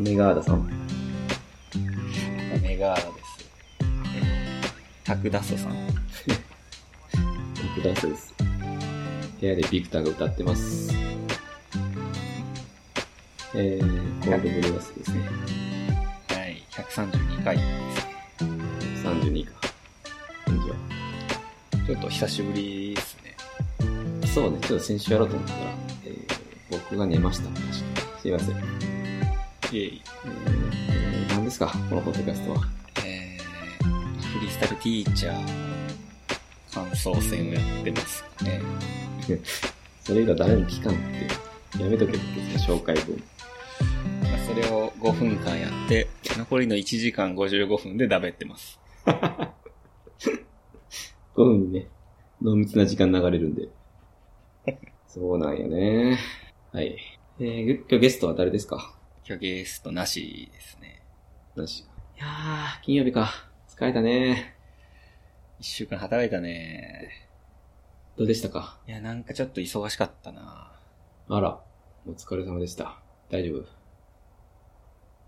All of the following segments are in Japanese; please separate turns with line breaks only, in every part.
ガーダさん。
メガーラです。タクダソさん。
僕ダンスです。部屋でビクターが歌ってます。えー、コールドブルーアスですね。
はい、132回です。
32か。こんにちは
ちょっと久しぶりですね。
そうね、ちょっと先週やろうと思ったら、えー、僕が寝ました。確かすいません。えー
イェイ。
えー、何ですかこのポッドキャストは。
えー、フリースタイルティーチャー、感想戦をやってますね。
それ以外誰も聞かんって。やめとけって紹介文。
まあそれを5分間やって、残りの1時間55分でダベってます。
5分にね、濃密な時間流れるんで。そうなんやね。はい。えー、今日ゲストは誰ですか
今日ゲストなしですね。
なし。いやー、金曜日か。疲れたね。
1週間働いたね。
どうでしたか
いや、なんかちょっと忙しかったな。
あら、お疲れ様でした。大丈夫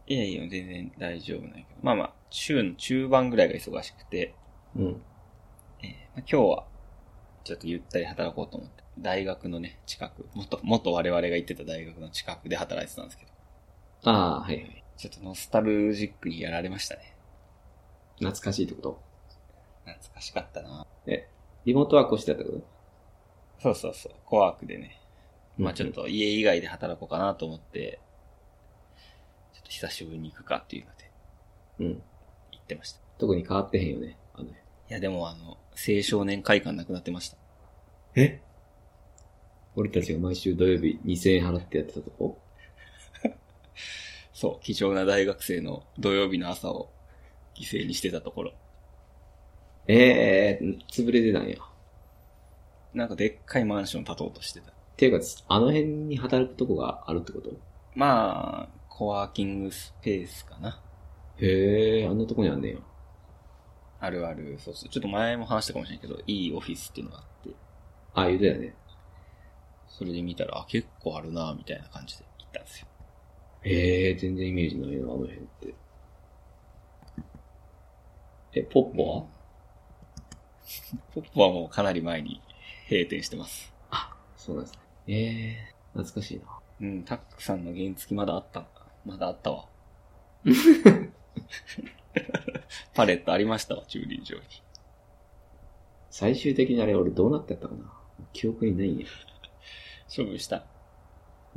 いやいや、全然大丈夫なんやけど。まあまあ、週の中盤ぐらいが忙しくて、
うん。
えーまあ、今日は、ちょっとゆったり働こうと思って、大学のね、近く、元、元我々が行ってた大学の近くで働いてたんですけど、
あー、はいはい。
ちょっとノスタルジックにやられましたね。
懐かしいってこと
懐かしかったな
リモートワークをしてたってこと
そうそうそう、コワークでね、まあちょっ。
うん
と家以外で働こうかなと思って、ちょっと久しぶりに行くかっていうので、
うん。
行ってました。い
特に変わってへんよね。あの
やでもあの、青少年会館なくなってました。
え俺たちが毎週土曜日2000円払ってやってたとこ
そう、貴重な大学生の土曜日の朝を犠牲にしてたところ。
ええー、潰れてたんや。
なんかでっかいマンション建とうとしてた。
ていうか、あの辺に働くとこがあるってこと
まあ、コワーキングスペースかな。
へえ、あんなとこにあんねんや。
あるある、そうそう。ちょっと前も話したかもしれないけど、いいオフィスっていうのがあって、
あ、言うてたよね。
それで見たら、あ、結構あるな、みたいな感じで行ったんですよ。
へえ、全然イメージないな、あの辺って。え、ポッポは、
ポップはもうかなり前に閉店してます。
そうなんですね。ええー、懐かしいな。
うん、タックさんの原付まだあった、まだあったわ。 パレットありましたわ、駐輪場に。
最終的にあれ、俺どうなってやったかな記憶にないんや。
処分した。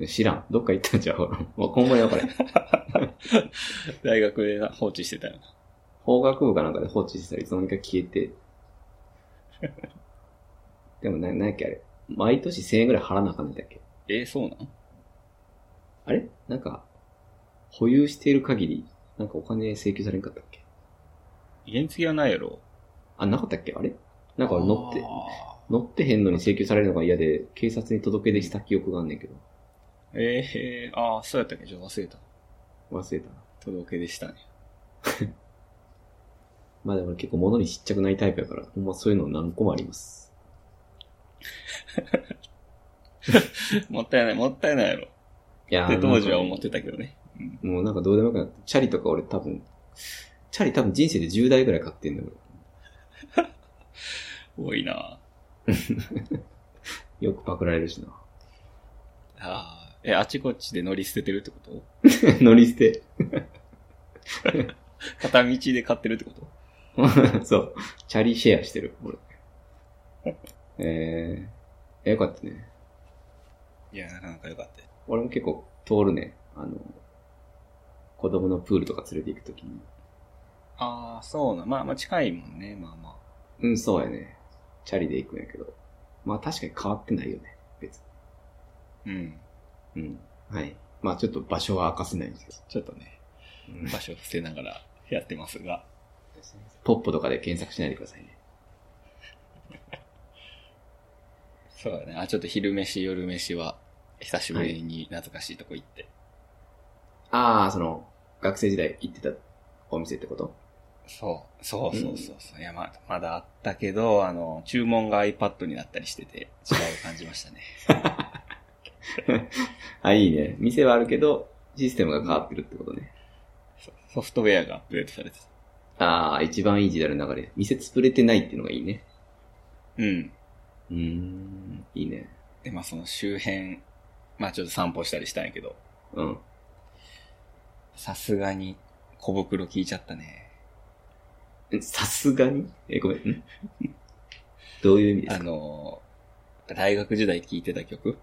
知らん。どっか行ったんちゃう ほら。もうこんまに分かれ。
大学でな放置してたよな。
法学部かなんかで放置してたらいつの間にか消えて。でもな、なんやっけあれ。毎年1000円ぐらい払わなあかんねんだっけ
えーそうなん
あれなんか、保有している限り、なんかお金請求されんかったっけ
原付はないやろ。
あ、なかったっけあれなんか俺乗って
あ、ー
乗ってへんのに請求されるのが嫌で、警察に届け出した記憶があんねんけど、
ええああ、そうやったっけじゃあ忘れた。
忘れたな。
届けでしたね。
まあでも俺結構物にちっちゃくないタイプやから、ほんまそういうの何個もあります。
もったいない、もったいないやろ。
いや
で、
ー
当時は
なん
思
か
ってたけどね。うん。
もうなんかどうでもよくなって、チャリとか俺多分、チャリ多分人生で10台ぐらい買ってんだよ、
多いな
俺。よくパクられるしな。
ああー。え、あちこちで乗り捨ててるってこと
乗り捨て。
片道で買ってるってこと
そう。チャリシェアしてる、俺。えー、よかったね。
いや、なかなかよかったよ。
俺も結構通るね。あの、子供のプールとか連れて行くときに。
ああ、そうな。まあまあ近いもんね、まあまあ。
うん、そうやね。チャリで行くんやけど。まあ確かに変わってないよね。別
うん。
に。うん。はい。まあちょっと場所は明かせないんですけど。
ちょっとね、
うん
場所を伏せながら やってますが。
ポッポとかで検索しないでくださいね。
そうだね。あ、ちょっと昼飯、夜飯は、久しぶりに懐かしいとこ行って。
ああ、その、学生時代行ってたお店ってこと
そう、そうそうそうそう。いや、ま、まだあったけど、あの、注文が iPad になったりしてて、違いを感じましたね。
あ、いいね。店はあるけど、システムが変わってるってことね。
ソフトウェアがアップデートされてた。
ああ、一番いい時代の流れ。見せつぶれてないっていうのがいいね。
うん。
うーん、いいね。
で、まあその周辺、まあちょっと散歩したりしたんやけど、
うん。
さすがに小袋聞いちゃったね。
えさすがにえ、ごめん。ん どういう意味で
あ
すか
の、大学時代聞いてた曲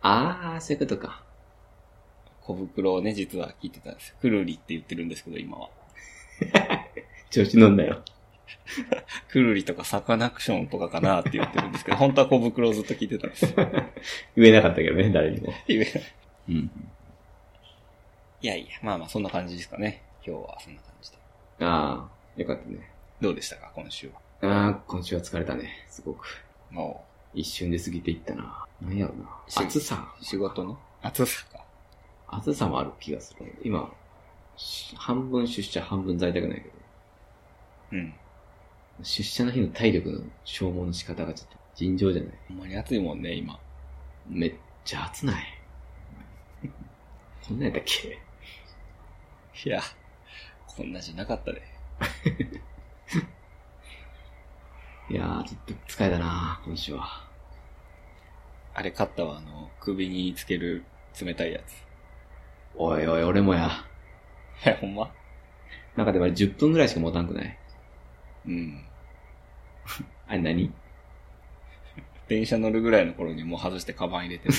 ああー、そういうことか。
小袋をね、実は聞いてたんですよ。くるりって言ってるんですけど、今は。
調子乗んなよ。
くるりとかサカナクションとかかなって言ってるんですけど、本当は小袋をずっと聞いてた んですよ。
言えなかったけどね、誰にも。
言えない
うん。
いやいや、まあまあそんな感じですかね。今日はそんな感じで。
ああ、よかったね。
どうでしたか、今週は。
ああ、今週は疲れたね。すごく。
も
一瞬で過ぎていったな。なんやろな。
一瞬
暑さ。
う、仕事の暑さか。
暑さもある気がする。今、し半分出社、半分在宅なんやけど。
うん。
出社の日の体力の消耗の仕方がちょっと尋常じゃない。
ほんまに暑いもんね、今。
めっちゃ暑ない。 こんなんやったっけ
いや、こんなじゃなかったで。
いやー、ちょっと疲れたな、今週は。
あれ買ったわ、あの、首につける冷たいやつ。
おいおい、俺もや。
え、ほんま
なんかでもあれ10分ぐらいしか持たんくない
うん。
あれ何
電車乗るぐらいの頃にもう外してカバン入れてる。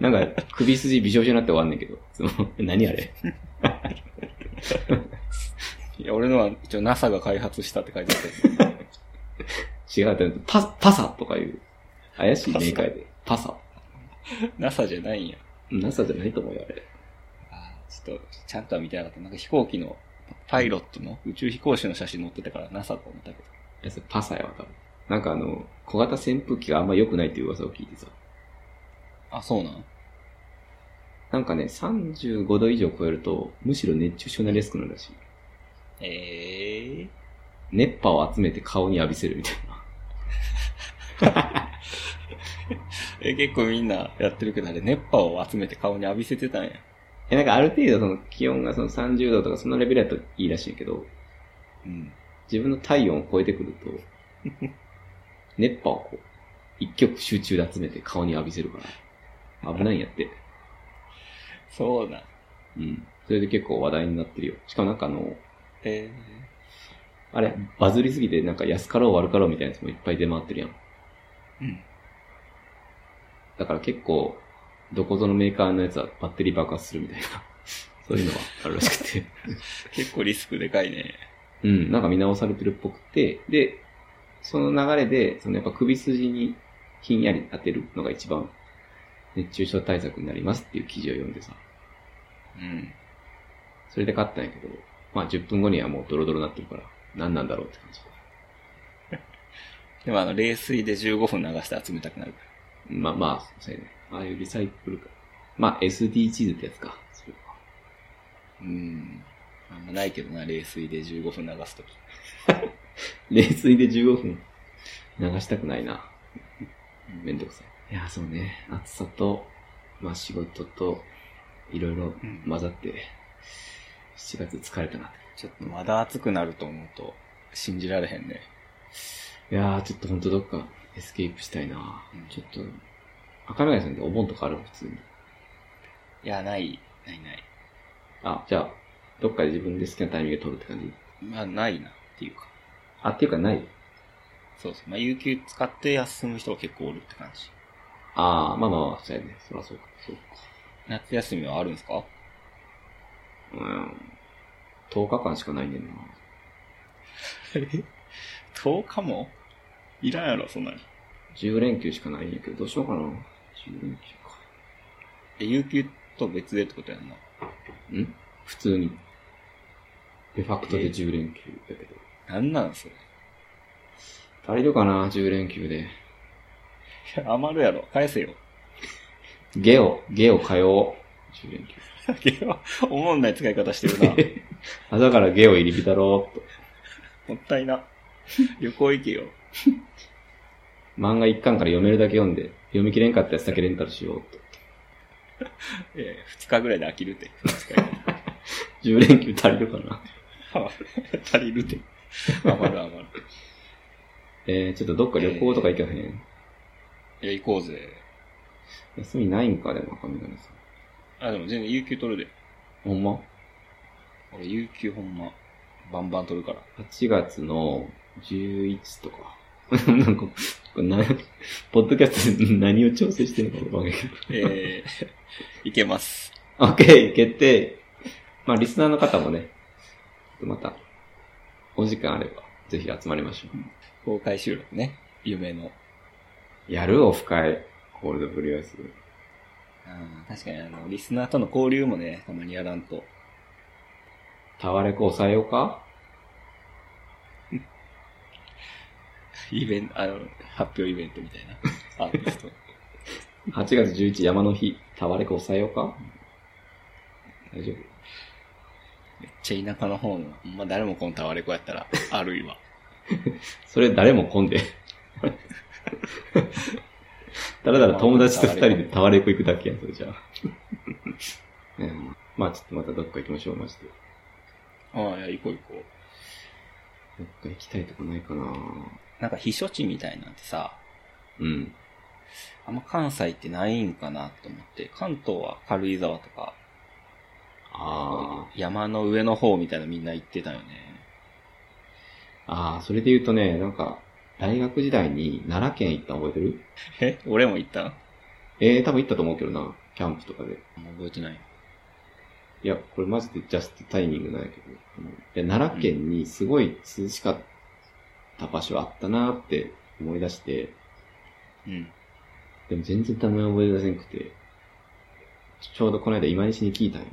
なんか首筋びしょびしょになって終わんねんけど。その、 何あれ
いや、俺のは一応 NASA が開発したって書いてあったけど。
違うって、パ、パサとかいう。怪しいメーカーで。パサ。
NASA じゃないんや。
NASA じゃないと思うよ、あれ。
あーちょっと、ちゃんとは見てなかった。なんか飛行機の、パイロットの宇宙飛行士の写真載ってたから NASA と思ったけど。
いやそれパサやわ、多分。なんかあの、小型扇風機があんま良くないっていう噂を聞いてさ。
あ、そうなん
なんかね、35度以上超えると、むしろ熱中症になりやすくなるらしい。
ええ
熱波を集めて顔に浴びせるみたいな。
え、結構みんなやってるけど、あれ、熱波を集めて顔に浴びせてたんや。
え、なんかある程度その気温がその30度とかそのレベルだといいらしいけど、
うん。
自分の体温を超えてくる と、熱波をこう、一極集中で集めて顔に浴びせるから、危ないんやって。
そうなん。
うん。それで結構話題になってるよ。しかもなんかあの、
え
あれ、バズりすぎてなんか安かろう悪かろうみたいなやつもいっぱい出回ってるやん。
えうん。
だから結構、どこぞのメーカーのやつはバッテリー爆発するみたいな、 そういうのはあるらしくて。
結構リスクでかいね。
うん、なんか見直されてるっぽくて、で、その流れで、そのやっぱ首筋にひんやり当てるのが一番熱中症対策になりますっていう記事を読んでさ、
うん。
それで買ったんやけど、まあ10分後にはもうドロドロになってるから、何なんだろうって感じ。
でもあの、冷水で15分流して集めたくなるか
まあまあ、そうやね。ああいうリサイクルか。まあ SDGs ってやつか。それは
ら。うん。あんまないけどな、冷水で15分流すとき。
冷水で15分流したくないな。めんどくさい。いや、そうね。暑さと、まあ仕事と、いろいろ
ん
混ざって、7月疲れたなって。
ちょっとまだ暑くなると思うと、信じられへんね。
いやー、ちょっとほんとどっかエスケープしたいな、
うん
ちょっと、赤目がさんってお盆とかあるの普通に。
いや、ない、ないない。
あ、じゃあ、どっかで自分で好きなタイミングで取るって感じ
まあ、ないなっていうか。
あ、っていうかない
そうそう。まあ、有給使って休む人が結構おるって感じ。
あー、まあまあまあ、そうやね。そらそうか。そうか。
夏休みはあるんです か
うん。10日間しかないねんな。
10日もいらんやろ、そんなに。
10連休しかないんやけど、どうしようかな。10連休か。
え有給と別でってことやんな。
ん普通に。でファクトで10連休だけど。
なんなんそれ。
足りるかな ?10 連休で。
いや余るやろ、返せよ。
ゲオ、ゲオ通おう。10連休。
おもんない使い方してるな。
あ、だからゲオ入り浸ろうっと。
もったいな。旅行行けよ。
漫画一巻から読めるだけ読んで、読み切れんかったやつだけレンタルしようっと。
えー、2日ぐらいで飽きるって。その使い方
10連休足りるかな。
足りるで。余る余る。
えー、ちょっとどっか旅行とか行けへん。
いや、行こうぜ。
休みないんか、でも、赤身さん。
あ、でも全然有給取るで。
ほんま
俺、有給ほんま、バンバン取るから。
?8 月の11とか。 なんか、これなポッドキャストで何を調整してるのか分かんないけど。
えー、いけます。
OK、決定。まあ、リスナーの方もね、ちょっとまた、お時間あれば、ぜひ集まりましょ
公開収録ね。夢の。
う。やるオフ会、コールドプリアス。
うん、確かに、あの、リスナーとの交流もね、たまにやらんと。
タワレコ抑えようか
イベント、あの、発表イベントみたいな。アーティスト。
?8 月11山の日、タワレコ抑えようか大丈夫
めっちゃ田舎の方の、ほんま誰もこのタワレコや ったら、あるいは。
それ誰も混んで。ただただ友達と二人でタワレコ行くだけやん、それじゃあ。うんまあちょっとまたどっか行きましょう、マジで。
ああ、いや、行こう行こ
どっか行きたいとこないかな
う。なんか、避暑地みたいなんてさ、
うん。
あんま関西ってないんかなと思って、関東は軽井沢とか、
あ
山の上の方みたいなみんな行ってたよね。
あ。ああ、それで言うとね、なんか、大学時代に奈良県行ったの覚えてる
え俺も行ったん
ええー、多分行ったと思うけどな。キャンプとかで。
もう覚えてない。
いや、これマジでジャストタイミングなんやけど。あのいや、奈良県にすごい涼しかった場所あったなーって思い出して、
うん。
でも全然名前覚え出せんくて、ちょうどこの間今西に聞いたんよ。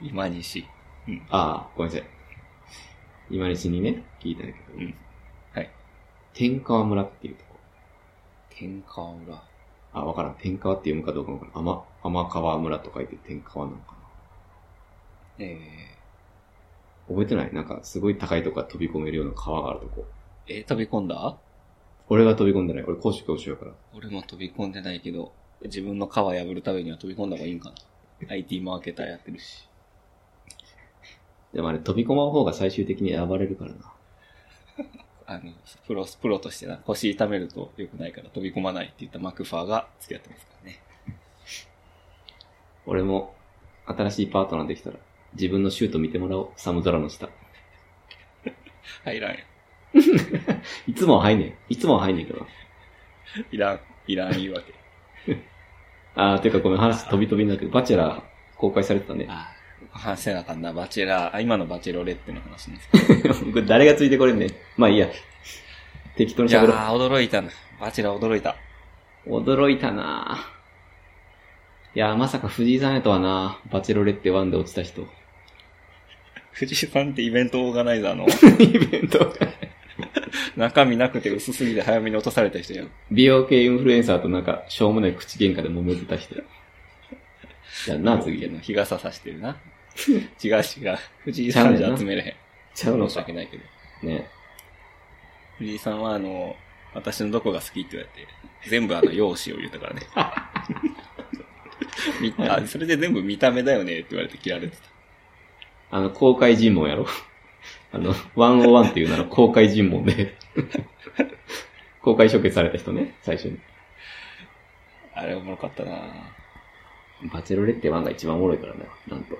今西。うん。
ああ、ごめんなさい。今西にね、聞いたんやけど。
うんはい。
天川村っていうとこ。
天川村。
あ、わからん。天川って読むかどうかわからん。天、天川村と書いて天川なのかな。
え
覚えてないなんかすごい高いとこから飛び込めるような川があるとこ。
ー、え、飛び込んだ
俺が飛び込んでない。俺高所恐怖症やから。
俺も飛び込んでないけど、自分の皮破るためには飛び込んだ方がいいんかな。IT マーケターやってるし。
でもあれ飛び込まん方が最終的に暴れるからな。
あの、プロ、プロとしてな、腰痛めると良くないから飛び込まないって言ったマクファーが付き合ってますからね。
俺も新しいパートナーできたら自分のシュート見てもらおう。寒空の下。
はい、いらんよ。
いつもは入んねん。いつもは入んねんけど。
いらん、いらん言い 訳。
あー、てかごめん、話飛び飛びになるけど、バチェラー公開されてたね。
ああ、反省なあかんな。バチェラー、あ、今のバチェロレッテの話 です
これ誰がついてこれんねん。まあいいや。適当に
いや
喋ろ
ー、驚いたな。バチェラー驚いた。
う。驚いたなぁ。いやー、まさか藤井さんやとはなぁ。バチェロレッテ1で落ちた人。
藤井さんってイベントオーガナイザ ーの
イベントが
中身なくて薄すぎて早めに落とされた人やん。
美容系インフルエンサーとなんか、しょうもない口喧嘩で揉めてた 人。やんな、次やな。
日傘さして るな。違う違う。藤井さんじゃ集めれ
ち
へ。
ゃうんの
申し
か
訳。ないけど。
ね。
藤井さんはあの、私のどこが好きって言われて、全部あの、容姿を言ったからね。 みあ、それで全部見た目だよねって言われて切られてた。
あの、公開尋問やろ。 あの、101っていうなら公開尋問で。 公開処刑された人ね、最初に。
あれおもろかったな
バチェロレッテ1が一番おもろいからな、なんと。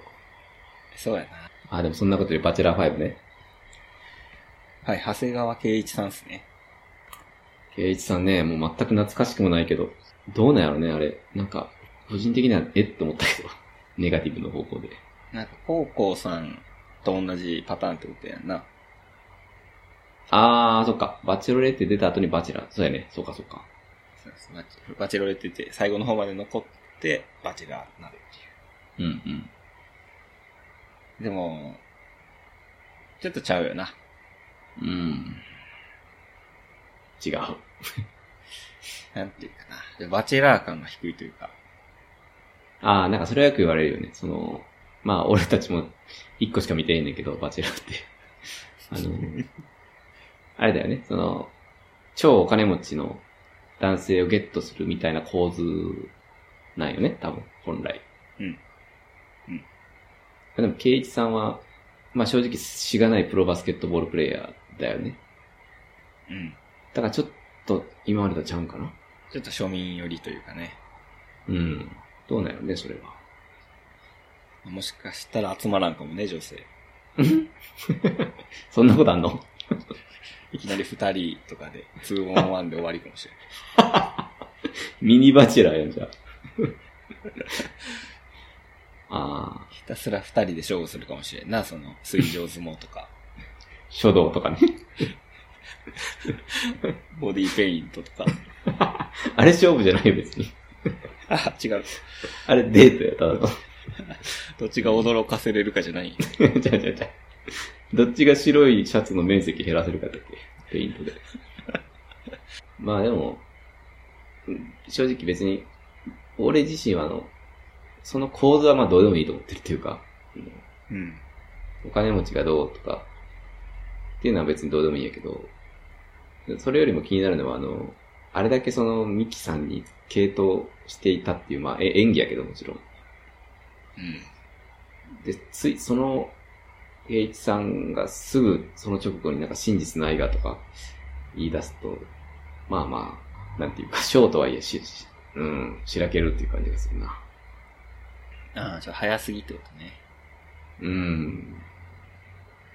そうやな。
あ、でもそんなことよりバチェラー5ね。
はい、長谷川圭一さんですね。
圭一さんね、もう全く懐かしくもないけど、どうなんやろね、あれ。なんか、個人的には、えっと思ったけど、 ネガティブの方向で。
なんか、高校さんと同じパターンってことやんな。
あー、そっか。バチェロレッテ出た後にバチェラー。そうやね。そうか、そうか。
そうそうバチバチェロレって言って、最後の方まで残って、バチェラーになるってい
うんうん。
う。でも、ちょっとちゃうよな。
うん。違う。
なんていうかなで。バチェラー感が低いというか。
あー、なんかそれはよく言われるよね。その、まあ、俺たちも一個しか見てへんねんけど、バチェラーって。あ の、あれだよね。その、超お金持ちの男性をゲットするみたいな構図なんよね、多分、本来。
うん。うん。
でも、圭一さんは、まあ正直、しがないプロバスケットボールプレイヤーだよね。
うん。
だからちょっと、今までとちゃうんかな。
ちょっと庶民寄りというかね。
うん。どうなんやろね、それは。
もしかしたら集まらんかもね、女性。
そんなことあんの
いきなり二人とかで、2 on 1で終わりかもしれない。
ミニバチェラーやん、じゃあ。ああ、
ひたすら二人で勝負するかもしれんな、その、水上相撲とか、
書道とかね。
ボディーペイントとか。
あれ勝負じゃないよ別に。
あ、違う。
あれデートや、ただ の。
どっちが驚かせれるかじゃない。
じゃあじゃあじゃあどっちが白いシャツの面積減らせるかだっけペイントで。まあでも、うん正直別に、俺自身はあの、その構図はまあどうでもいいと思ってるっていうか、うん
うん。
お金持ちがどうとか、っていうのは別にどうでもいいんやけど、それよりも気になるのは、あの、あれだけそのミキさんに傾倒していたっていう、まあ、え演技やけどもちろん。
うん。
で、つい、その、平一さんがすぐその直後になんか真実の愛がとか言い出すと、まあまあ、なんていうか、ショーとはいえし、しうん、しらけるっていう感じがするな。
ああ、ちょっと早すぎってことね。
うん。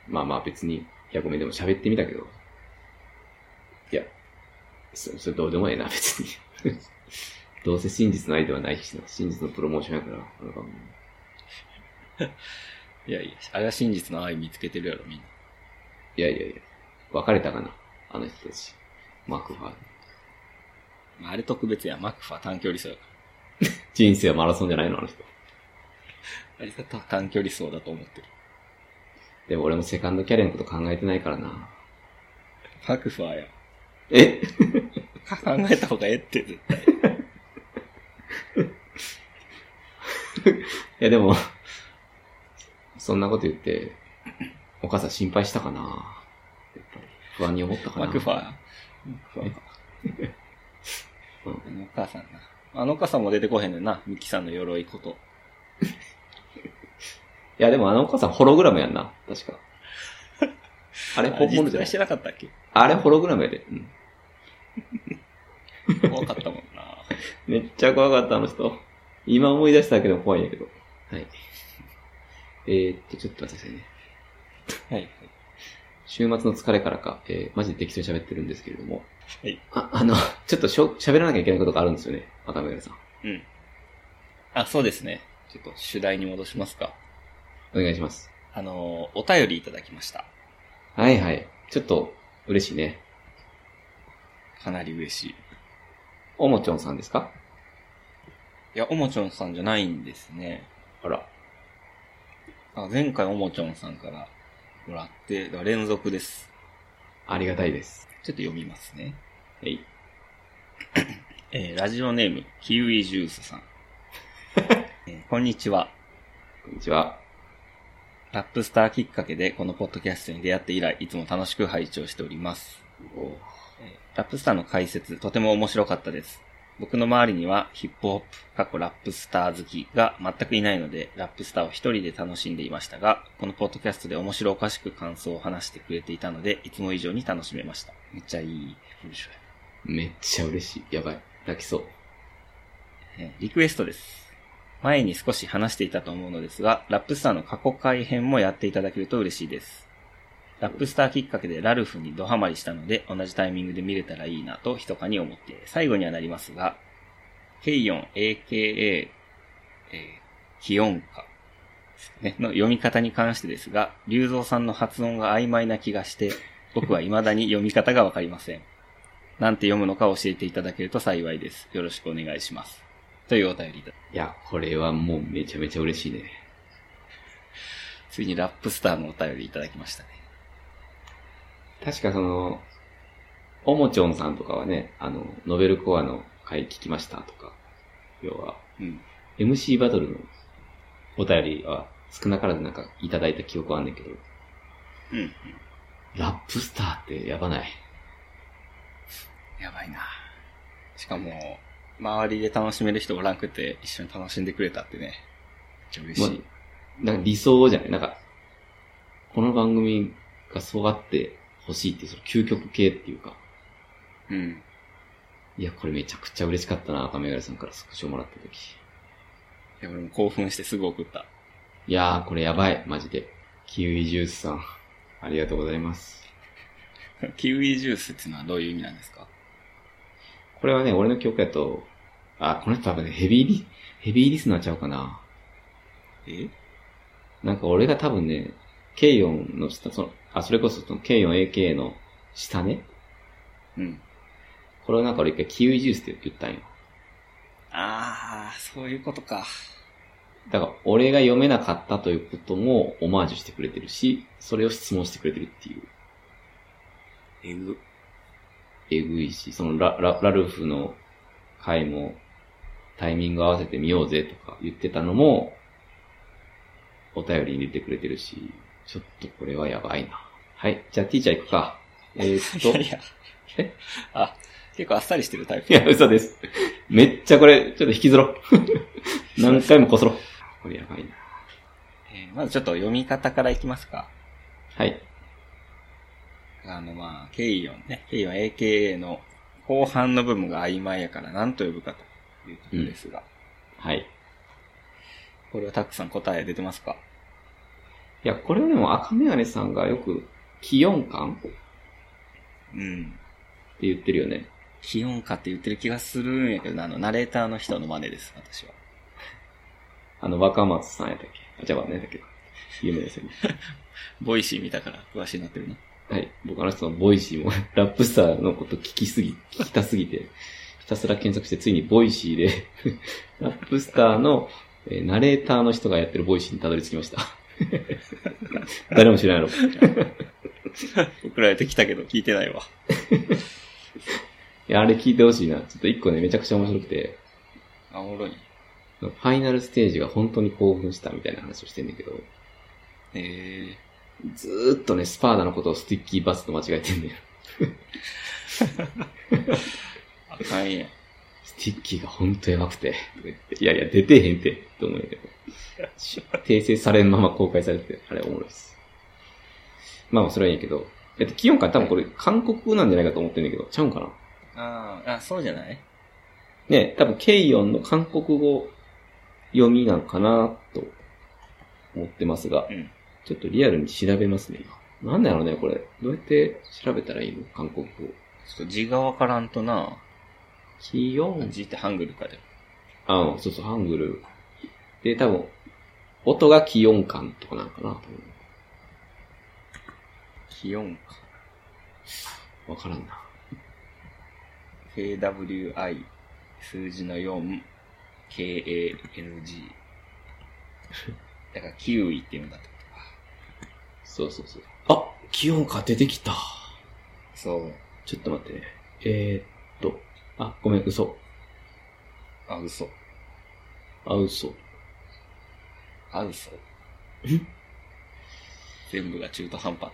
まあまあ別に、いやごめんでも喋ってみたけど。いや、そそれどうでもええな、別に。 どうせ真実の愛ではないしな、真実のプロモーションやから、なんかもう
いやいや、あれは真実の愛見つけてるやろ、みんな。
いやいやいや、別れたかな、あの人たち。マクファー。
まあ、あれ特別や、マクファ短距離走やか
人生はマラソンじゃないの、あの人。
ら。あれが短距離走だと思ってる。
でも俺もセカンドキャリアのこと考えてないからな。
マクファや。
え
考えた方がええって、絶対。
いやでも、そんなこと言って、お母さん心配したかな。やっぱり不安に思ったかな。
マクファマクファ
うん
あのお 母さんな。あのお母さんも出てこへんねんな、ミキさんの鎧こと。
いや、でもあのお母さんホログラムやんな。確 か。あれ、
あ
本物じ
実
ゃな
在して
い
なかった っけ
あれ、ホログラムやで、うん
怖かったもんな。
めっちゃ怖かった、あの人。今思い出しただけでも怖いんやけど。はい。えー、っと、ちょっと待ってくださいね。
はい。
週末の疲れからか、えー、マジで適当に喋ってるんですけれども。
はい。
あ、あの、ちょっとしょ喋らなきゃいけないことがあるんですよね。赤目さん。
うん。あ、そうですね。ちょっと主題に戻しますか。
お願いします。
あの、お便りいただきました。
はいはい。ちょっと、嬉しいね。
かなり嬉しい。
おもちょんさんですか
いや、おもちょんさんじゃないんですね。
あら。
あ前回おもちょんさんからもらって、だから連続です。
ありがたいです。
ちょっと読みますね。
はい。
えーラジオネーム、キウイジュー スさん。えーこんにちは。
こんにちは。
ラップスターきっかけでこのポッドキャストに出会って以来、いつも楽しく拝聴しております。
おー
えーラップスターの解説、とても面白かったです。僕の周りにはヒップホップ、過去ラップスター好きが全くいないので、ラップスターを一人で楽しんでいましたが、このポッドキャストで面白おかしく感想を話してくれていたので、いつも以上に楽しめました。めっちゃいい文章や。
めっちゃ嬉しい。やばい。泣きそう。
えーリクエストです。前に少し話していたと思うのですが、ラップスターの過去改編もやっていただけると嬉しいです。ラップスターきっかけでラルフにドハマりしたので、同じタイミングで見れたらいいなと密かに思って、最後にはなりますが、ケイヨン AKA、えー、キヨンカ、ね、の読み方に関してですが、龍造さんの発音が曖昧な気がして、僕は未だに読み方がわかりません。なんて読むのか教えていただけると幸いです。よろしくお願いします。というお便りだ。
いや、これはもうめちゃめちゃ嬉しいね。
ついにラップスターのお便りいただきましたね。
確かその、おもちょんさんとかはね、あの、ノベルコアの回聞きましたとか、要は、
うん。
MC バトルのお便りは少なからずなんかいただいた記憶はあんねんけど、
うん。
ラップスターってやばない。
やばいなしかも、周りで楽しめる人おらんくて、一緒に楽しんでくれたってね。めっちゃ嬉しい。
まなんか理想じゃないなんか、この番組がそうあってほしいっていう、その究極系っていうか、
うん。
いや、これめちゃくちゃ嬉しかったな、赤メガネさんからスクショもらった時。
いや、俺も興奮してすぐ送った。
いやー、これやばい、マジで。キウイジュースさん、ありがとうございます。
キウイジュースっていうのはどういう意味なんですか
これはね、俺の記憶だと、あ、この人多分ね、ヘビーリ、ヘビーリスナーちゃうかな。
え
なんか俺が多分ね、ケイヨンの下、その、あ、それこそその、ケイヨン AK の下ね。
うん。
これはなんか俺一回キウイジュースって言ったんよ。
あー、そういうことか。
だから、俺が読めなかったということもオマージュしてくれてるし、それを質問してくれてるっていう、
えぐ。
えぐいし、そのラ、ラ、ラルフの回も、タイミング合わせてみようぜとか言ってたのも、お便りに入れてくれてるし、ちょっとこれはやばいな。はい、じゃあティーチャー行くか。えーっと、
いやいや。
え
あ、結構あっさりしてるタイ
い
プ。
や、嘘です。めっちゃこれ、ちょっと引きずろう。何回もこすろう。これやばいな。
えーまずちょっと読み方からいきますか。
はい。
あの、まあ、ケイヨンね。ケイヨン AKA の後半の部分が曖昧やから何と呼ぶかというところですが。
はい。
これはたくさん答え出てますか
いや、これはでも赤メガネさんがよく、気温感って
うん。
言ってるよね。
気温かって言ってる気がするんやけどな、あの、ナレーターの人の真似です、私は。
あの、若松さんやったっけあ、じゃあ、ね、だっけ有名ですよね。
ボイシー見たから詳しいなってるな。
はい。僕あの人のボイシーも 、ラップスターのこと聞きすぎ、聞きたすぎて、ひたすら検索して、ついにボイシーで、 ラップスターの、えーナレーターの人がやってるボイシーにたどり着きました。 誰も知らないの。い
送られてきたけど聞いてないわ。
や、あれ聞いてほしいな。ちょっと一個ね、めちゃくちゃ面白くて、
あ、おもろい。
ファイナルステージが本当に興奮したみたいな話をしてんだけど、
え
ずーっとね、スパーダのことをスティッキーバスと間違えてんだよ。
ー、あかんやん。
スティッキーがほんとやばくて。いやいや、出てへんて、と思うんやけど。訂正されんまま公開されて、あれおもろいです。まあまあ、それはいいんやけど。えっと、気温感多分これ、韓国なんじゃないかと思ってんだけど、ちゃうんかな
あーあ、そうじゃない
ね多分、ケイヨンの韓国語読みなんかな、と思ってますが、
うん
ちょっとリアルに調べますね、今。なんだろうね、これ。どうやって調べたらいいの韓国語。
ちょっと字がわからんとな。
気温
字ってハングルかで。
あの、そうそう、ハングル。で、多分、音が気温感とかなのかな多
気温か。
分わからんな。
KWI 数字の 4KANG だからキウイって言うんだってことか
そうそうそう。あ気温感出てきた。
そう
ちょっと待ってね。えー、っと、あ、ごめん、嘘。
あ嘘
あ、嘘。
あ嘘全部が中途半端っ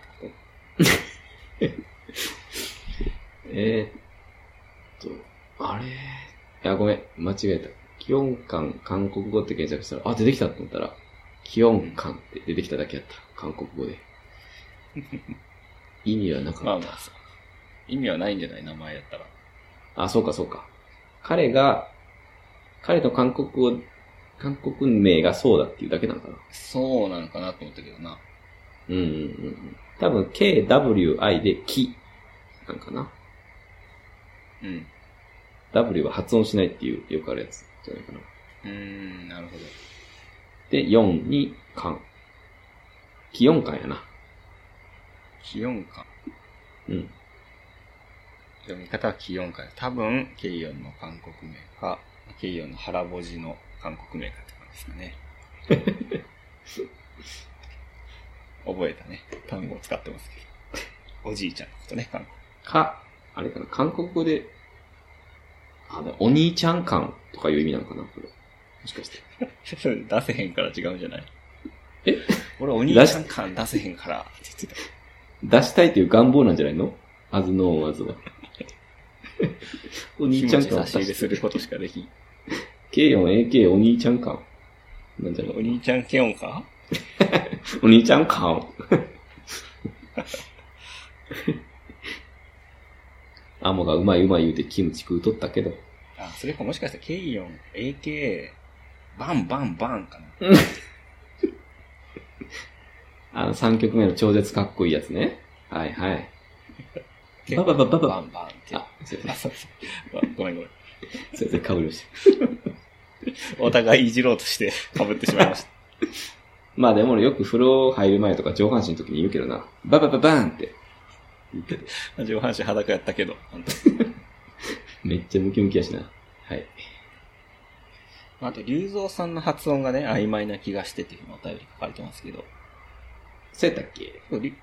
てこ
えー、っと、あれいや、ごめん、間違えた。気温感、韓国語って検索したら、あ、出てきたと思ったら、気温感って出てきただけやった。韓国語で。意味はなかっ
と
た。
まあまあそう意味はないんじゃない名前やったら
あ、そうかそうか。彼が、彼の韓国語、韓国名がそうだっていうだけなのかな。
そうなのかなと思ったけどな
うんうんうんうん。多分 KWI でキなんかな。
うん
W は発音しないっていうよくあるやつじゃないかな。
うーんなるほど
で、4に韓。気温感やな。
気温感
うん。
読み方は気温感多分ケイヨンの韓国名かケイヨンの腹文字の韓国名かって感じですかね 覚えたね単語を使ってますけどおじいちゃんのことね韓
か、あれかな。韓国語で、あ、でもお兄ちゃん感とかいう意味なのかな、これ。もしかして。
国 それ出せへんから違うんじゃない
え
俺お兄ちゃん感出せへんからって言ってた
出したいという願望なんじゃないのアズノーアズは。 お兄ちゃん
気持
感
差し入れすることしかできん
K4AK お兄ちゃん感なんじゃない
お兄ちゃんケヨンか
お兄ちゃん顔。 アモがうまいうまい言うてキムチ食うとったけど。
あ、それかもしかしたらケイヨン、AK、バンバンバンかな。
あの、3曲目の超絶かっこいいやつね。はいはい。
結
バ
構
ババババ
バンバンって。
あ
あ、、
すいま
そうそう。ごめんごめん。
せん。すいません、かぶりました。
お互いいじろうとして被ってしまいました。
まあでも俺よく風呂入る前とか上半身の時に言うけどな。ババババーンって。
上半身裸やったけど、本当
めっちゃムキムキやしな。はい。
あと、龍造さんの発音がね、曖昧な気がしてっていうふうにお便り書かれてますけど、
そうやったっけ
り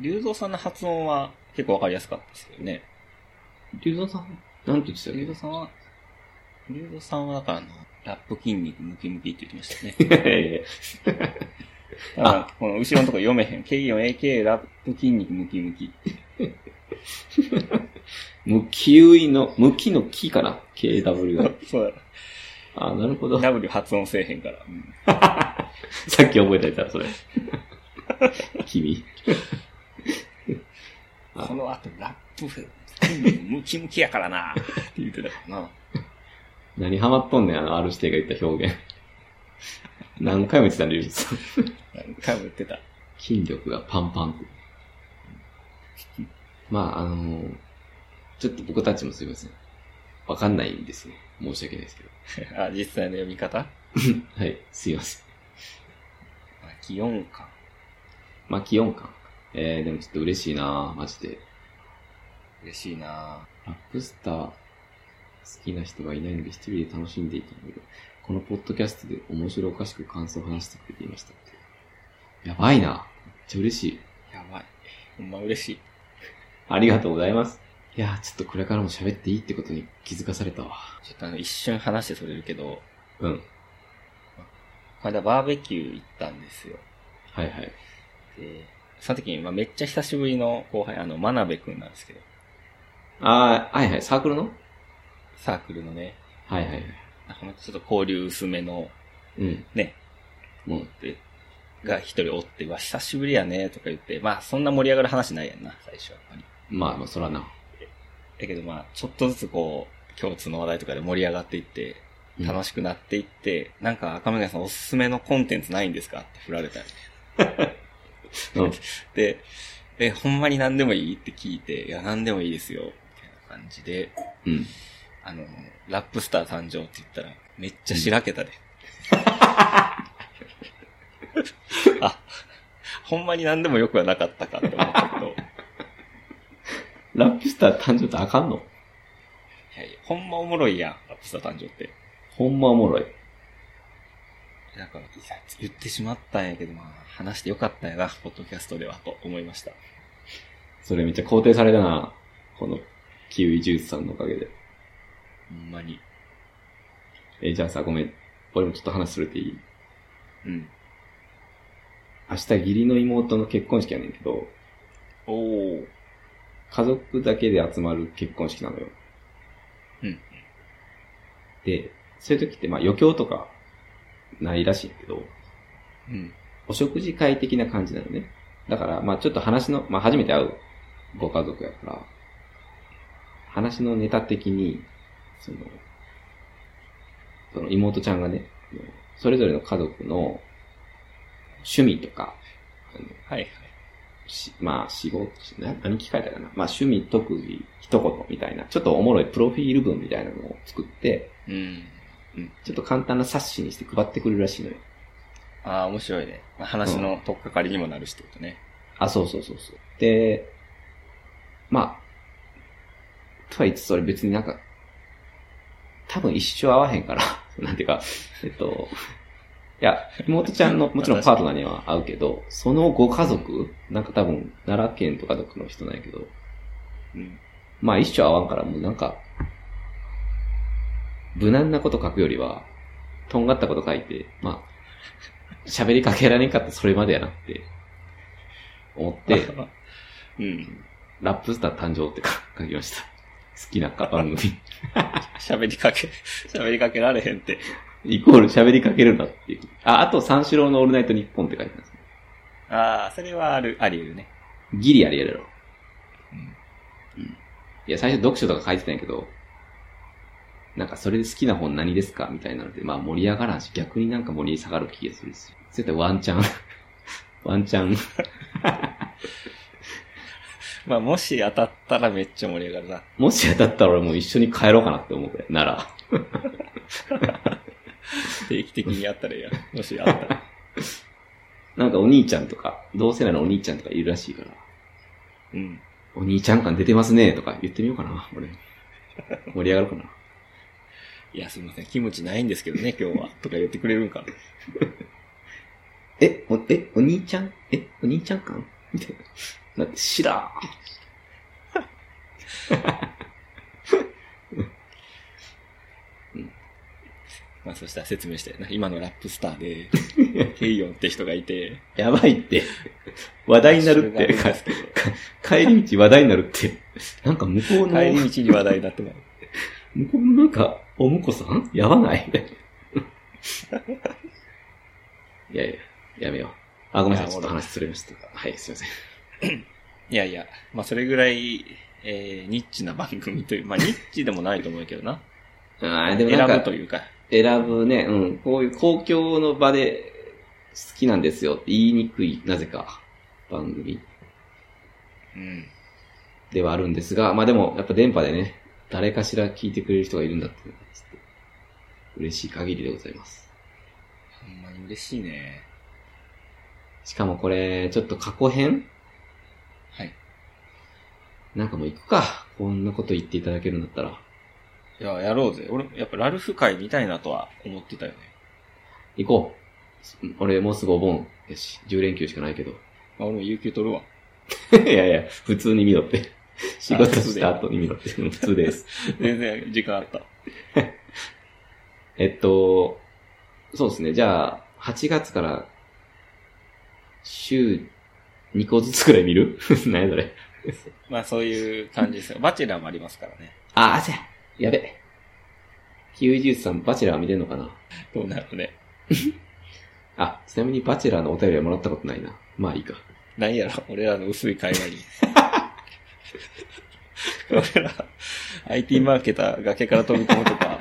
龍造さんの発音は結構わかりやすかったですけどね。
龍造さん、なんて言ってたっ
龍造さんは、龍造さんはだからあの、ラップ筋肉ムキムキって言ってまし たね。
けいやいやいや
だから、この後ろのとこ読めへん。K4AK ラップ筋肉ムキムキ。
ムキウイの、ムキの木かな ?KW が。
そう
あ、なるほ
だ。
ど。
W 発音せえへんから。うん
さっき覚えたやつだ、それ。 君。あ
この後、ラップ筋肉ムキムキやからなって言ってたからな。
何ハマっとんねん、あの、R 指定が言った表現。何回も言ってたね、龍術さん。
何回も言ってた。
筋力がパンパン。まあ、あのちょっと僕たちもすいません。わかんないんですね。申し訳ないですけど。
あ、実際の読み方
はい、すいません。
気温感。
まあ、気温感。えー、でもちょっと嬉しいなマジで。
嬉しいな
ラップスター、好きな人がいないので一人で楽しんでいたので、このポッドキャストで面白おかしく感想を話してくれていましたって。やばいな。めっちゃ嬉しい。
ぁやばい。ほんま嬉しい。
ありがとうございます。いやー、ちょっとこれからも喋っていいってことに気づかされたわ。
ちょっとあの、一瞬話してそれるけど、
うん。
この間バーベキュー行ったんですよ。
はいはい。
で、その時に、まあ、めっちゃ久しぶりの後輩、あの、真鍋くんなんですけど、
あー、はいはい、サークルの
サークルのね、
はいはいはい。
なんかちょっと交流薄めの、
うん。
ね、
もう、
でが一人おって、わ、久しぶりやね、とか言って、まあ、そんな盛り上がる話ないやんな、最初はやっぱり。
まあまあ、そらな。
だけどまあ、ちょっとずつこう、共通の話題とかで盛り上がっていって、楽
し
しくなっていって、なんか赤目さんおすすめのコンテンツないんですかって振られたよ
い。うん。
で、え、ほんまに何でもいいって聞いて、いや、何でもいいですよ、みたいな感じで、
うん。
あの、ラップスター誕生って言ったら、めっちゃしらけたで。あ、ほんまに何でもよくはなかったかって思ったけど、い
ラップスター誕生ってあかんの
やいや、ほんまおもろいやん、ラップスター誕生って。
ほんまおもろい。
なんか、いや言ってしまったんやけど、まあ、話してよかったんやな、ポッドキャストでは、と思いました。
それめっちゃ肯定されたな。この、キウイジュースさんのおかげで。
ほんまに。
えーじゃあさ、ごめん。俺もちょっと話するっていい
うん。
明日義理の妹の結婚式やねんけど、
おー。
家族だけで集まる結婚式なのよ。
うん。
で、そういう時ってまあ余興とかないらしいんだけど、
うん。
お食事会的な感じなのね。だから、まあちょっと話の、まあ初めて会うご家族やから、話のネタ的に、その、その妹ちゃんがね、あのそれぞれの家族の趣味とか、あの
はいはい。
しまあ、仕事、な何聞かれたかな。まあ、趣味、特技、一言みたいな、ちょっとおもろいプロフィール文みたいなのを作って、
うん。うん。
ちょっと簡単な冊子にして配ってくれるらしいのよ。
ああ、面白いね。まあ話の取っかかりにもなるしってことね。
あ、そうそうそうそう。で、まあ、とは言いつつそれ別になんか、多分一生会わへんから、 なんていうか、えっと、いや、妹ちゃんの、もちろんパートナーには会うけど、そのご家族、なんか多分、奈良県とかどっかの人なんやけど、
うん。
まあ一生合わんからもうなんか、無難なこと書くよりは、とんがったこと書いて、まあ、喋りかけられんかったらそれまでやなって、思って、
うん。
ラップスター誕生って書書きました。好きな番組。
喋りかけ、喋りかけられへんって。
イコール喋りかけるなっていう。あ、あと三四郎のオールナイトニッポンって書いてますね。
ああ、それはある、あり得るね。
ギリありやろ。
うん
いや、最初読書とか書いてたんやけど、なんかそれで好きな本何ですかみたいなので、まあ盛り上がらんし、逆になんか盛り下がる気がするんですよ。絶対ワンチ ャン。ワンチャン。
まあ、もし当たったらめっちゃ盛り上がるな。
もし当たったら俺もう一緒に帰ろうかなって思うくらい。なら。
定期的にあったらいいや。もしあったら。
なんかお兄ちゃんとか、同世代のお兄ちゃんとかいるらしいから、
うん。
お兄ちゃん感出てますねとか言ってみようかな、俺。盛り上がるかな。
いや、すみません。キムチないんですけどね、今日は。とか言ってくれるんかな。
え、お、え、お兄ちゃんえ、お兄ちゃん感みたいな。だって、しらー。
まあ、そしたら説明して、今のラップスターで、 ケイヨンって人がいて、
やばいって。話題になるっ
それ
て。か
があるんですけど
か帰り道話題になるって。なんか向こうの、
帰り道に話題になってない。
向こうのなんか、お婿さんやばないみたいな。いやいや、やめよう。あ、ごめんなさい。
い
ち
や
ょっと話それました。はい、すいません。
いやいや、まあ、それぐらい、えー、ニッチな番組という、まあ、ニッチでもないと思うけどな。
あーでも
選
なん
ぶ
か
と、いうか。
選ぶね、うん、こういう公共の場で好きなんですよって言いにくい、なぜか、番組
うん。
ではあるんですが、まあでも、やっぱ電波でね、誰かしら聞いてくれる人がいるんだっていうのがちょっと嬉しい限りでございます。
ほんまに嬉しいね。
しかもこれ、ちょっと過去編
はい。
なんかもう行くか。こんなこと言っていただけるんだったら。
いや、やろうぜ。俺、やっぱラルフ会見たいなとは思ってたよね。
行こう。俺もうすぐお盆やし、10連休しかないけど。
まあ、俺も有給取るわ。
いやいや、普通に見ろって。仕事した後に見ろって。うん普通です。
全然時間あった。
えっと、そうですね。じゃあ、8月から、週2個ずつくらい見る 何やそれ。
まあ、そういう感じですよ。バチェラーもありますからね。
あ、あせやべ。キウイジュースさん、バチェラー見てんのかな
どうなるね。
あ、ちなみにバチェラーのお便りはもらったことないな。まあいいか。
なんやろ、俺らの薄い会話 に。俺ら、IT マーケター崖から飛び込むとか、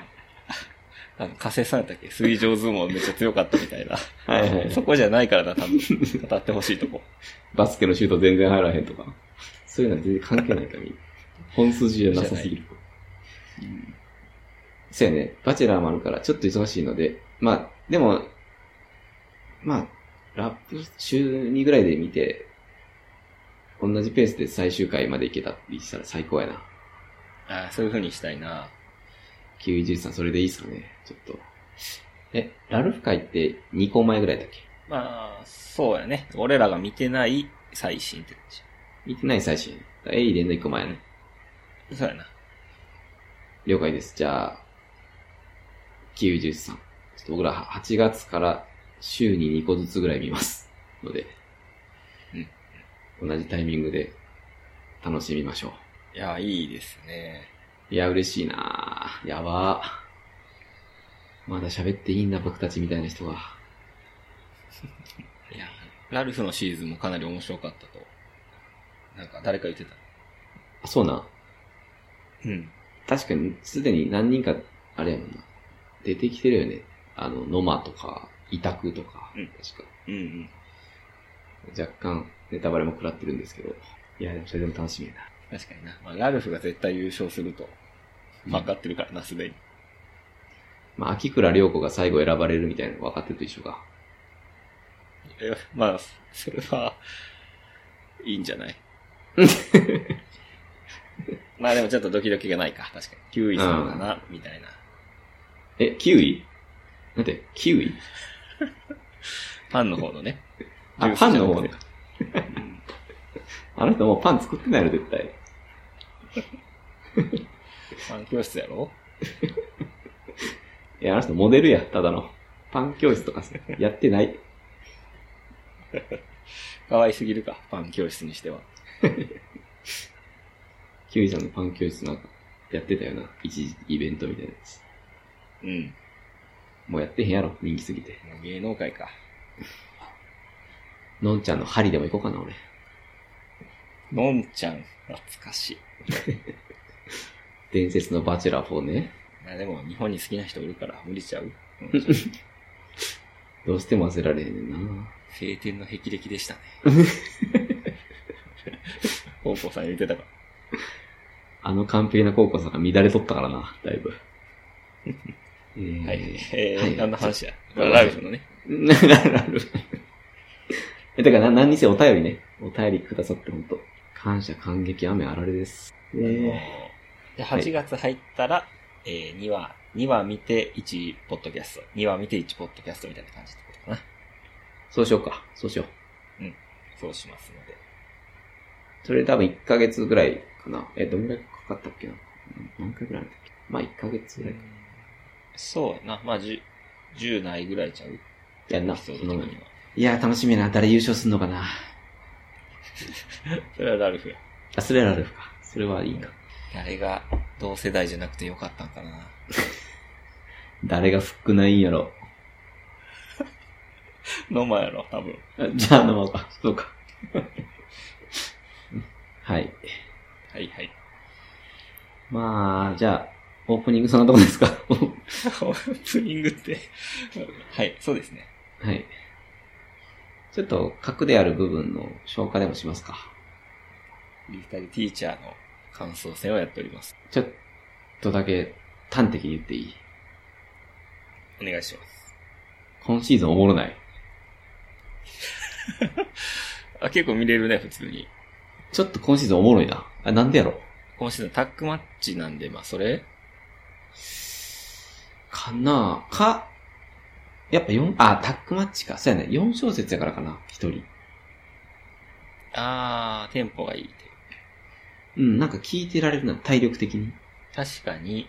あの、加瀬さんやったっけ水上相撲めっちゃ強かったみたいな。
はいはい
そこじゃないからな、多分。語ってほしいとこ。
バスケのシュート全然入らへんとか。そういうのは全然関係ないから、みんな本筋じゃなさすぎる。そうやね。バチェラーもあるから、ちょっと忙しいので。まあ、でも、まあ、ラップ週2ぐらいで見て、同じペースで最終回まで行けたってしたら最高やな。
ああ、そういう風にしたいな。
キウイジュースさん、それでいいっすかね。ちょっと。え、ラルフ会って2個前ぐらいだっけ
まあ、そうやね。俺らが見てない最新って感
見てない最新。エイデンの1個前やね。
じ。そうやな。
了解です。じゃあ、キウイジュースさん。ちょっと僕らは8月から週に2個ずつぐらい見ます。ので、同じタイミングで楽しみましょ
いや、いいですね。
う。いや、嬉しいなぁ。やばぁ。まだ喋っていいんだ、僕たちみたいな人が。
いや、ラルフのシーズンもかなり面白かったと。なんか、誰か言ってた。
あ、そうなん。
うん。
確かに、すでに何人か、あれやもんな。出てきてるよね。あの、ノマとか、委託とか、
うん
確か。
うんうん。
若干、ネタバレも食らってるんですけど。いや、でもそれでも楽しみやな。
確かにな。まあ、ラルフが絶対優勝すると、分かってるからな、すでに。
まあ、秋倉涼子が最後選ばれるみたいなの分かってると一緒か。
えまあ、それは、いいんじ ゃないまあでもちょっとドキドキがないか、確かに。キウイさんかな、みたいな。
え、キウイなんて、キウイ
パンの方のね。
あ
ジュースじ
パ
ゃなくて
ンの方ねあの人もうパン作ってないの絶対。
パン教室やろ
いや、あの人モデルや、ただの。パン教室とかさやってない。
可愛すぎるか、パン教室にしては。
キウイさんのパン教室なんかやってたよな。一時イベントみたいなやつ。
うん。
もうやってへんやろ、人気すぎて。
もう芸能界か。
のんちゃんの針でも行こうかな、俺。
のんちゃん、懐かしい。
伝説のバチェラー4ね。
まあでも、日本に好きな人おるから、無 理ちゃうのんちゃん
どうしても忘れられへんねんな。
晴天の霹靂で したね。高校さん言ってたか。
あの完璧な高校さんが乱れとったからな、だいぶ。 えー
はい。え
は
ー、
い
何の話や。
はい
ライフのね。
なるほど え、だからな、何にせよお便りね。お便りくださって本当感謝、感激、雨、あられです。
あの
ね
で
はい
8月入ったら、えー、2話、2話見て1ポッドキャスト、2話見て1ポッドキャストみたいな感じってことかな。
そうしようか。そうしよう。
そうしますので。
それ多分1ヶ月ぐらいかな。え、どんぐらいかかったっけな何回ぐらいあるんだっけまあ1ヶ月ぐらいか。
そうやな。まあ、10、10ないぐらいちゃう。
やん
エ
な。
ピ
そ
ソ
の
ード的には。
いやー、楽しみやな。誰優勝すんのかな。
それはラルフや。
あ、それはラルフか。それはいいか。
誰が同世代じゃなくてよかったんか な。
誰がフックないんやろ。
ノマやろ、多分。
あじゃあ、飲もうか。そうか。 はい。
はいはい。
まあ、じゃあ、オープニングそんなとこですか
オープニングって。はい、そうですね。
はい。ちょっと、核である部分の消化でもしますか。
リータルティーチャーの感想戦をやっております。
ちょっとだけ端的に言っていい
お願いします。
今シーズンおもろない。
あ、結構見れるね、普通に。
ちょっと今シーズンおもろいな。あ、なんでやろ
今シーズンタックマッチなんで、まあ、それ
かなあか、やっぱ4、あ、タックマッチか。そうやね。4小節やからかな。1人。
あー、テンポがいいって。
うん、なんか聞いてられるな。体力的に。
確かに、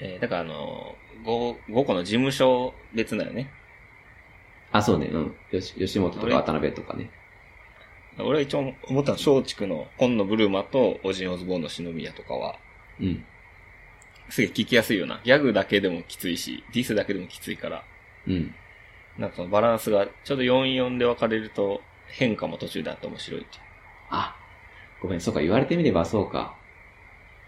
えーだからあのー、5、5個の事務所別なよね。
あ、そうね。うん。よし、吉本とか渡辺とかね。
俺は一応思ったのは、松竹の今野ブルーマとオジンオズボーンの忍びやとかは、
うん。
すげえ聞きやすいよな。ギャグだけでもきついし、ディスだけでもきついから、
うん。
なんかそのバランスが、ちょうど4-4で分かれると、変化も途中であって面白いっていう。
あ、ごめん、そうか、言われてみればそうか。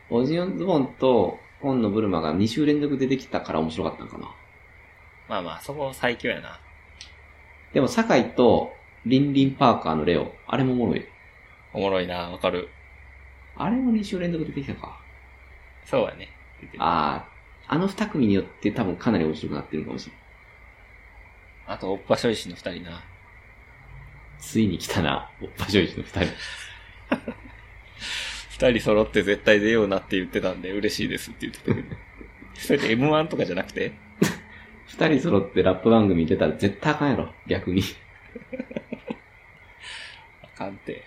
オジオンズボンと本のブルマが2週連続出てきたから面白かったのかな。
まあまあ、そこ最強やな。
でも、酒井とリンリンパーカーのレオ、あれもおもろい。
おもろいな、わかる。
あれも2週連続出てきたか。
そうやね。出てる
ああ、あの2組によって多分かなり面白くなってるかもしれない。
あと、おっぱ処理師の二人な。
ついに来たな、おっぱしょいじの2人。
二人揃って絶対出ようなって言ってたんで嬉しいですって言ってたけど。 それって M1 とかじゃなくて
2人揃ってラップ番組出たら絶対あかんやろ、逆に。
あかんて。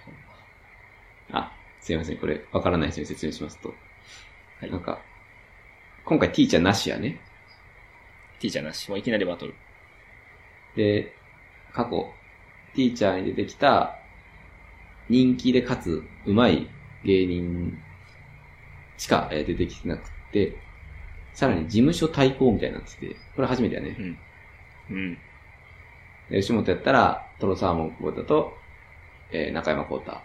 あ、すいません、これ、わからない人に説明しますと。
はい
なんか、今回ティーチャーなしやね。
T じゃなし。もういきなりバトル。
で、過去、ティーチャーに出てきた、人気でかつ、うまい芸人しかえー出てきてなくて、さらに事務所対抗みたいになってて、これ初めてやね
う。ん。うん。
で吉本やったら、トロサーモン久保田と、えー中山幸太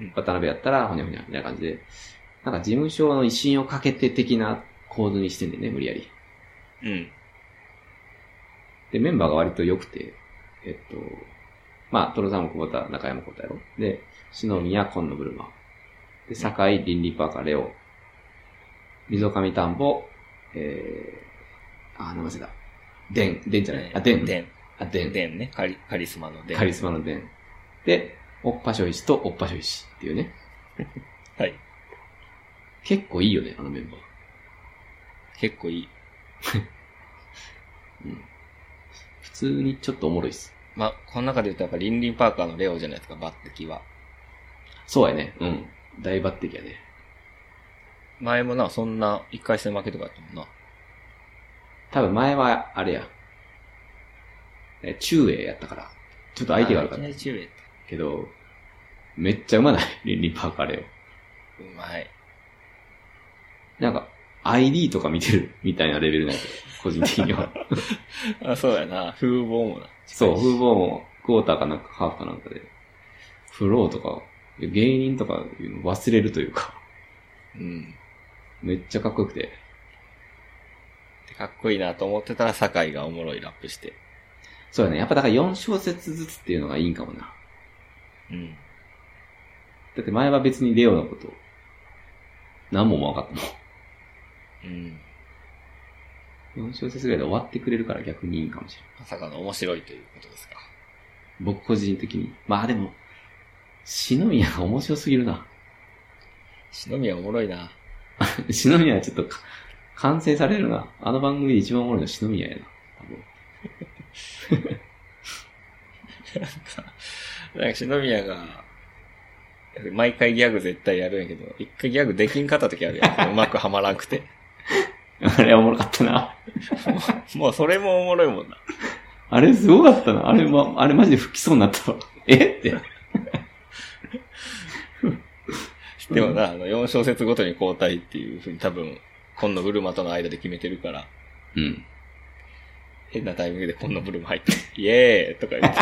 うん。
渡辺やったら、ほにゃほにゃ、みたいな感じで、なんか事務所の威信をかけて的な構図にしてんだよね、無理やり。
うん。
で、メンバーが割と良くて、えっと、まあ、トロザム、久保田、中山幸太郎。で、篠宮、今野ブルマ。で、酒井、倫理パーカー、レオ。溝上田んぼ、えー、あ、名前忘れた。デン、デンじゃない。あ、デン。
でん。
あ、デン。
でんね。カリカリスマのでん。
カリスマのデン。で、おっぱしょいしとおっぱしょいしっていうね。
はい。
結構いいよね、あのメンバー。
結構いい。
普通にちょっとおもろいっす。
まあ、この中で言うとやっぱリンリンパーカーのレオじゃないですか、抜擢は。
そうやね。うん。大抜擢やね。
前もな、そんな一回戦負けとかやったもんな。
多分前は、あれや。え中英やったから。ちょっと相手が悪かっ
あ
た
いきなり中衛って
けど、 めっちゃうまない。リンリンパーカーレオ。
うまい。
なんか、 ID とか見てる みたいなレベルなんですよ。個人的には。
あ、そうやな。風貌もな。
そう、風貌も、クォーターかなんかハーフかなんかで、フローとか、芸人とかいうの忘れるというか、
うん。
めっちゃかっこよくて。
でかっこいいなと思ってたら、酒井がおもろいラップして。
そうだね。やっぱだから4小節ずつっていうのがいいんかもな。
うん。
だって前は別にレオのこと、何も分かった
うん。
もん。4小節ぐらいで終わってくれるから逆にいいかもしれない。
まさかの面白いということですか。
僕個人的に。まあでも、シノミヤが面白すぎるな。
篠宮おもろいな。
シノミヤはちょっとか、完成されるな。あの番組で一番おもろいのはシノミヤやな。多分
なんか篠宮が、毎回ギャグ絶対やるんやけど、一回ギャグできんかった時あるや ん。うまくはまらんくて。
あれはおもろかったな。
もうそれもおもろいもんな。
あれすごかったな。あれま、あれマジで吹きそうになったわ。 えって。
でもな、あの、4小節ごとに交代っていうふうに多分、今野ブルマとの間で決めてるから、
うん。
変なタイミングで今野ブルマ入って、イエーイとか言 って。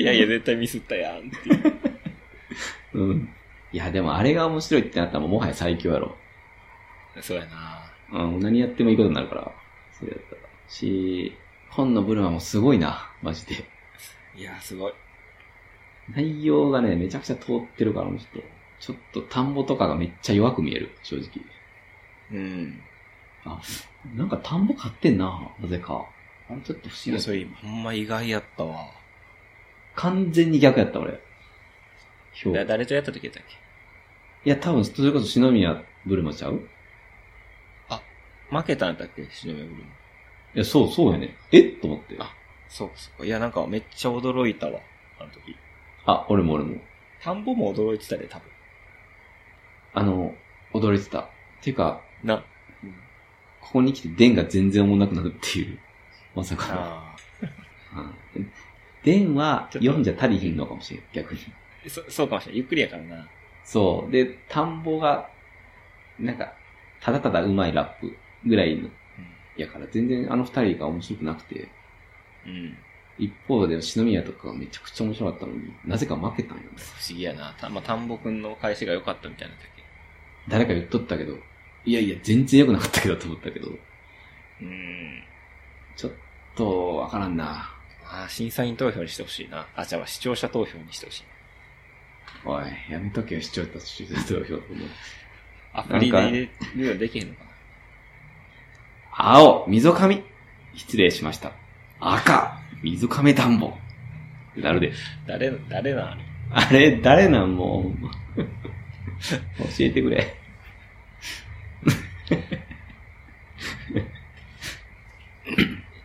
いやいや、絶対ミスったやんっていう。
うん。いや、でもあれが面白いってなったらもうもはや最強やろ。
そうやな
うん、何やってもいいことになるから。それやったら。し、本のブルマもすごいな。マジで。
いや、すごい。
内容がね、めちゃくちゃ通ってるから、もうちょっと、ちょっと田んぼとかがめっちゃ弱く見える、正直。
うん。
なんか田んぼ買ってんな、なぜか。あれちょっと不思議
い
だ
や、それ、ほんま意外やったわ。
完全に逆やった、俺。評価
だ
い
誰とやった時やったっけ
や、多分、それこそ篠宮ブルマちゃう
負けたんだっけ篠宮ブルマ。
いや、そう、そうやね。えと思って。
あそうかそうか。いや、なんかめっちゃ驚いたわ。あの時。
あ、俺も俺も。
田んぼも驚いてたで、多分。
あの、驚いてた。っていうか、
な。
ここに来て電が全然おもんなくなるっていう。まさかの。
あ
うん電は読んじゃ足りひんのかもしれん、逆に。
あ。そ、そうかもしれない。ゆっくりやからな。
そう。で、田んぼが、なんか、ただただうまいラップぐらいの、やから、全然あの二人が面白くなくて、
うん。うん。
一方で篠宮とかがめちゃくちゃ面白かったのに、なぜか負けたんよね。
不思議やな。た、まあ、田んぼくんの返しが良かったみたいな時。
誰か言っとったけど、いやいや、全然良くなかったけどと思ったけど、
うん。
ちょっと、わからんな。
ああ、審査員投票にしてほしいな。あ、じゃあ視聴者投票にしてほしい。
おい、やめとけよ、視聴者と視聴者投票。もう
アプリで入れるようにできへんのかな。
青、溝上。失礼しました。赤、溝上田んぼ。なるで。
誰、誰なあれ。
あれ、誰なんもう ほんま。教えてくれ。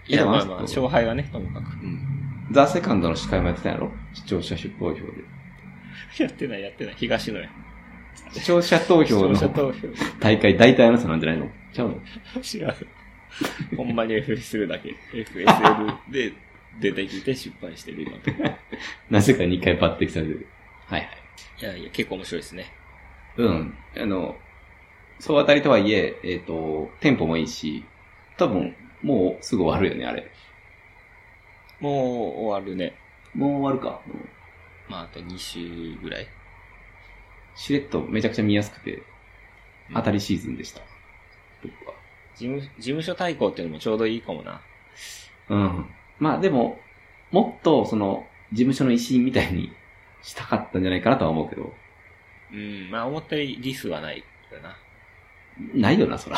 い
い
や、
や
まあま
ま
あ、
あ
勝敗はね、ともかく。
ザ・セカンドの司会もやってたやろ視聴者投票で。
やってない、やってない。東野や。
視聴者投票
視聴者
の
投票。
大会大体あの人なんじゃないのちゃうの
違う。ほんまに FSL だけ。FSL で出てきて失敗してる今と。い
なぜか2回抜擢されてる。はいはい。
やいや、結構面白いですね。
うん。あの、総当たりとはいえ、えっ、と、テンポもいいし、多分、もうすぐ終わるよね、あれ。
もう終わるね。
もう終わるか。
まあ、あと2週ぐらい。
しれっとめちゃくちゃ見やすくて、当たりシーズンでした。僕は。
事務事務所対抗っていうのもちょうどいいかもな。
うん。まあでも、もっとその、事務所の一員みたいにしたかったんじゃないかなとは思うけど、
うん、まあ思ったよりリスはないかな。
ないよな、そら。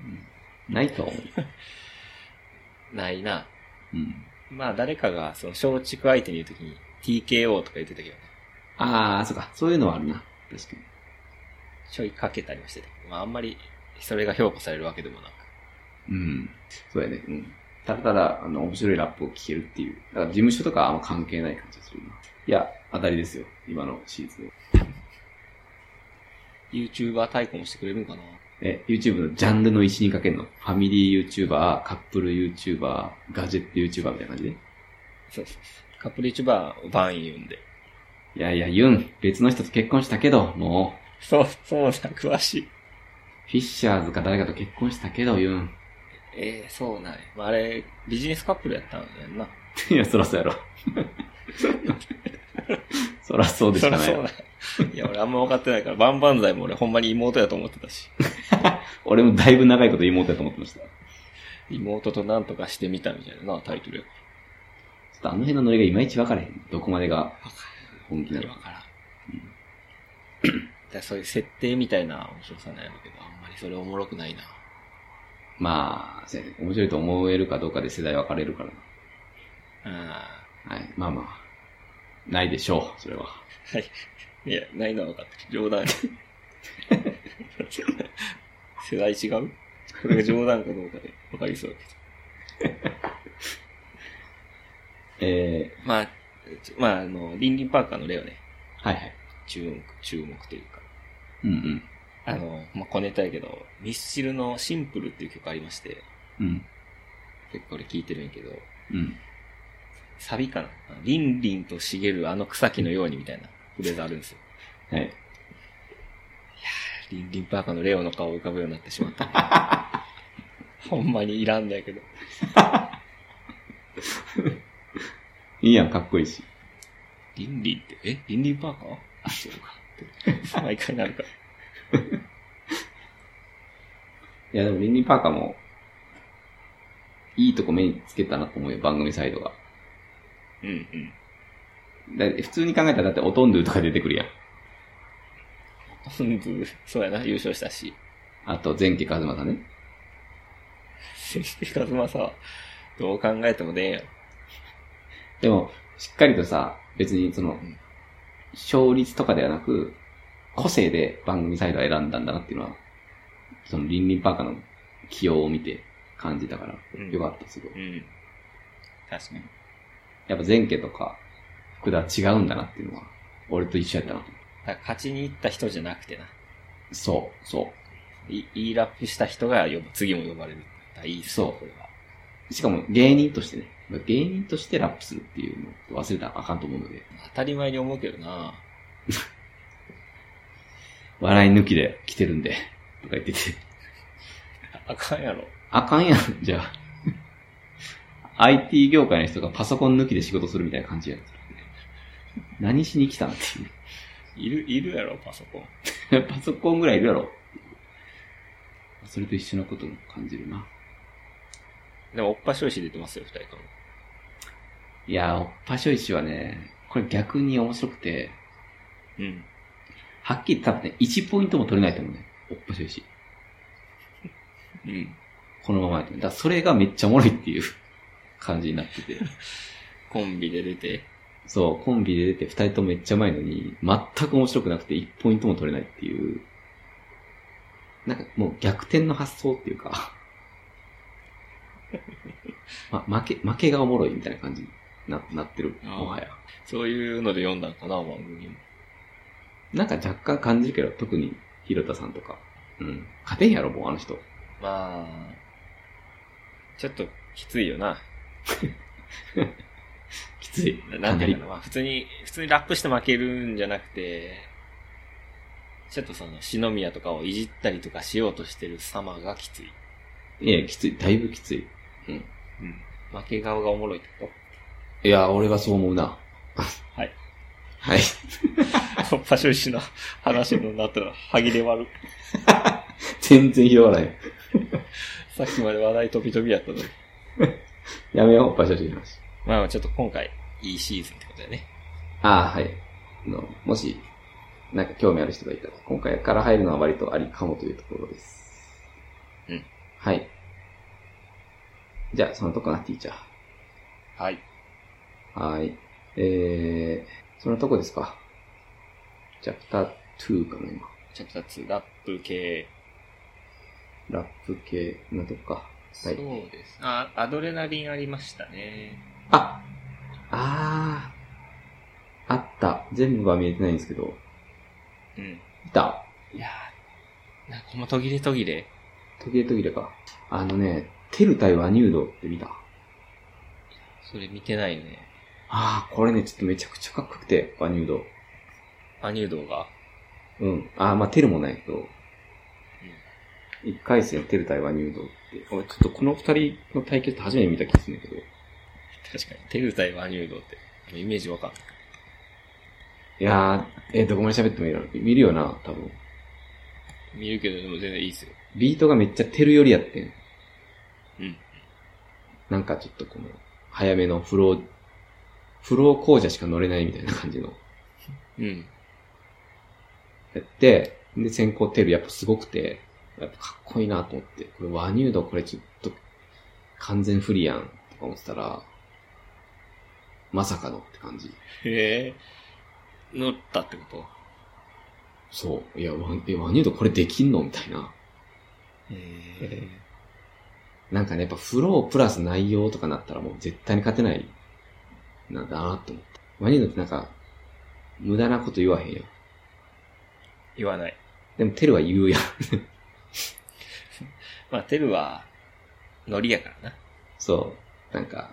うんないとは思
ないな。
う。うん。
まあ誰かがその松竹相手に言うときに TKO とか言ってたけどね。
ああ、そうか。そういうのはあるな。確かに。
ちょいかけたりはしてたけど。まああんまりそれが評価されるわけでもなく。
うん。そうやね。うん。ただただ、あの、面白いラップを聴けるっていう。だから事務所とかはあんま関係ない感じがするな。いや、当たりですよ。今のシーズン。
YouTuber 対抗もしてくれるんかな。
え、YouTube のジャンルの一にかけるの。ファミリー YouTuber、カップル YouTuber、ガジェット YouTuber みたいな感じで。
そうそうそう。カップル YouTuber バン言うんで。
いやいや、ユン、別の人と結婚したけど、もう、
そう、そうだ、詳しい。
ィッシャーズか誰かと結婚したけど、ユン。
ええそうなんや。まあ、あれ、ビジネスカップルやったんやんな。
いや、そらそうやろ。そらそうでし
そ
か
りゃ
ない
そう
よ
だ。いや、俺あんま分かってないから、バンバンザイも俺ほんまに妹やと思ってたし。
俺もだいぶ長いこと妹だと思ってました。ちょ
妹となんとかしてみたみたいななタイトルや
っとあの辺のノリがいまいち分かれへん。どこまでが本気なの
わ
か。
からん。だからそういう設定みたいな面白さなんやろうけど、あんまりそれおもろくないな。
まあ、そうやね面白いと思えるかどうかで世代分かれるからな。
あ
はい。まあまあ。ないでしょう、それは。
あ。はい。いや、ないのは分かってる。冗 談。世代違うこれが冗談かどうかで分かりそうだけど。
え
まあ、ちょまあ、あの、リンリンパーカーの例はね、
ー、はいはい。
注目、注目というか、
うんうん。
あの、まあ、小ネタやけど、ミスチルのシンプルっていう曲ありまして、
うん。
結構俺聴いてるんやけど、
うん。
サビかなあのリンリンと茂るあの草木のようにみたいなフレーズあるんですよ。
はい。
リンリンパーカーのレオの顔を浮かぶようになってしまった、 ほんまにいらんだけど。
いいやん、かっこいいし。
リンリンって、えリンリンパーカーあ、そうか。毎回なるか。
いや、でも、リンリンパーカーも、いいとこ目につけたなと思うよ、番組サイドが。
うんうん。
だ普通に考えたら、だって、オトンドゥとか出てくるやん。
本当そうやな、優勝したし。
あと、前家和馬さんね。
先生和正は、どう考えても出んやろ。
でも、しっかりとさ、別にその
ん、
勝率とかではなく、個性で番組サイドを選んだんだなっていうのは、そのリンリンパーカーの起用を見て感じたから、
うん
よかった、すごい。
うん。確かに。
やっぱ前家とか、福田は違うんだなっていうのは、俺と一緒やったな。
だから勝ちに行った人じゃなくてな。
そう、そ
いいいラップした人が呼ば次も呼ばれる。だからいいっすよ
そう
これは。
う。しかも芸人としてね、芸人としてラップするっていうのを忘れたらあかんと思うので、
当たり前に思うけどな。
笑い抜きで来てるんで、とか言ってて。
あかんやろ。
あかんやん、じゃあ。IT 業界の人がパソコン抜きで仕事するみたいな感じやん。何しに来たんって
いる、いるやろ、パソコン。
いう。パソコンぐらいいるやろ。それと一緒のことも感じるな。
でも、おっぱしょいし出てますよ、二人とも。
いやー、おっぱしょいしはね、これ逆に面白くて、
うん。
はっきり言ってね、1ポイントも取れないと思うね。おっぱしょいし。
うん。
このままやとね。だからそれがめっちゃおもろいっていう感じになってて。
コンビで出て、
そう、コンビで出て二人ともめっちゃ前のに、全く面白くなくて一ポイントも取れないっていう、なんかもう逆転の発想っていうか、 ま、負け、負けがおもろいみたいな感じにななってる、
あー
もはや。
そういうので読んだんかな、番組も。
なんか若干感じるけど、特に広田さんとか。うん。勝てんやろ、もうあの人。
まあ、ちょっときついよな。
きつい。
なんていう
か
か
な
な、まあ、普通に、普通にラップして負けるんじゃなくて、ちょっとその、篠宮とかをいじったりとかしようとしてる様がきつい。
りいや、きつい。だいぶきつい。
うん。負け顔がおもろいってこ
いや、俺はそう思う な。
はい。
はい。
と。パショイ氏の話のなったら、歯切れ悪。
全然広がらへん。
さっきまで話題飛び飛びやったのに。
やめよう、場所しい話。
まあまあちょっと今回、いいシーズンってことだよね。
ああ、はい。あの、もし、なんか興味ある人がいたら、今回から入るのは割とありかもというところです。
うん。
はい。じゃあ、そのとこな、ティーチャ
はい。
ー。はーい。えー、そのとこですか。チャプター2かな、今。
チャプター2、ラップ系。
ラップ系のとこか。はい。
です。あ、アドレナリンありましたね。
ああー。あった。全部は見えてないんですけど。
うん。
いた。
いやーなんかほんま途切れ途切れ。
途切れ途切れか。あのね、テル対ワニュードって見た。
それ見てないよね。
ああ、これね、ちょっとめちゃくちゃかっこよくて、バニュード。
アニュードが。
うん。あ、まあ、テルもないけど、一回戦テル対ワニュードって、俺ちょっとこの二人の対決初めて見た気がするんだけど、
確かに。テル対ワニュードって、イメージわかんない。
いやー、えーどこまで喋ってもいいだろう。見るよな、多分。
見るけど、でも全然いいですよ。
ビートがめっちゃテルよりやってん。
うん。
なんかちょっとこの、早めのフロー、フロー講座しか乗れないみたいな感じの。
うん。
やって、で、先行テールやっぱすごくて、やっぱかっこいいなと思って、これワニュードこれちょっと完全不利やんとか思ってたら、まさかのって感じ。
へえ。乗ったってこと
そう。いや、ワえワニュードこれできんのみたいな。
へえ。
なんかね、やっぱフロープラス内容とかなったらもう絶対に勝てない、なんだなって思った。ワニュードってなんか、無駄なこと言わへんやん。
言わない。
でもテルは言うやん。
まあ、テルは、ノリやからな。
そう。なんか、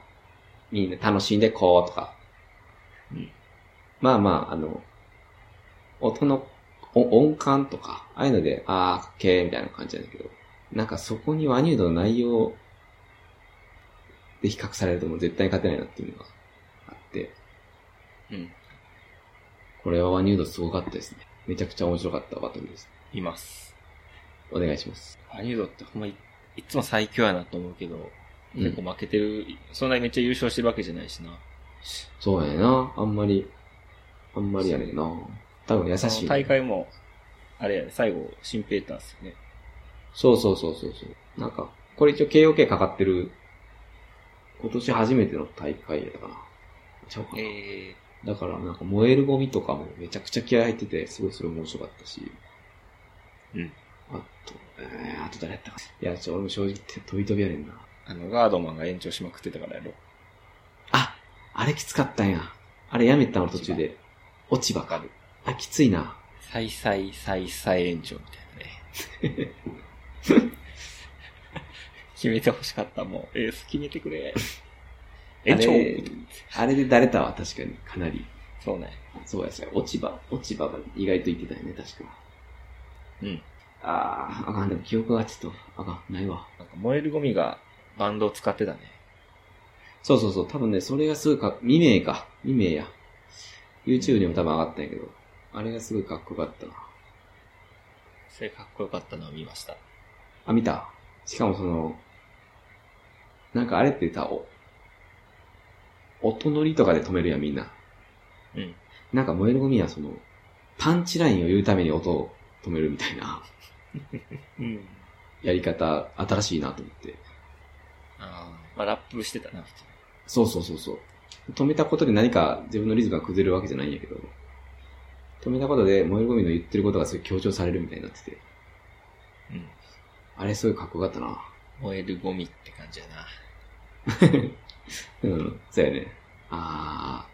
みんな楽しんでこうとか。
うん
まあまあ、あの、音の、お音感とか、ああいうので、あー、かっけーみたいな感じなんだけど、なんかそこにワニュードの内容で比較されるともう絶対勝てないなっていうのがあって、
うん。
これはワニュードすごかったですね。めちゃくちゃ面白かったバトルです。
います。
お願いします。
ワニュードってほんまい、いつも最強やなと思うけど、
うん
結構負けてる、そんなにめっちゃ優勝してるわけじゃないしな。
そうやねんな。あんまり、あんまりやねんな。多分優しい
あ
ね。
の大会も、あれやね、最後、シンペーターですよね。
そうそうそうそうそう。なんか、これ一応 KOK かかってる、今年初めての大会やったかな。ちゃうかな。
え
だからなんか燃えるゴミとかもめちゃくちゃ気合入ってて、すごいそれ面白かったし。
うん。
あと、えー、あと誰やったかな。いや、ちょ、俺も正直手飛び飛びやねんな。
あの、ガードマンが延長しまくってたからやろ。
あ、あれきつかったんや。あれやめたの途中で。落ち葉か。あ、きついな。
再再再再延長みたいなね。決めてほしかった、もう。エース決めてくれ。延長
あれあれで誰だわ、確かに。かなり。
そうね。
そうやそうや。落ち葉、落ち葉が意外といってたよね、確か
うん。
ああ、あかん、でも記憶がちょっと、あかん、ないわ。
なんか燃えるゴミがバンドを使ってたね。
そうそうそう、多分ね、それがすごいか、2名か、2名や。YouTube にも多分上がったんやけど、あれがすごいかっこよかったな。
それかっこよかったのを見ました。
あ、見たしかもその、なんかあれってさ、お、音乗りとかで止めるやん、みんな。
うん。
なんか燃えるゴミはその、パンチラインを言うために音を止めるみたいな、
うん。
やり方、新しいなと思って。
ああ。まあ、ラップしてたな、普通に
そうそうそうそう。止めたことで何か自分のリズムが崩れるわけじゃないんやけど、止めたことで燃えるゴミの言ってることがすごい強調されるみたいになってて、
うん。
あれすごいかっこよかったな。
燃えるゴミって感じやな。
うん、そうやね。あ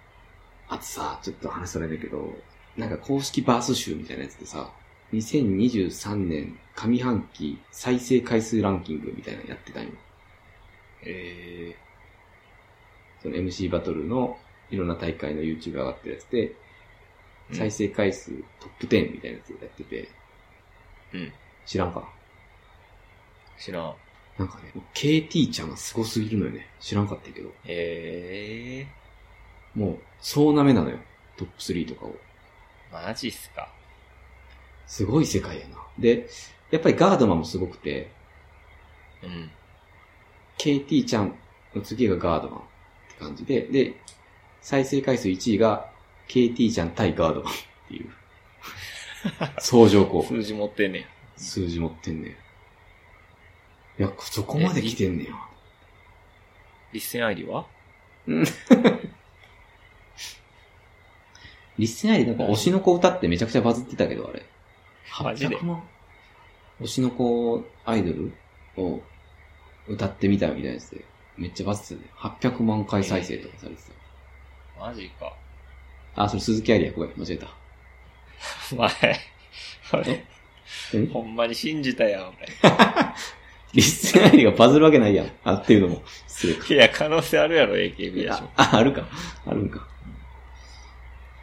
ー、あとさ、ちょっと話されるけど、なんか公式バース集みたいなやつでさ、2023年上半期再生回数ランキングみたいなのやってたんよ。
え
その MC バトルのいろんな大会の YouTube 上がってるやつで、
え
再生回数トップ10みたいなやつやってて、
うん。
知らんか
知らん。
なんかね、KT ちゃんが凄すぎるのよね。知らんかったけど。
ええ
もう、総なめなのよ。トップ3とかを。
マジっすか。
すごい世界やな。で、やっぱりガードマンもすごくて、
うん。
KT ちゃんの次がガードマンって感じで、で、再生回数1位が KT ちゃん対ガードマンって いう。相乗効果。
数字持ってんねん。
数字持ってんねん。いや、そこまで来てんねんよ。
リッセンアイリは
リスナーよりなんか推しの子歌ってめちゃくちゃバズってたけど、あれ。
マジで
800万推しの子アイドルを歌ってみたみたいなやつで、めっちゃバズってたね。800万回再生とかされてた。
マジか。
あ、それ鈴木愛理や、ごめん、間違えた。
お前、それ、
え
ほんまに信じたやん、
リスナーよりがバズるわけないやん。あ、っていうのも、失礼か。
俺。いや、可能性あるやろ、AKB でしょ
あ。、ああるか。あるんか。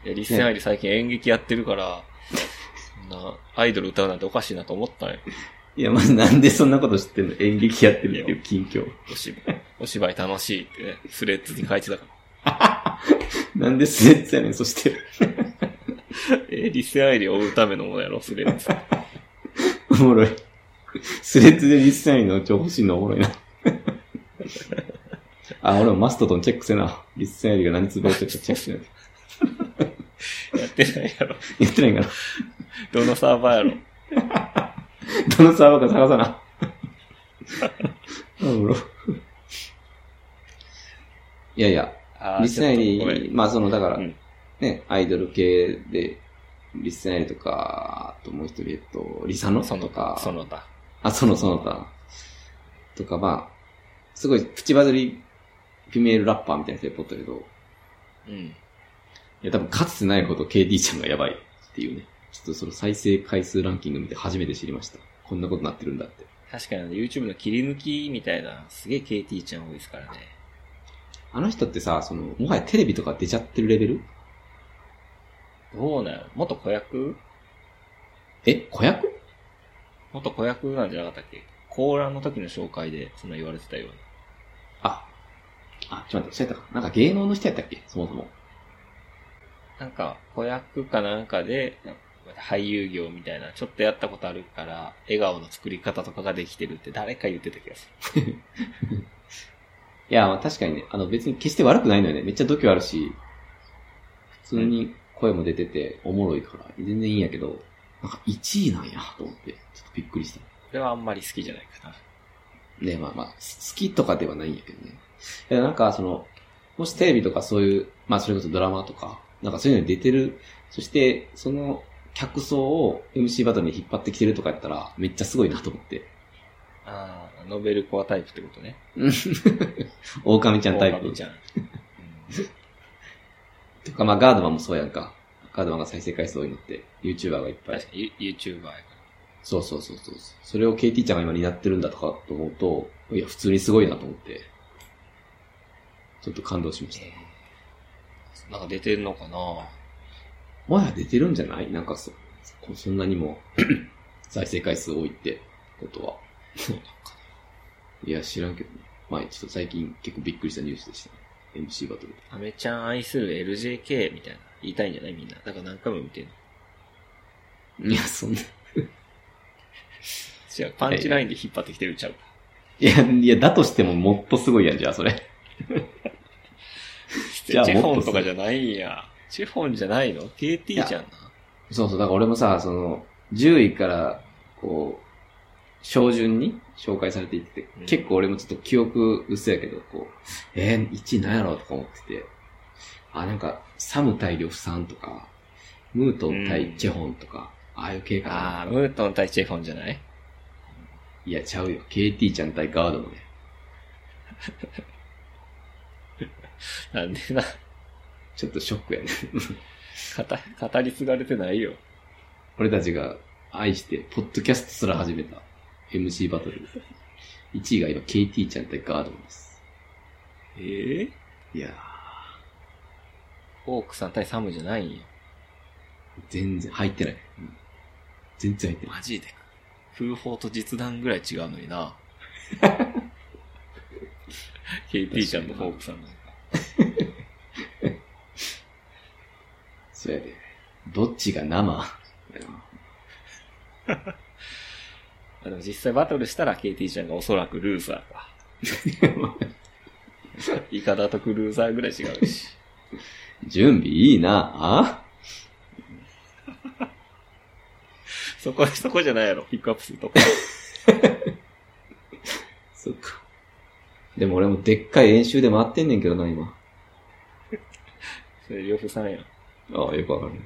いや、リッセンアイリ最近演劇やってるから、んな、アイドル歌うなんておかしいなと思ったんよ。
いや、まずなんでそんなこと知ってんの演劇やってるっていう近況。
お芝居、お芝居楽しいってね、スレッズに書いてたか
なんでスレッズやねん、そして。
ら。えー、リセアイリを追うためのものやろ、スレッズ。
おもろい。スレッズで実際の情報欲しいのおもろいな。あ、俺もマストドンチェックせな。リスナーよりが何つぶやいてるかチェックせな。
やってないやろ。
言ってないか
どのサーバーやろ。
ら。どのサーバーか探さな。おもろ。いやいや、
あ
リスナー
ちょっとごめ
よ
ん
り、まあその、だから、
うん
ね、アイドル系で、リスナーよりとか、あともう一人、えっと、リサノ
その
とか、
その他。
あ、そのその他。とか、まあ、すごいプチバズりフィメールラッパーみたいな人いっぱいおったけど、
うん。
いや、多分かつてないほど KD ちゃんがやばいっていうね。ちょっとその再生回数ランキング見て初めて知りました。こんなことなってるんだって。
確かに、ね、YouTube の切り抜きみたいな、すげえ KT ちゃん多いですからね。
あの人ってさ、その、もはやテレビとか出ちゃってるレベル
どうなんやろ元子役
え、子役
元子役なんじゃなかったっけ高覧の時の紹介で、そんな言われてたような。
あ、あ、ちょっと待って、そうやったか。なんか芸能の人やったっけそもそも。
なんか、子役かなんかで、俳優業みたいな、ちょっとやったことあるから、笑顔の作り方とかができてるって誰か言ってた気がす
いや、まあ確かにね、あの別に決して悪くないのよね。めっちゃ度胸あるし、普通に声も出てておもろいから、全然いいんやけど、なんか1位なんや、と思って、ちょっとびっくりした。
る。これはあんまり好きじゃないかな。
ね、まあまあ、好きとかではないんやけどね。いや、なんかその、もしテレビとかそういう、まあそれこそドラマとか、なんかそういうのに出てる、そしてその客層を MC バトルに引っ張ってきてるとかやったら、めっちゃすごいなと思 って。
ああ、ノベルコアタイプってことね。
狼ちゃんタイプ
狼。ちゃん。
とか、まあガードマンもそうやんか。ガードマンが再生回数多いのって、YouTuber がいっぱい
確。かに、ユ YouTuber やか
そうそうそうそう。それを KT ちゃんが今担ってるんだとかと思うと、いや、普通にすごいなと思って、ちょっと感動しま
ら
した。
なんか出てんのかな
まだ出てるんじゃないなんかそ、こそんなにも 再生回数多いってことは。いや、知らんけどね。まあ、ちょっと最近結構びっくりしたニュースでしたね。MC バトルで。
アメちゃん愛する LJK みたいな。言いたいんじゃないみんな。だから何回も見てる
いや、そんな。
の。違う、パンチラインで引っ張ってきてるちゃう。
いや、いや、だとしてももっとすごいやん、じゃあ、それ。
チ
じゃあ
ェフォ
も
ン
っと
とかじゃないんや。チェフォンじゃないの ?KT じゃんな。
そうそう、だから俺もさ、その、10位から、こう、小順に紹介されていってて、
うん
結構俺もちょっと記憶薄やけど、こう、えー、1位なんやろうとか思ってて、あ、なんか、サム対呂布さんとか、ムートン対チェホンとか、ああいう系かな。
あー、ムートン対チェフォンじゃない
いや、ちゃうよ。KT ちゃん対ガードもね。
なんでな、
ちょっとショックやね。
語語り継がれてないよ。
俺たちが愛して、ポッドキャストすら始めた MC バトル。1位が今 KT ちゃん対ガードもです。
ええ
いやー
オークさん対サムじゃないんよ。
全然入ってない。全然入ってない。
マジで。風法と実弾ぐらい違うのに な。KT ちゃんとフォークさんなんか。
そうやで。どっちが生
あでも実際バトルしたら KT ちゃんがおそらくルーザーか。 イカダとクルーザーぐらい違うし。
準備いいなあ
そこ、そこじゃないやろ。ピックアップするとこ。
そっか。でも俺もでっかい練習で回ってんねんけどな、今。
それ、両夫さんやん。
ああ、よくわかるね。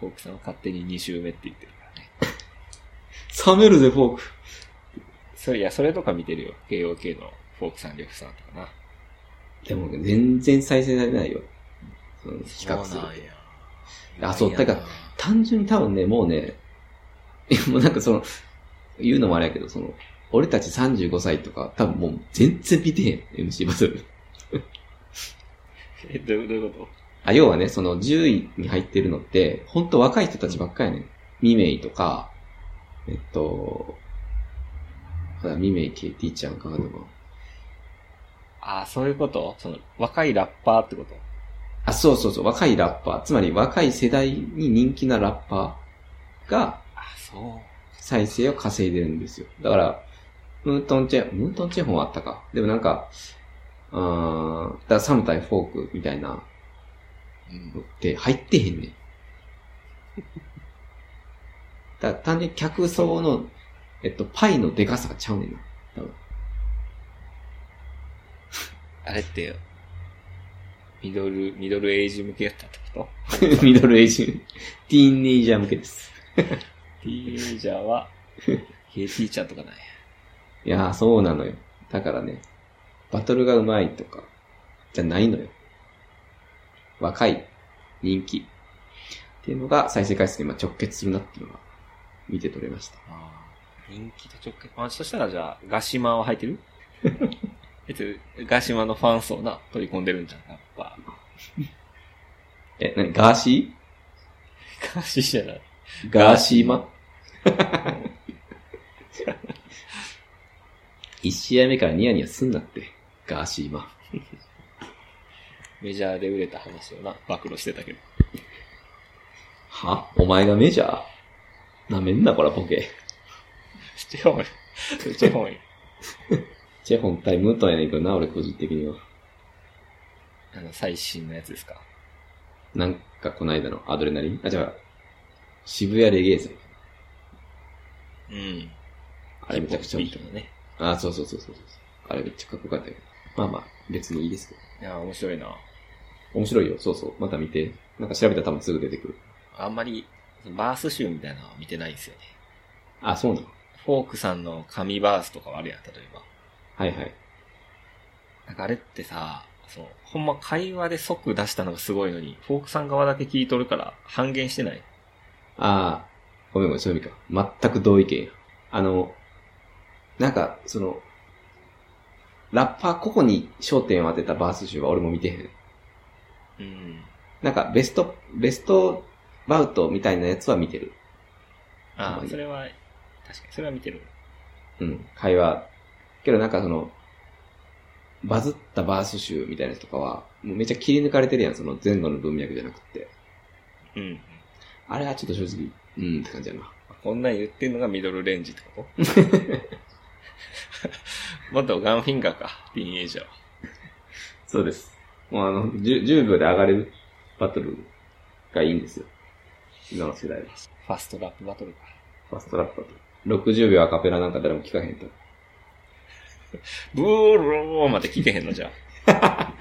フォークさんは勝手に2周目って言ってるからね。
冷めるぜ、フォーク。
それ、いや、それとか見てるよ。KOK のフォークさん、両夫さんとかな。
でも全然再生されてないよ。その比較すると。あそうだから単純に多分ね、もうね、いやもうなんかその、言うのもあれやけど、その、俺たち35歳とか、多分もう全然見てへん、MC バトル。
え、どういうどういうこ
あ、要はね、その10位に入ってるのって、ほんと若い人たちばっかりやねん。ミメイとか、えっと、あミメイ KT ちゃんかなとか。
ああ、そういうことその、若いラッパーってこと
あ、そうそうそう、若いラッパー。つまり若い世代に人気なラッパーが
ああ、そ
再生を稼いでるんですよ。だから、ムートンチェ、ムートンチェホンあったか。でもなんか、うーん、だからサム対フォークみたいな
う。うん
のって入ってへんねん。だから単純に客層の、えっと、パイのでかさがちゃうねんな。
あれって、ミドル、ミドルエイジ向けやったってこと
ミドルエイジ、ティーンネイジャー向けです。
ティーンエイジャー は、KT ちゃんとかない。
いやー、そうなのよ。だからね、バトルが上手いとか、じゃないのよ。若い、人気。っていうのが再生回数にまあ直結するなっていうのが、見て取れました。
人気と直結。あ、そしたらじゃあ、ガシマは入って るえっと、ガシマのファン層な、取り込んでるんじゃん、やっぱ。
え、なに、ガーシ
ガシじゃない。
ーガーシーマ 一試合目からニヤニヤすんなって、ガーシーマ。
メジャーで売れた話をな、暴露してたけど。
はお前がメジャーなめんな、こら、ボケ。
チェホン、チェホン。
チェホン対ムートンやねんけどな、俺個人的には。
あの、最新のやつですか。
なんかこの間のアドレナリンあ、じゃあ、渋谷レゲエ祭。
うん。
あれめちゃくちゃ面白い。
いね。
あ、そうそうそうそうそう。あれめっちゃかっこよかったけど。まあまあ、別にいいですけど。
いや、面白いな。
面白いよ、そうそう。また見て。なんか調べたら多分すぐ出てくる。
あんまり、バース集みたいなのは見てないんですよね。
あ、そうなの
フォークさんの神バースとかはあるやん、例えば。
はいはい。
なんかあれってさ、その、ほんま会話で即出したのがすごいのに、フォークさん側だけ聞いとるから半減してない。
あー、ごめんごめん、そういう意味か。全く同意見や。あの、なんか、その、ラッパー個々に焦点を当てたバース集は俺も見てへん。
うん。
なんか、ベスト、ベストバウトみたいなやつは見てる。
あ
まあい
あ、
い
それは、確かに、それは見てる。
うん、会話。けどなんかその、バズったバース集みたいなやつとかは、もうめっちゃ切り抜かれてるやん、その前後の文脈じゃなくって。
うん。
あれはちょっと正直、うんって感じやな。
こんなん言ってんのがミドルレンジってこと 元ガンフィンガーか、ティーンエイジャーは。
そうです。もうあの、10, 10秒で上がれるバトルがいいんですよ。今の世代は。
ファストラップバトルか。
ファストラップバトル。60秒アカペラなんか誰も聞かへんと。
ブーローまで聞いてへんのじゃあ。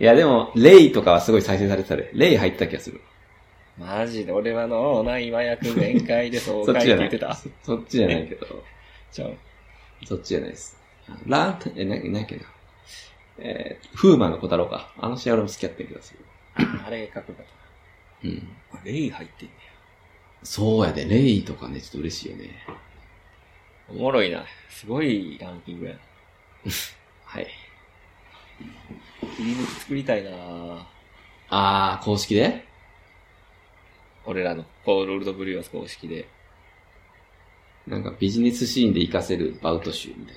いやでも、レイとかはすごい再生されてたで。レイ入ってた気がする。
マジで俺はの、な、今役全開で爽
そっち
快って
じゃな
言
い
ってた。
そそっちじゃないけど。
じゃあ、
そっちじゃないです。ラン、え、な、なんやっけな。えー、フーマンの小太郎か。あの試合俺も好きやった気がする。
あれ書くかっ
うん。
た。レイ入ってんね
そうやで、レイとかね、ちょっと嬉しいよね。
おもろいな。すごいランキングや な。
はい。
切り抜き作りたいな
あー、公式で
俺らのコールオールドブリューアス公式で。
なんかビジネスシーンで活かせるバウト集みたい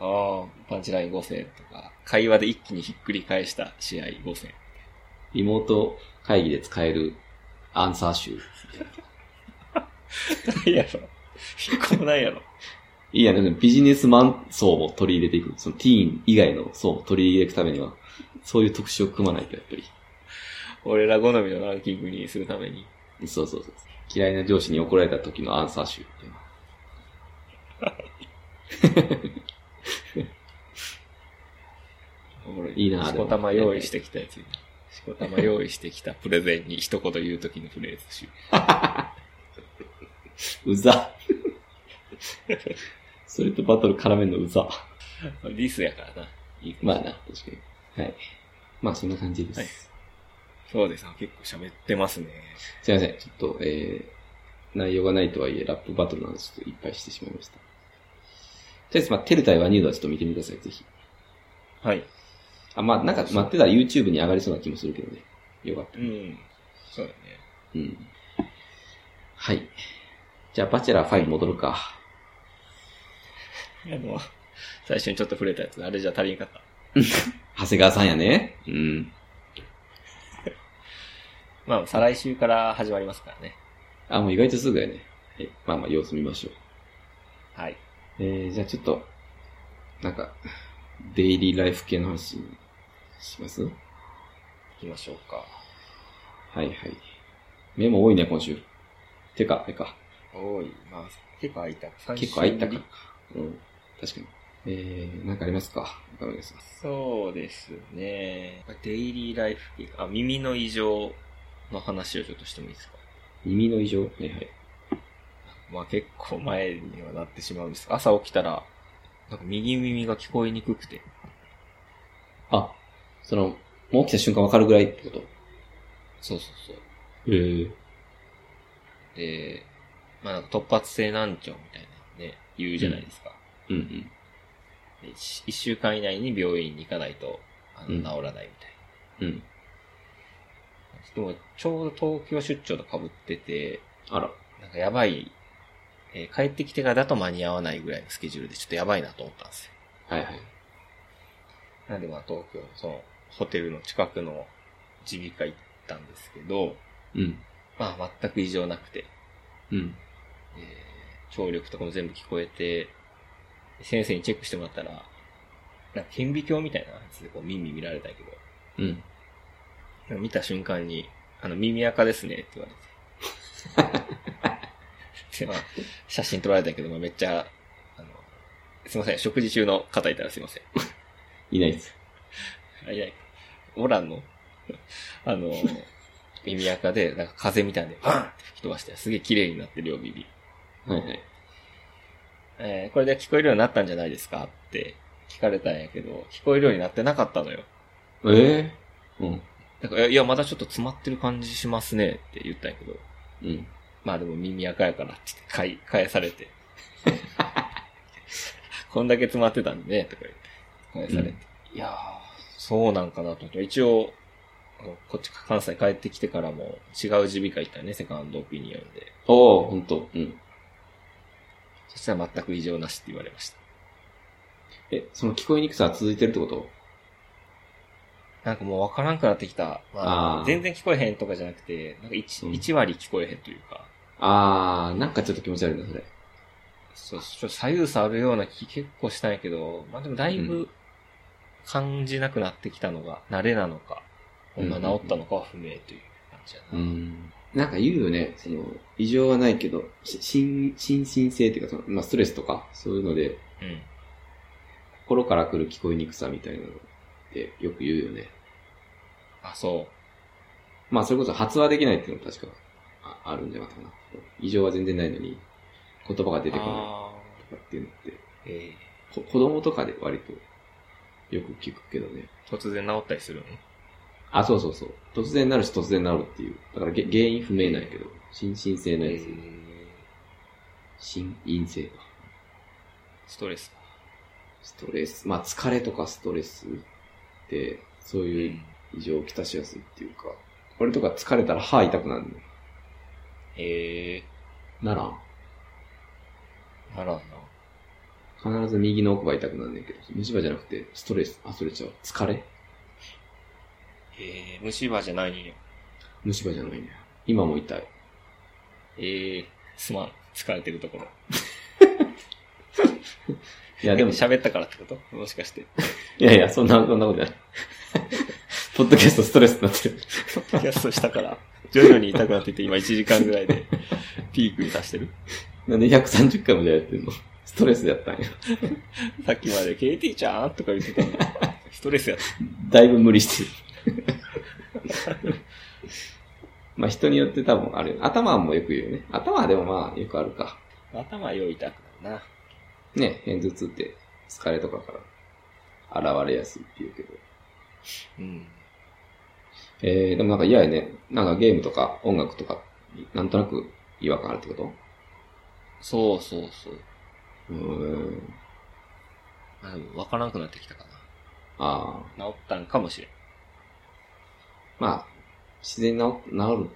な。
ああ、パンチライン5選とか、会話で一気にひっくり返した試合5選。
リモート会議で使えるアンサー集。
ないやろ。一個もないやろ。
いいやね、でもビジネスマン層も取り入れていく。そのティーン以外の層も取り入れていくためには、そういう特集を組まないと、やっぱり。
俺ら好みのランキングにするために。
そうそうそう。嫌いな上司に怒られた時のアンサー集っていうの。
おもろい。
いいな
しこたま用意してきたやつ。しこたま用意してきたプレゼンに一言言うときのフレーズ集。
うざ。 それとバトル絡めんのうざ。
ディスやからな。いい
まあな、確かに。はい。まあそんな感じです。
はいそうですね。結構喋ってますね。
すいません。ちょっと、えー、内容がないとはいえ、ラップバトルの話ちょっといっぱいしてしまいました。とりあえず、まあ、テル対ワニュードはちょっと見てみてください、ぜひ。
はい。
あ、まあ、なんか待ってたら YouTube に上がりそうな気もするけどね。よかった。
うん。そうだね。
うん。はい。じゃあ、バチェラー5戻るか。
あの、最初にちょっと触れたやつ、あれじゃ足りんかった。
長谷川さんやね。うん。
まあ、再来週から始まりますからね。
あ、もう意外とすぐやね。はい。まあまあ、様子見ましょう。
はい。
えー、じゃあちょっと、なんか、デイリーライフ系の話しますは
行きましょうか。
いはい。メモ多いね、今週。てか、てか、
おい、まあ、結構空いた。
結構空いた
最終
か
日。
うん、確かに。えー、なんかありますか中村さん
そうですね。デイリーライフ系あ、耳の異常の話をちょっとしてもいいですか
耳の異常はいはい。
まあ結構前にはなってしまうんですが朝起きたら、なんか右耳が聞こえにくくて。
あ、その、もう起きた瞬間わかるぐらいってこと
そうそうそう。
えー、
で、まあなんか突発性難聴みたいなね、言うじゃないですか。
うんうん。
で一一週間以内に病院に行かないと、あ
う
の、
ん
治らないみたい
うん。
な。でも、ちょうど東京出張とかぶってて、
あら。
なんかやばい、えー帰ってきてからだと間に合わないぐらいのスケジュールでちょっとやばいなと思ったんですよ。
はいはい。
なんでまあ東京のその、ホテルの近くの耳鼻科行ったんですけど、
うん。
まあ全く異常なくて、
うん。
えー聴力とかも全部聞こえて、先生にチェックしてもらったら、なんか顕微鏡みたいなやつでこう耳見られたんやけど、
うん。
でも見た瞬間に、あの、耳垢ですねって言われ て。で、まあ、写真撮られたけど、まあ、めっちゃ、あの、すいません、食事中の方いたらすいません。
いないです。
あ、いない。オランの、 あの、耳垢で、なんか風みたいなんで、バーンって吹き飛ばして、すげえ綺麗になってるよ、耳。
はいはい。
えーこれで聞こえるようになったんじゃないですかって聞かれたんやけど、聞こえるようになってなかったのよ。
えー、うん。
だから、いや、まだちょっと詰まってる感じしますねって言ったんやけど、
うん。
まあでも耳赤やからって言って返返されて。 こんだけ詰まってたんでね、とか言って。返されて。いやー、そうなんかなと思って。一応、あのこっち関西帰ってきてからも違う耳鼻科行ったね、セカンドオピニオンで。
おー、ほんと。うん。
そしたら全く異常なしって言われました。
え、その聞こえにくさは続いてるってこと
なんかもうわからんくなってきた。まあ
あ、ー
全然聞こえへんとかじゃなくて、なんか 1,、
うん
一割聞こえへんというか、
あー、なんかちょっと気持ち悪いな、それ。
そう、ちょっと左右差あるような気結構したんやけど、まあでもだいうぶ感じなくなってきたのが、慣れなのか、ほんま治ったのかは不明という感じやな。
ん。なんか言うよね、その、異常はないけど、し心、心身性っていうか、その、まあ、ストレスとか、そういうので、
うん。
心から来る聞こえにくさみたいなのってよく言うよね。
あ、そ
まあ、それこそ発話できないっていうのも確かああるんじゃなかったかな。異常は全然ないのに、言葉が
う。
出てこな
あ
いとかっていうのって、
ーえ
こ子供とかで割とよく聞くけどね。
ー突然治ったりするの
あ、そうそうそう。突然なるし突然なるっていう。だからげ原因不明なんやけど、心身性のやつ。心因性か。
ストレス。
ストレス、まあ疲れとかストレスって、そう
う
いう。異常をきたしやすいっていうか、俺とか疲れたら歯痛くなるの。
え
ならん。
ー、ならんな。
必ず右の奥歯痛くなるんだけど、虫歯じゃなくて、ストレス、あ、それちゃう。疲れ
えー、虫歯じゃないんや。
虫歯じゃないね。今も痛い。
えー、すまん。疲れてるところ。
いや、でも、い
喋ったからってこともし かして。
やいや、そんな、そんなことない。 ポッドキャストストレスになってる。
キャストしたから、徐々に痛くなっていて、今1時間ぐらいで、ピークに達してる。
なんで130回もじゃあやってんのストレスやったんや。
さっきまで KT ちゃんとか言ってたのに。ストレスやっ
だいぶ無理してる。 まあ人によって多分あるよね。頭もよく言うよね。頭はでもまあよくあるか。
た。頭よい痛くなるな。
ね、偏頭痛って疲れとかから現れやすいっていうけど。
うん。
えー、でもなんか嫌やね。なんかゲームとか音楽とか、なんとなく違和感あるってこと
そうそうそう。
うーん。
あでも、わからなくなってきたか
ああ。
な。治ったんかもしれん。
まあ、自然に治治る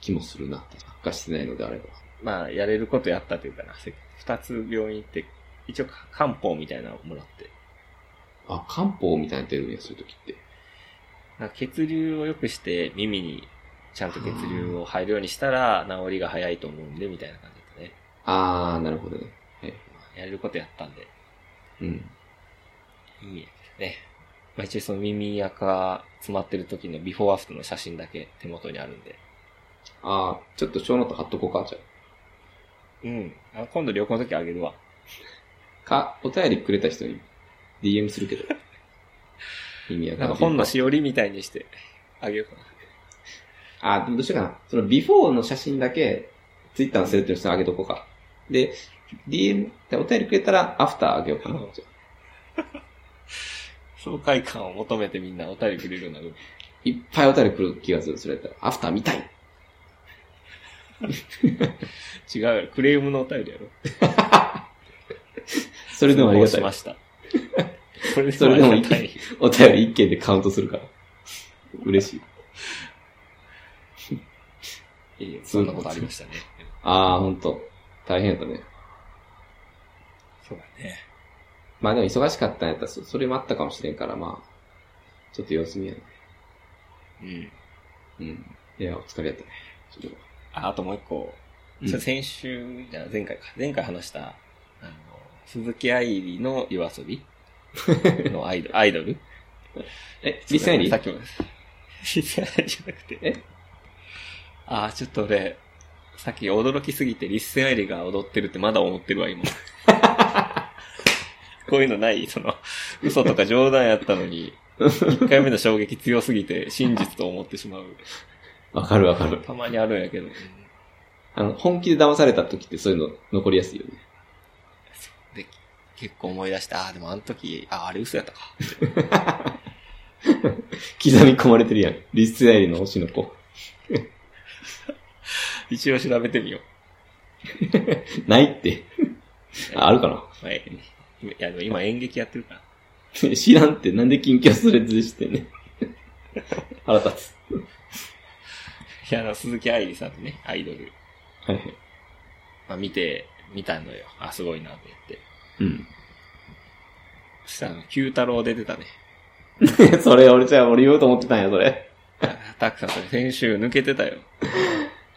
気もするな。悪化してないのであれば。
まあ、やれることやったというかな、せ二つ病院行って、一応か漢方みたいなのをもらって、
あ、漢方みたいなの出るんや、そういう時って。
なんか血流を良くして耳にちゃんと血流を入るようにしたら治りが早いと思うんで、みたいな感じだったね。
あー、なるほどね。はい。
まあやれることやったんで、
うん。
いいんやけどね。まあ一応その耳垢詰まってる時のビフォーアフターの写真だけ手元にあるんで。
あー、ちょっと小ノート貼っとこうか、じゃ
うん。あ今度旅行の時あげるわ。
あ。か、お便りくれた人に DM するけど。 意味わか
なん
んな
か
い。
本のしおりみたいにしてあげようかな。
あー、でもどうしようかな。そのビフォーの写真だけ、ツイッターのセレクトの人にあげとこうか。で、DM、お便りくれたら、アフターあげようかな。じゃあ
爽快感を求めてみんなお便りくれるようになる。
いっぱいお便り来る気がする。それやったら、アフター見たい
違うよクレームのお便りやろ。
それでもありがた
しま
い。
した。それでもありがたい。
お便り一件でカウントするから。嬉しい。
いいよそんなことありましたね。
あー、ほんと。大変だったね。
そうだね。
まあでも忙しかったんやったら、そそれもあったかもしれんから、まあ、ちょっと様子見やな。
う
う
ん。
ん。いや、お疲れやったね。ちょっと
あ、あともう一個。
うん
それ先週、じゃあ前回か。前回話した、あの、鈴木愛理の夜 遊びのアイドル。アイドル
え、リセンリ
さっきも。リセアリじゃなくて。
え
あー、ちょっと俺、さっき驚きすぎてリッセンアイリが踊ってるってまだ思ってるわ、今。 こういうのないその、嘘とか冗談やったのに、1回目の衝撃強すぎて真実と思ってしまう。
わかるわかる。
たまにあるんやけど。
あの、本気で騙された時ってそういうの残りやすいよね。
で、結構思い出して、ああ、でもあの時、ああ、あれ嘘やったか。
刻み込まれてるやん。リスエリの星の子。
一応調べてみよ
ないって。 ああるかな
う。はい。いや、でも今演劇やってるから。
知らんって、なんで近況スレッズでしてんねん。 腹立つ。
いや、あの鈴木愛理さんってね、アイドル。
はいはい。
まあ見て、見たのよ。あ、すごいなと思って。
うん。
そしたらあの、九太郎出てたね。
それ、俺じゃあ、俺言おうと思ってたんや、それ。
あたくさんそれ先週抜けてたよ。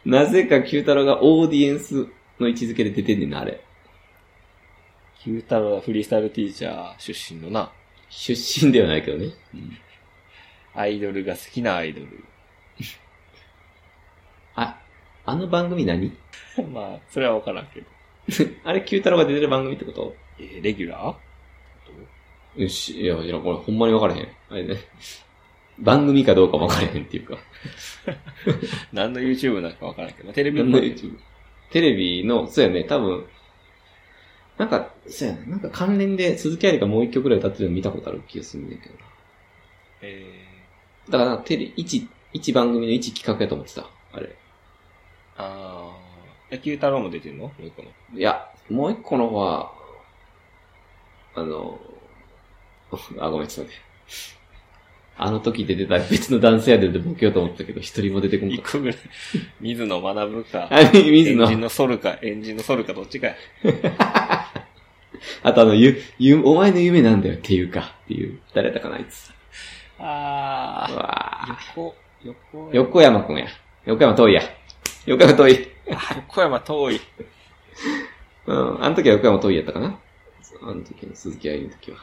なぜか九太郎がオーディエンスの位置づけで出てんねんな、あれ。
九太郎はフリースタイルティーチャー出身のな、
出身ではないけどね。うん
アイドルが好きなアイドル。
あ、あの番組何
まあ、それはわからんけど。
あれ、九太郎が出てる番組ってこと
えーレギュラー
よし、いや、いや、これほんまに分からへん。あれね。番組かどうかも分からへんっていうか。
何の YouTube なんかわからんけど、まあテレビ
何の
も
YouTube? テレビの、そうやね、多分、なんか、そうやね、なんか関連で鈴木愛理がもう一曲ぐらい歌ってるの見たことある気がするんだけどな。
え
だから、テレ、一、一番組の一企画やと思ってた。あれ。
ー、あー、え九太郎も出てんのもう一個の。
いや、もう一個の方は、あの、 あ、ごめん、ちょっと待って。あの時出てた別の男性やでボケようと思ったけど、一人も出てこん
一
かっ
個ぐ らい。水野学か
た。、あ、水
エンジン
野。
のソルか、エンジンのソルかどっちかや。
あとあの、ゆ、ゆ、お前の夢なんだよっていうか、っていう。誰だったかな、あいつ。
あ
うわー。
横、横
横山くんや。横山遠いや。横山遠い。
横山遠い。
うん。あの時は横山遠いやったかな。あの時の鈴木愛理の時は。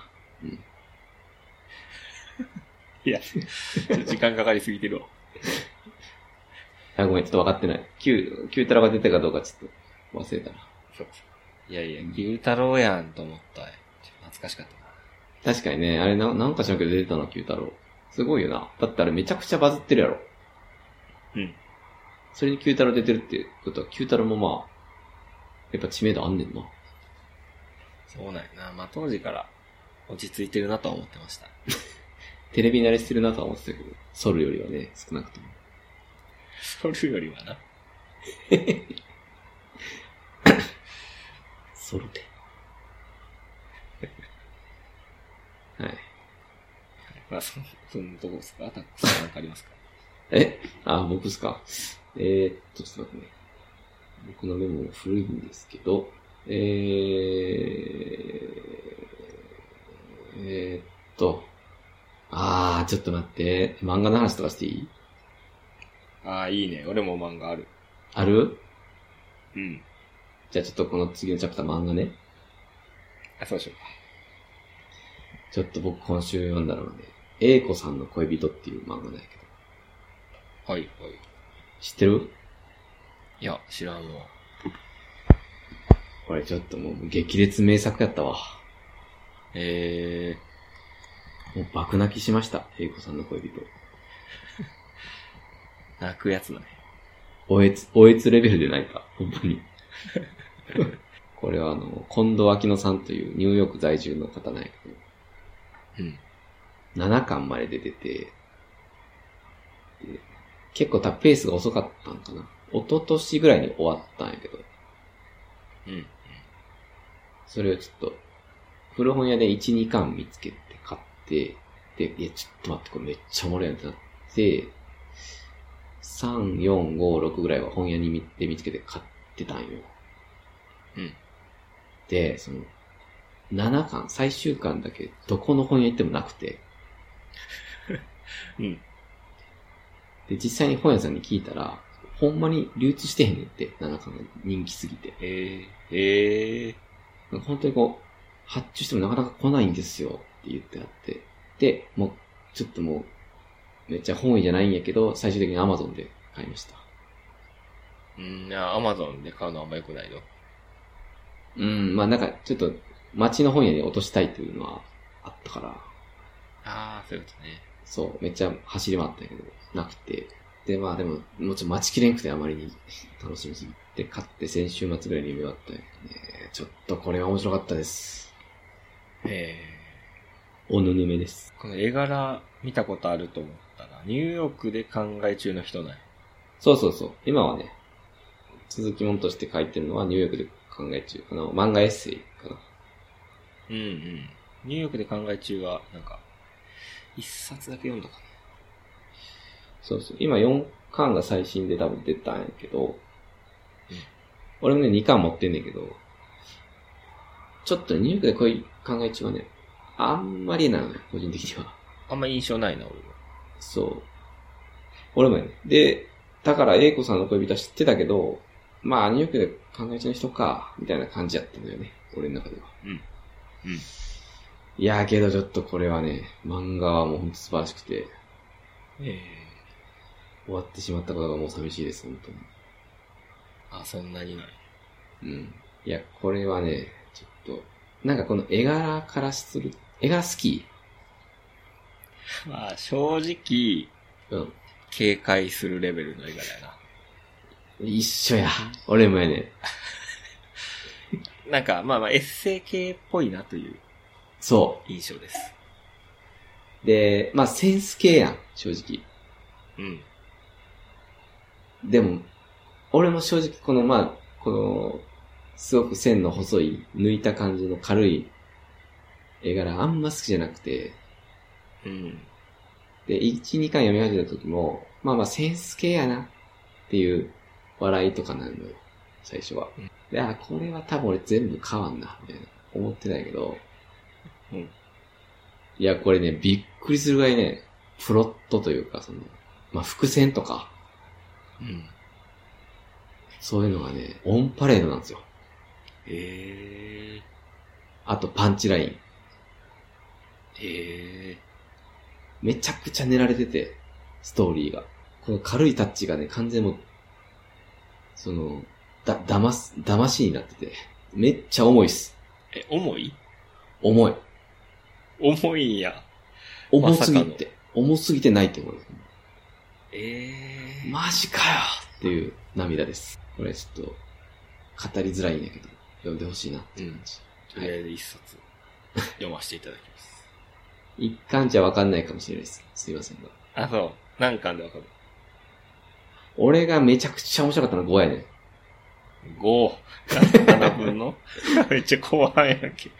いや、ちょっと時間かかりすぎてるわ。
あ、ごめん、ちょっと分かってない。九、九太郎が出てたかどうかちょっと忘れたな。
いやいや、牛太郎やんと思った。ちょっと懐かしかったな。
確かにね、あれな、なんかしなきゃ出てたな、九太郎。すごいよな。だってあれめちゃくちゃバズってるやろ。
うん。
それに九太郎出てるってことは、九太郎もまあ、やっぱ知名度あんねんな。
そうなんやな。まあ、当時から落ち着いてるなとは思ってました。
テレビ慣れしてるなとは思ってたけど、ソルよりはね、少なくとも。
それよりはな。
ソルで。 はい。
まあ、そ、そんなとこですかタックさんなんかありますか
えあ、僕っすか。えー、っと、ちょっと待ってね。僕のメモも古いんですけど、えー、えー、っと、あー、ちょっと待って。漫画の話とかしていい
ああ、いいね。俺も漫画ある。
ある
うん。
じゃあちょっとこの次のチャプター漫画ね。
あ、そうしようか。
ちょっと僕今週読んだのがね、英子さんの恋人っていう漫画だけど。
はい、はい。
知ってる
いや、知らんわ。
これちょっともう激烈名作やったわ。
え
もう爆泣きしました。英子さんの恋人。
ー、泣くやつだね。
おえつ、おえつレベルで泣いた。本当に。これはあの、近藤秋乃さんというニューヨーク在住の方なんやけど、
うん。
7巻まで出てて、で結構たペースが遅かったんかな。一昨年ぐらいに終わったんやけど、
うん。
それをちょっと、古本屋で1、2巻見つけて買って、で、いや、ちょっと待って、これめっちゃおもろいやんってなって、3、4、5、6ぐらいは本屋に見て見つけて買ってたんよ。
うん。
で、その、7巻、最終巻だけ、どこの本屋行ってもなくて、
うん。
で、実際に本屋さんに聞いたら、ほんまに流通してへんねんって、7巻が人気すぎて。
えー、えー、
なんか本当にこう、発注してもなかなか来ないんですよって言ってあって。で、もう、ちょっともう、めっちゃ本意じゃないんやけど、最終的に Amazon で買いました。
うん、いや、アマゾンで買うのはあんま良くないよ。
うん、まあなんか、ちょっと、街の本屋に落としたいというのはあったから、
ああ、そういうことね。
そう、めっちゃ走り回ったんやけど、なくて。で、まあでも、もうちょっと待ちきれんくてあまりに楽しみすぎて、買って先週末ぐらいに見終わったんやけどね。ちょっとこれは面白かったです。
え
おぬぬめです。
ー、この絵柄見たことあると思ったら、ニューヨークで考え中の人なんや。
そうそうそう。今はね、続きもんとして書いてるのはニューヨークで考え中。あの、漫画エッセイかな。
うんうん。ニューヨークで考え中は、なんか、一冊だけ読んだか
そうそう。今4巻が最新で多分出たんやけど、俺もね、2巻持ってんねんけど、ちょっとニューヨークでこういう考え中はね、あんまりなのね、個人的には。
な。あんま印象ないな、俺は。
そう。俺もやね。で、だから、英子さんの恋人は知ってたけど、まあ、ニューヨークで考え中の人か、みたいな感じやったのよね。俺の中では。
うんうん
いやーけど、ちょっとこれはね、漫画はもうほんと素晴らしくて、
え
終わってしまったことがもう寂しいです、本当に。
ー、あ、そんなにない。
うん。いや、これはね、ちょっと、なんかこの絵柄からする、絵柄好き
まあ、正直、
うん。
警戒するレベルの絵柄やな。
一緒や。俺もやね。
なんか、まあまあ、エッセイ系っぽいなという
そ
印象です。
う。で、まあ、センス系やん、正直。
うん。
でも、俺も正直この、まあ、この、すごく線の細い、抜いた感じの軽い絵柄あんま好きじゃなくて、
うん。
で、1、2巻読み始めた時も、まあまあセンス系やなっていう笑いとかなるのよ、最初は
うん。
で、あ、これは多分俺全部買わんな、みたいな。思ってないけど、
うん。
いや、これね、びっくりするぐらいね、プロットというか、その、まあ伏線とか、
うん。
そういうのがね、オンパレードなんですよ。
え
あとパンチライン。
ー、え
めちゃくちゃ練られてて、ストーリーが。この軽いタッチがね、完全にもう、その、だ、騙す、騙しになってて、めっちゃ重いっす。
ー、え、重い
重い。
重いんや。
重すぎ
まさ
て、重すぎてないって思う。
えー、
マジかよっていう涙です。これちょっと、語りづらいんやけど、読んでほしいなっていう感じ。
とりあえず一冊 読ませていただきます。
一巻じゃわかんないかもしれないです。すいませんが。
あ、そう。何巻でわかる
俺がめちゃくちゃ面白かったのは5やねん。
?5。7分の めっちゃ後半やんけ。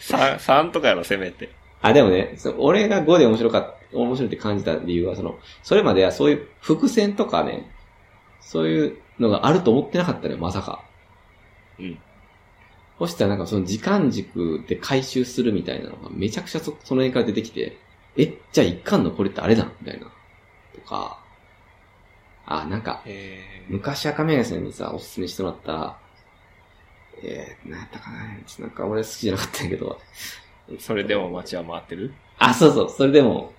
3、三とかやろ、せめて。
あ、でもね、その俺が5で面白かっ面白いって感じた理由は、その、それまではそういう伏線とかね、そういうのがあると思ってなかったのよ、まさか。
うん。
そしたらなんかその時間軸で回収するみたいなのがめちゃくちゃそその辺から出てきて、え、じゃあ一巻のこれってあれだみたいな。とか、あ、なんか、
へー
昔赤目さんにさ、おすすめしてもらった、えー、なんやったかななんか俺好きじゃなかったんやけど、
それでも街は回ってる
あ、そうそう、それでも、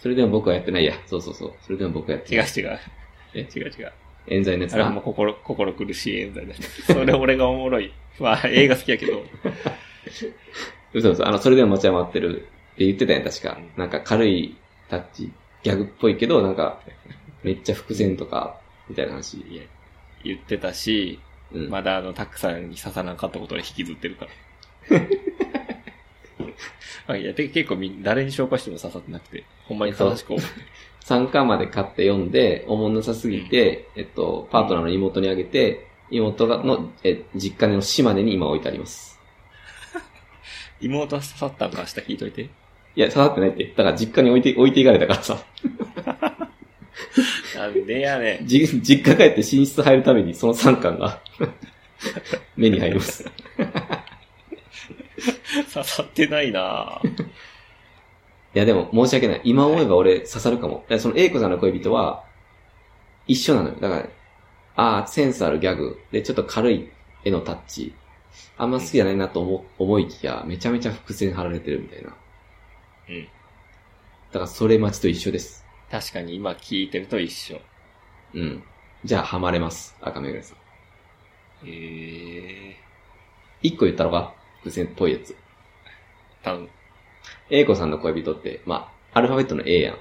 それでも僕はやってないや。そうそうそう、それでも僕はやって
違う
ない。
違う。
え
違う違う。
冤罪のやつ
あれはもう
な。
心、心苦しい冤罪だね。それ俺がおもろい。まあ、映画好きやけど。
嘘嘘、あの、それでも持ち余ってるって言ってたやん、確か。
う
なんか軽いタッチ、ギャグっぽいけど、なんか、めっちゃ伏線とか、みたいな話。
言ってたし、
うん。
まだあの、たくさんに刺さなかったことで引きずって るから。あいや、て結構みん、誰に紹介しても刺さってなくて、ほんまに悲しく思う。
3巻まで買って読んで、おもんなさすぎて、えっと、パートナーの妹にあげて、妹がの、え、実家の島根に今置いてあります。
妹は刺さったんか明日聞いといて。
いや、刺さってないって。だから実家に置いて、置いていかれたからさ。
なんでやねん。
じ、実家帰って寝室入るためにその3巻が、 目に入ります。
刺さってないなぁ。
いや、でも申し訳ない。今思えば俺刺さるかも。だからその A 子さんの恋人は、一緒なのよ。だから、ああ、センスあるギャグ。で、ちょっと軽い絵のタッチ。あんま好きじゃないなと思思いきや、めちゃめちゃ伏線張られてるみたいな。
うん。
だからそれ待ちと一緒です。
確かに今聞いてると一緒。
うん。じゃあ、ハマれます。赤目ぐらさん。
えー、
一個言ったのが、伏線っぽいやつ。
多分、
A 子さんの恋人って、まあ、アルファベットの A やん。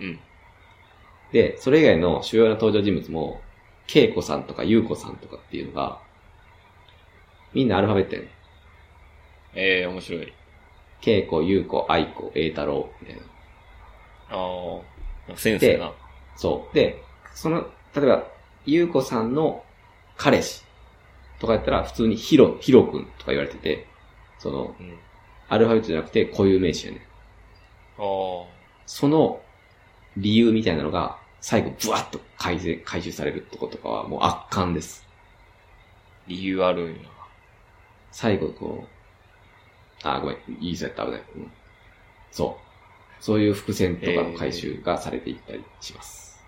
うん。
で、それ以外の主要な登場人物も、ケイコさんとかユウコさんとかっていうのが、みんなアルファベットやね。
えー、面白い。
ケイコ、ユウコ、アイコ、エイタロウみたいな。
ああ、センスやな。
そう。で、その、例えば、ユウコさんの彼氏とかやったら、普通にヒロ、ヒロ君とか言われてて、その、
うん。
アルファベットじゃなくて固有名詞やね。
ああ、
その理由みたいなのが、最後、ブワッと改善、回収されるとことかは、もう圧巻です。
理由あるんや。
最後こう、あー、ごめん、いいぞやった、危ない、うん。そう。そういう伏線とかの回収がされていったりします。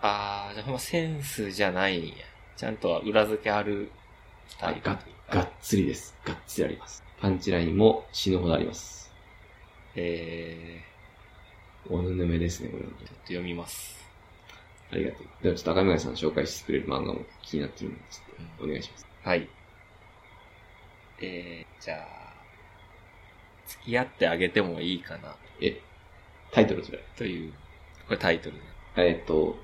ああ、じゃあほんまセンスじゃないんや。ちゃんとは裏付けあるタイプ。
あがっつりです。がっつりあります。パンチラインも死ぬほどあります。
えー、
おぬぬめですね、これは。
ちょっと読みます。
ありがとう。でもちょっと赤嶺さん紹介してくれる漫画も気になってるので、ちょっとお願いします。
はい。えー、じゃあ、付き合ってあげてもいいかな、
え、タイトルそれ。
という、これタイトルね。
えっと、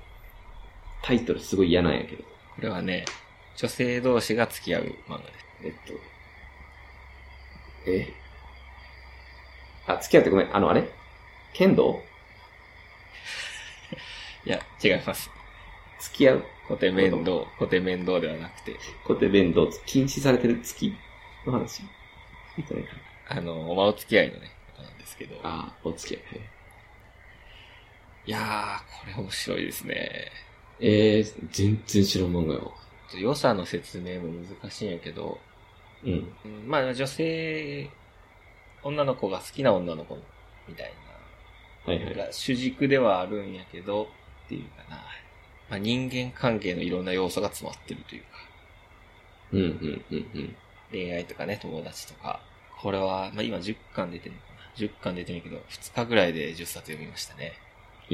タイトルすごい嫌なんやけど。
これはね、女性同士が付き合う漫画です。
えっと、えあ、付き合ってごめん。あの、あれ剣道
いや、違います。
付き合う
コテ面倒、コテ面倒ではなくて、
コテ弁当禁止されてる月の話
あの、おまお付き合いのね、ことなんですけど。
ああ、お付き合い。はい
いやー、これ面白いですね。
えー、全然知らん漫画よ。
ちょっと良さの説明も難しいんやけど、
うん。
うんまあ女性、女の子が好きな女の子みたい
はいは
な、
い。
が主軸ではあるんやけど、っていうかな。まあ人間関係のいろんな要素が詰まってるというか、
うんうんうんうん。
恋愛とかね、友達とか。これは、まあ今10巻出てるのかな。10巻出てるけど、2日ぐらいで10冊読みましたね。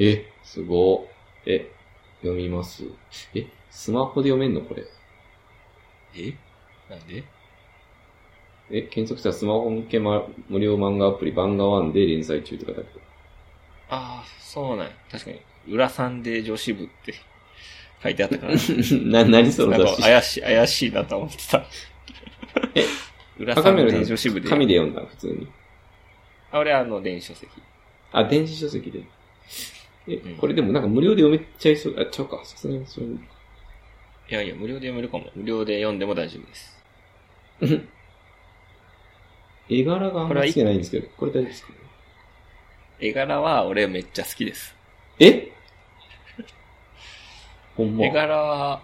え、すごー。え、読みます。え、スマホで読めんのこれ。
えなんで
え、検索したらスマホ向け、ま、無料漫画アプリ、バンガワンで連載中って書いてある。
ああ、そうなんや確かに。裏さんで女子部って書いてあったから。
な、何その
なん
雑
か
誌。
怪しい、怪しいなと思ってた。
え、
裏
赤
三
目
で
の
女子部で。
紙で読んだ、普通に。
あ、俺はあの、電子書籍。
あ、電子書籍で。え、
うん
これでもなんか無料で読めちゃいそう。あ、ちゃうか。さすがにそういう。
いやいや、無料で読めるかも。無料で読んでも大丈夫です。
うん絵柄があんま好きじゃないんですけど、これ大丈夫ですか
絵柄は俺めっちゃ好きです。
え ほんま。
絵柄は、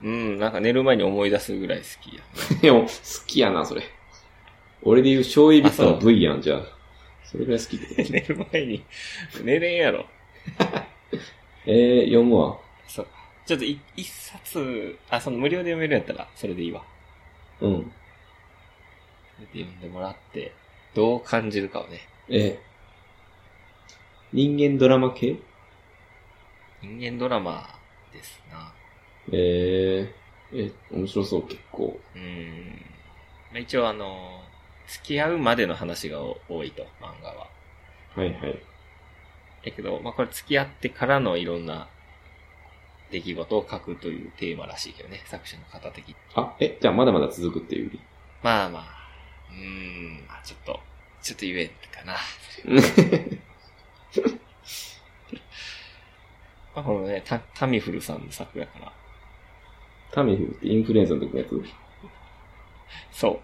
うん、なんか寝る前に思い出すぐらい好きや。
でも、好きやな、それ。俺で言う、醤油ビスタ
あ
の
そ
V やん、じゃあ。それぐらい好きってこと
寝る前に、寝れんやろ。
えー、読むわ。
そう。ちょっとい一冊、あ、その無料で読めるんやったら、それでいいわ。
うん。
それで読んでもらって、どう感じるかをね。
え人間ドラマ系
人間ドラマですな。
えー、え、面白そう、結構。
うん。まあ、一応あの、付き合うまでの話が多いと、漫画は。
はいはい。
だけど、まあ、これ付き合ってからのいろんな出来事を書くというテーマらしいけどね、作者の方的に。
あ、え、じゃあまだまだ続くっていう。
まあまあ、うーん、まあちょっと、ちょっと言えんかな。 まあこのね、タタミフルさんの作やから。
タミフルってインフルエンザの時のやつ
そう。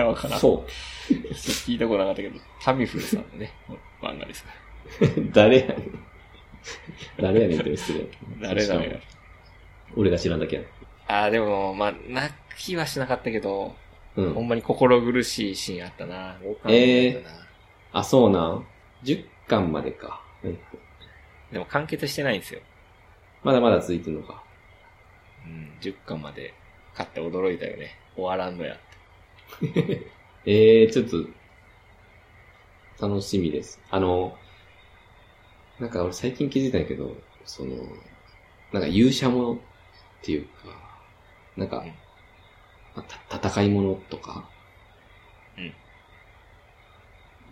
いや、わからん。う。
そ
聞いたことなかったけど、タミフルさんのね、漫画ですか
う。 誰やねん。誰やねんって失礼。
ら。誰だろ
しか
う
も。俺が知らんだけや
ああ、でも、まあ、泣きはしなかったけど、
な。う
ほん
ん。
まに心苦しいシーンあったな。え
えあ、そうなん。10巻までか。うん
でも完結してないんですよ。
まだまだ続いてるのか。
うん、10巻まで買って驚いたよね。終わらんのや。
えー、ちょっと、楽しみです。あの、なんか俺最近気づいたんやけど、その、なんか勇者ものっていうか、なんか
うん、
まあた戦いものとか、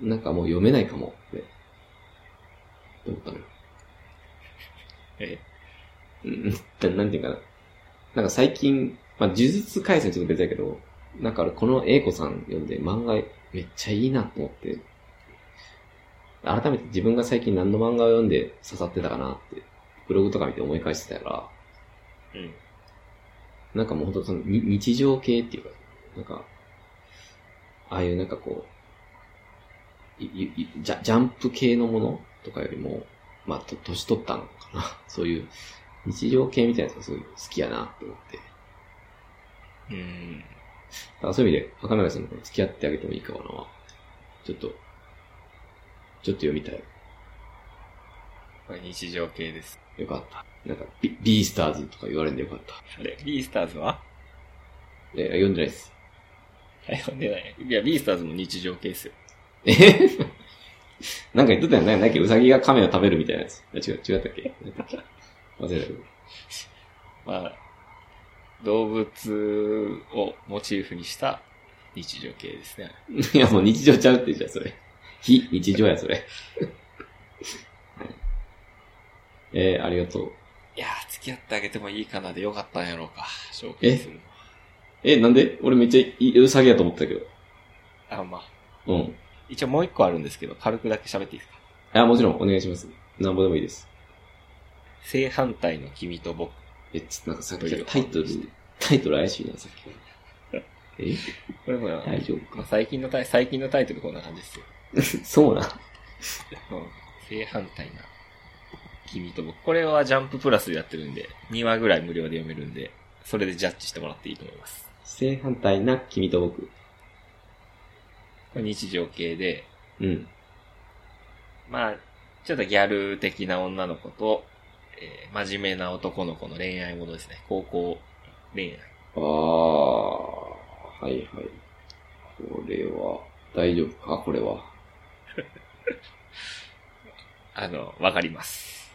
なんかもう読めないかも、ね、って思ったのよ。
え
うんななんていうかな。なんか最近、まあ、呪術回戦ちょっと別やけど、なんか俺この英子さん読んで漫画めっちゃいいなと思って、改めて自分が最近何の漫画を読んで刺さってたかなって、ブログとか見て思い返してたから、
うん。
なんかもうほんとそのに日常系っていうか、なんか、ああいうなんかこう、いいいジャジャンプ系のものとかよりも、まあ、と年取ったのかな。 そういう日常系みたいなやつがすごい好きやなって思って。だ
うん。
からそういう意味で、赤目さんの付き合ってあげてもいいかもな。ちょっと、ちょっと読みたい。
これ日常系です。
よかった。なんかビ、ビースターズとか言われるんでよかった。
あれ、ビースターズは
え、読んでないです。
あ読んでない。いや、ビースターズも日常系ですよ。
え なんか言ってたよね。なんだっけうさぎが亀を食べるみたいなやつ。いや違う、違ったっけ何だっけ忘れたけど。
まあ、動物をモチーフにした日常系ですね。
いや、もう日常ちゃうって、じゃあそれ。 非日常や、それ。 はいえー、ありがとう。
いやー、付き合ってあげてもいいかなでよかったんやろうか。紹
え
介するの。
え、なんで俺めっちゃいいうさぎやと思ってたけど。
あ、まあ。
うん。
一応もう一個あるんですけど、軽くだけ喋っていいですか
あ、もちろん、お願いします。なんぼでもいいです。
正反対の君と僕。
え、ちょっとなんかさっきからタイトル、タイトル怪しいな、さっきからえ
これも、
大丈夫
まあ、
か。
最近のタイ、最近のタイトルこんな感じですよ。
そうなん。
うん正反対な君と僕。これはジャンププラスでやってるんで、2話ぐらい無料で読めるんで、それでジャッジしてもらっていいと思います。
正反対な君と僕。
これ日常系で、
うん。
まあ、ちょっとギャル的な女の子と、えー真面目な男の子の恋愛ものですね。高校恋愛。
ああ、はいはい。これは、大丈夫かこれは。
あの、わかります。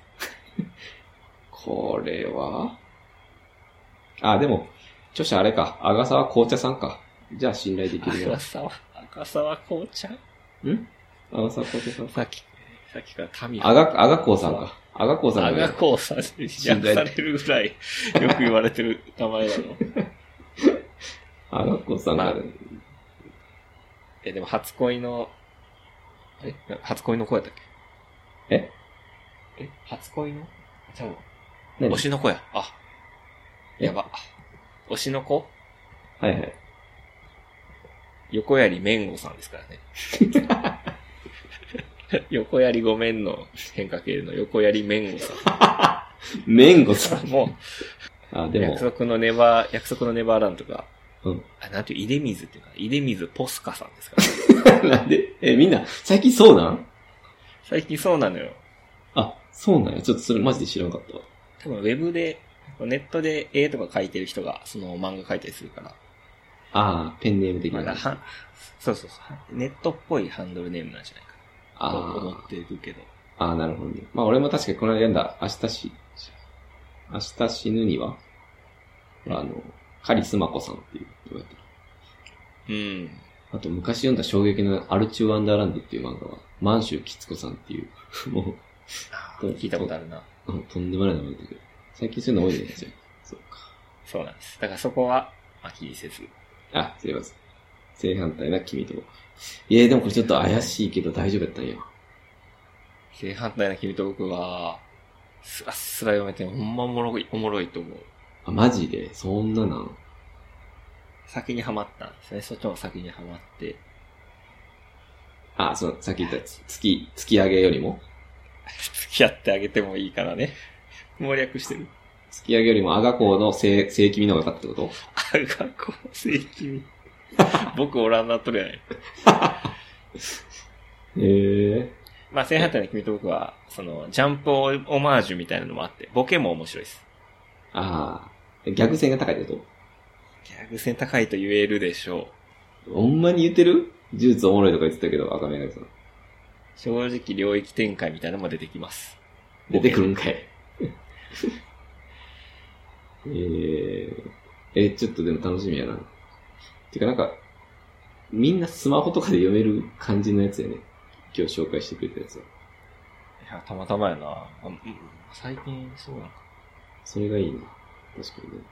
これはあ、でも、著者あれか。アガサは紅茶さんか。じゃあ信頼できるよ
赤。沢、赤沢紅茶
んアガサは紅茶さんか。
さっき、さっきから民
アガ、アガコウさんか。アガコウさん
ア
が
ガコウさんに略されるぐらいよく言われてる名前なの。
アガコウさんが、
まあえ、でも初恋の、あれな初恋の子やったっけ
え
え初恋のちゃうわ
何
推しの子や。あ。
え
やば。推しの子
はいはい。
横槍めんごさんですからね。 横槍ごめんの変化系の横槍めんごさん。
メンゴさん。
も
あ、
う、
でも
約、束のネバー、約束のネバーランドが、
うん
あ、なんていう、井出水っていうか、井出水ポスカさんですから、
なんでえ、みんな、最近そうなん
最近そうなのよ。
あ、そうなんや。ちょっとそれマジで知らなかったわ。
多分ウェブで、ネットで絵とか描いてる人が、その漫画描いたりするから、
ああ、ペンネーム的
ま
な。
だ
あ
は、そうそうそう、ネットっぽいハンドルネームなんじゃないかな、と思
あ
ってるけど。
ああ、なるほどね。まあ俺も確かにこの間読んだ、明日し、明日死ぬには、あの、カリスマコさんっていう人がやってる。
うん。
あと昔読んだ衝撃のアルチュー・ワンダーランドっていう漫画は、満州キツコさんっていう、 もう、
あー聞いたことあるな。
うんとんでもない名前だけど、最近そういうの多いじゃないですか。そうか。
そうなんです。だからそこは、まあ、気にせず。
あ、すいません。正反対な君と。いや、でもこれちょっと怪しいけど大丈夫だったんや。
正反対な君と僕は、すらすら読めて、ほんまおもろい、おもろいと思う。
あ、マジでそんななん
先にはまったんですね。そっちも先にはまって。
あ、その、さっき言った、つ突き、突き上げよりも
付き合ってあげてもいいからね。謀略してる。
突き上げよりも、アガコの正、正君の方が勝ったってこ
あがこ正君。僕おらんなっとるやない。
とへえ。
まあ、正反対な君と僕は、その、ジャンプオマージュみたいなのもあって、ボケも面白いです。
ああ。逆線が高いってこ
ギャグ性高いと言えるでしょ
とほんまに言ってる呪術おもろいとか言ってたけど、赤目がさん。
う。正直領域展開みたいなのも出てきます。
出てくるんかい。え ー、え、ちょっとでも楽しみやな。てかなんか、みんなスマホとかで読める感じのやつやね。今日紹介してくれたやつは。
いや、たまたまやな。あうん最近そうなのか。
それがいいな。確かにね。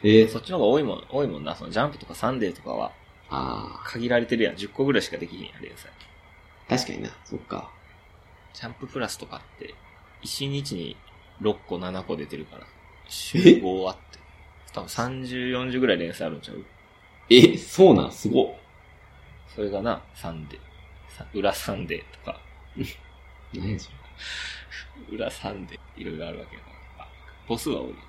えー、
そ
そ
っちの方が多いもん、多いもんな。そのジャンプとかサンデーとかは
あ
限られてるやん。10個ぐらいしかできひんやん、連載。
ー、確かにな。そっか。
ジャンププラスとかって、1日に6個、7個出てるから。週
え
5あって。多分30、40ぐらい連載あるんちゃう
え、そうなんすごっ。
それがな、サンデー。さ裏サンデーとか、
何やそれ。
裏サンデー、いろいろあるわけやから。あ母数は多いよね。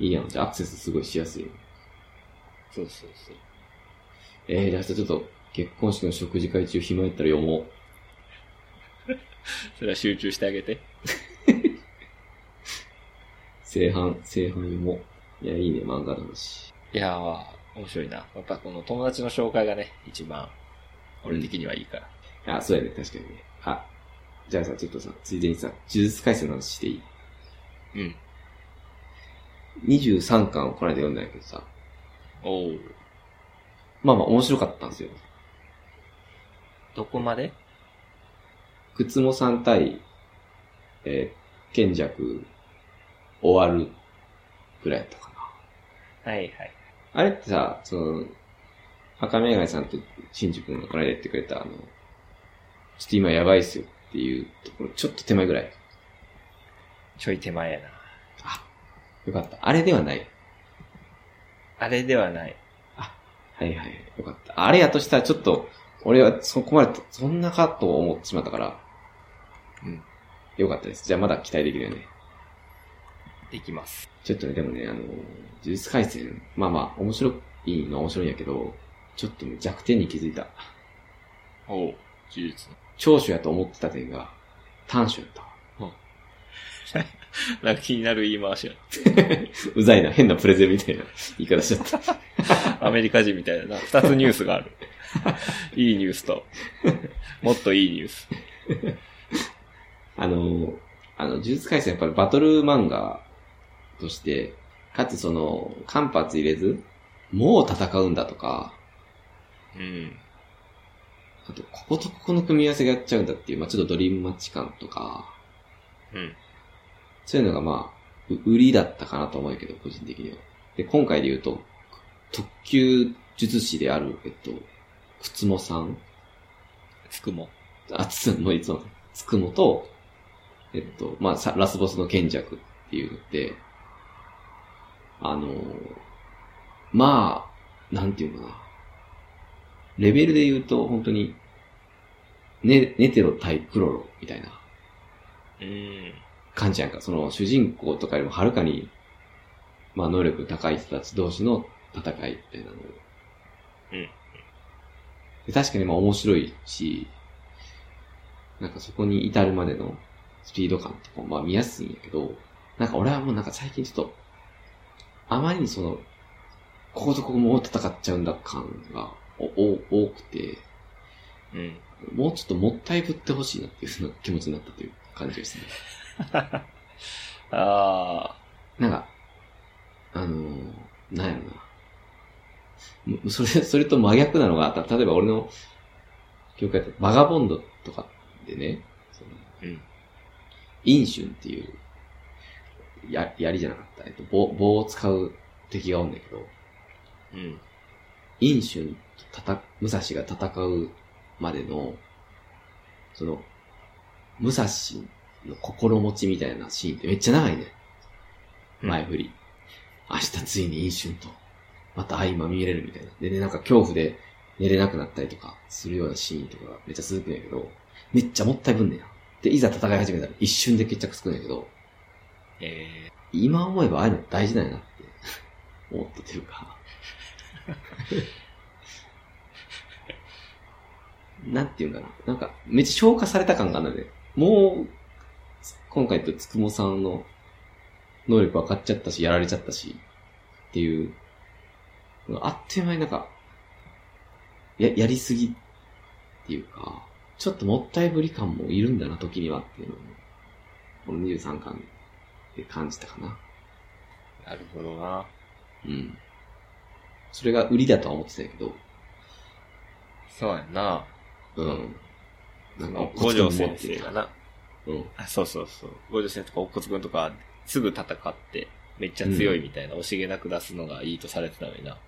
いいやん。じゃあアクセスすごいしやすい。
そうそうそう。
えー、じゃあ明日ちょっと、結婚式の食事会中暇やったら読もう。
それは集中してあげて。
正反、正反読もう。いや、いいね、漫画の話。
いやー、面白いな。やっぱこの友達の紹介がね、一番、俺的にはいいから。
あ、そうやね、確かにね。あ、じゃあさ、ちょっとさ、ついでにさ、呪術改正の話してい
うん。
い ?23 巻をこの間読んだんやけどさ、
おう
まあまあ面白かったんですよ。
どこまで
くつもさん対、えー、賢弱、終わる、ぐらいやったかな。
はいはい。
あれってさ、その、赤目貝さんと新宿君がこの間言ってくれた、あの、ちょっと今やばいっすよっていうところ、ちょっと手前ぐらい。
ちょい手前やな。
よかった。あれではない。
あれではない。
はいはい。よかった。あれやとしたらちょっと、俺はそこまでと、そんなかと思ってしまったから、
うん。
よかったです。じゃあまだ期待できるよね。
できます。
ちょっとね、でもね、あの、呪術回戦、まあまあ、面白いのは面白いんやけど、ちょっとね、弱点に気づいた。
おう呪術の。
長所やと思ってた点が、短所やった。
なんか気になる言い回しや。
うざいな、変なプレゼンみたいな言い方しちゃった。
アメリカ人みたいな。二つニュースがあ る。いいニュースと、もっといいニュース。
あの、あの、呪術回戦やっぱりバトル漫画として、かつその、間髪入れず、もう戦うんだとか、
うん。
あと、こことここの組み合わせがやっちゃうんだっていう、まあちょっとドリームマッチ感とか、
うん。
そういうのがまあ、う売りだったかなと思うけど、個人的には。で、今回で言うと、特級術師である、えっと、くつもさん、
つくも。
あ、つもいつも、つくもと、えっと、まあさ、ラスボスの賢弱っていうのって、あのーまあ、なんていうのかな。レベルで言うと、本当に、ね、ネテロ対クロロみたいな
うん。
感感じやんか。その主人公とかよりもはるかに、まあ能力高い人たち同士の戦いみたいなの。
うん
で確かにまあ面白いし、なんかそこに至るまでのスピード感とかもまあ見やすいんやけど、なんか俺はもうなんか最近ちょっと、あまりにその、こことここも戦っちゃうんだ感がおお多くて、
うん。
もうちょっともったいぶってほしいなっていうその気持ちになったという感じですね。
あ
なんか、あのーなんやろな。もそれ、それと真逆なのが、た例えば俺の記憶やったバガボンドとかでね、その
あ。うん。
飲酒っていう、や、槍じゃなかった。えっと、棒、棒を使う敵がおんねんけど、
うん。
飲酒にたた、武蔵が戦うまでの、その、武蔵の心持ちみたいなシーンってめっちゃ長いね。前振り。明日ついに飲酒と、また相まみれるみたいな。でね、なんか恐怖で寝れなくなったりとかするようなシーンとかがめっちゃ続くんやけど、めっちゃもったいぶんねや。で、いざ戦い始めたら一瞬で決着つくんやけど、
え
今思えばああいうの大事なんやなって思ったというか。なんていうんかな。なんか、めっちゃ消化された感があるので、もう、今回とつくもさんの能力分かっちゃったし、やられちゃったし、っていう、あっという間になんか、や、やりすぎっていうか、ちょっともったいぶり感もいるんだな、時にはっていうのを、この23巻で感じたかな。
ー、なるほどな。
うん。それが売りだとは思ってたんやけど、
そうやんな。
うん。なんか、
五条先生がな。
うん。
あそうそうそう。五条先生とか、乙骨くんとか、すぐ戦って、めっちゃ強いみたいな、惜しげなく出すのがいいとされてたのにな。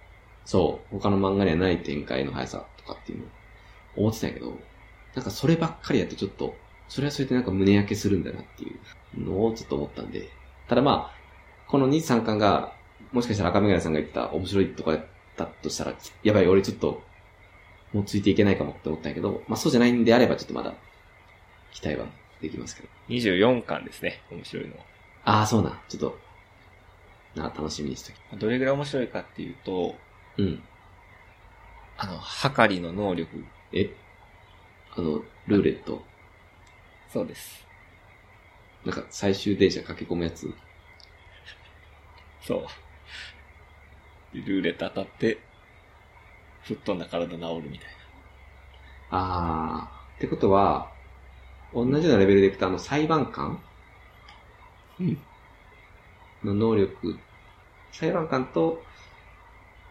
そう。他の漫画にはない展開の速さとかっていうのを思ってたんやけど、なんかそればっかりやってちょっと、それはそれでなんか胸焼けするんだなっていうのをちょっと思ったんで。ただまあ、この2、3巻が、もしかしたら赤目柄さんが言ってた面白いとかだとしたら、やばい、俺ちょっと、もうついていけないかもって思ったんやけど、まあそうじゃないんであればちょっとまだ、期待はできますけど。
24巻ですね、面白いのは。
ああ、そうなん。ちょっと、な、楽しみにしとき。
どれぐらい面白いかっていうと、
うん。
あの、はかりの能力。
えあの、ルーレット。
そうです。
なんか最終電車駆け込むやつ。
そう。でルーレット当たって、吹っ飛んだ体治るみたい
ああ。ってことは、同じようなレベルでいくと、あの、裁判官
うん。
の能力、裁判官と、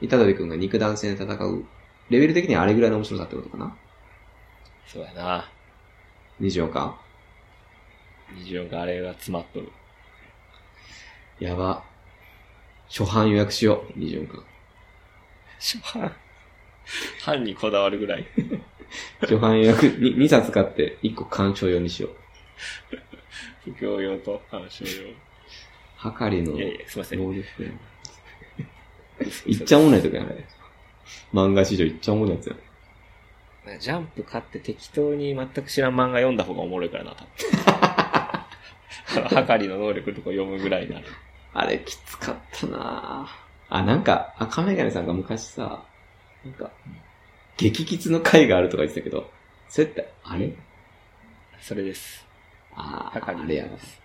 板取くんが肉弾戦で戦う、レベル的にはあれぐらいの面白さってことかな
な。そうやな。
?24 巻
24巻あれが詰まっとる。
やば。初版予約しよう、24巻。
初版。版にこだわるぐらい。
初版予約 に2冊買って、1個鑑賞用にしよう。
不況用と鑑賞用。
はかりの
いやいや、すいません。
能力やいっちゃおもんないとかやね。漫画史上いっちゃおもんないやつやね。
ジャンプ買って適当に全く知らん漫画読んだ方がおもろいからな、多分。はかりの能力のとか読むぐらいになる。
あれきつかったなぁあ、なんか、赤メガネさんが昔さ、なんか、激キツの回があるとか言ってたけど、それって、あれ
それです。
あ
は
あ
か、り
あ
の
れや
能力です。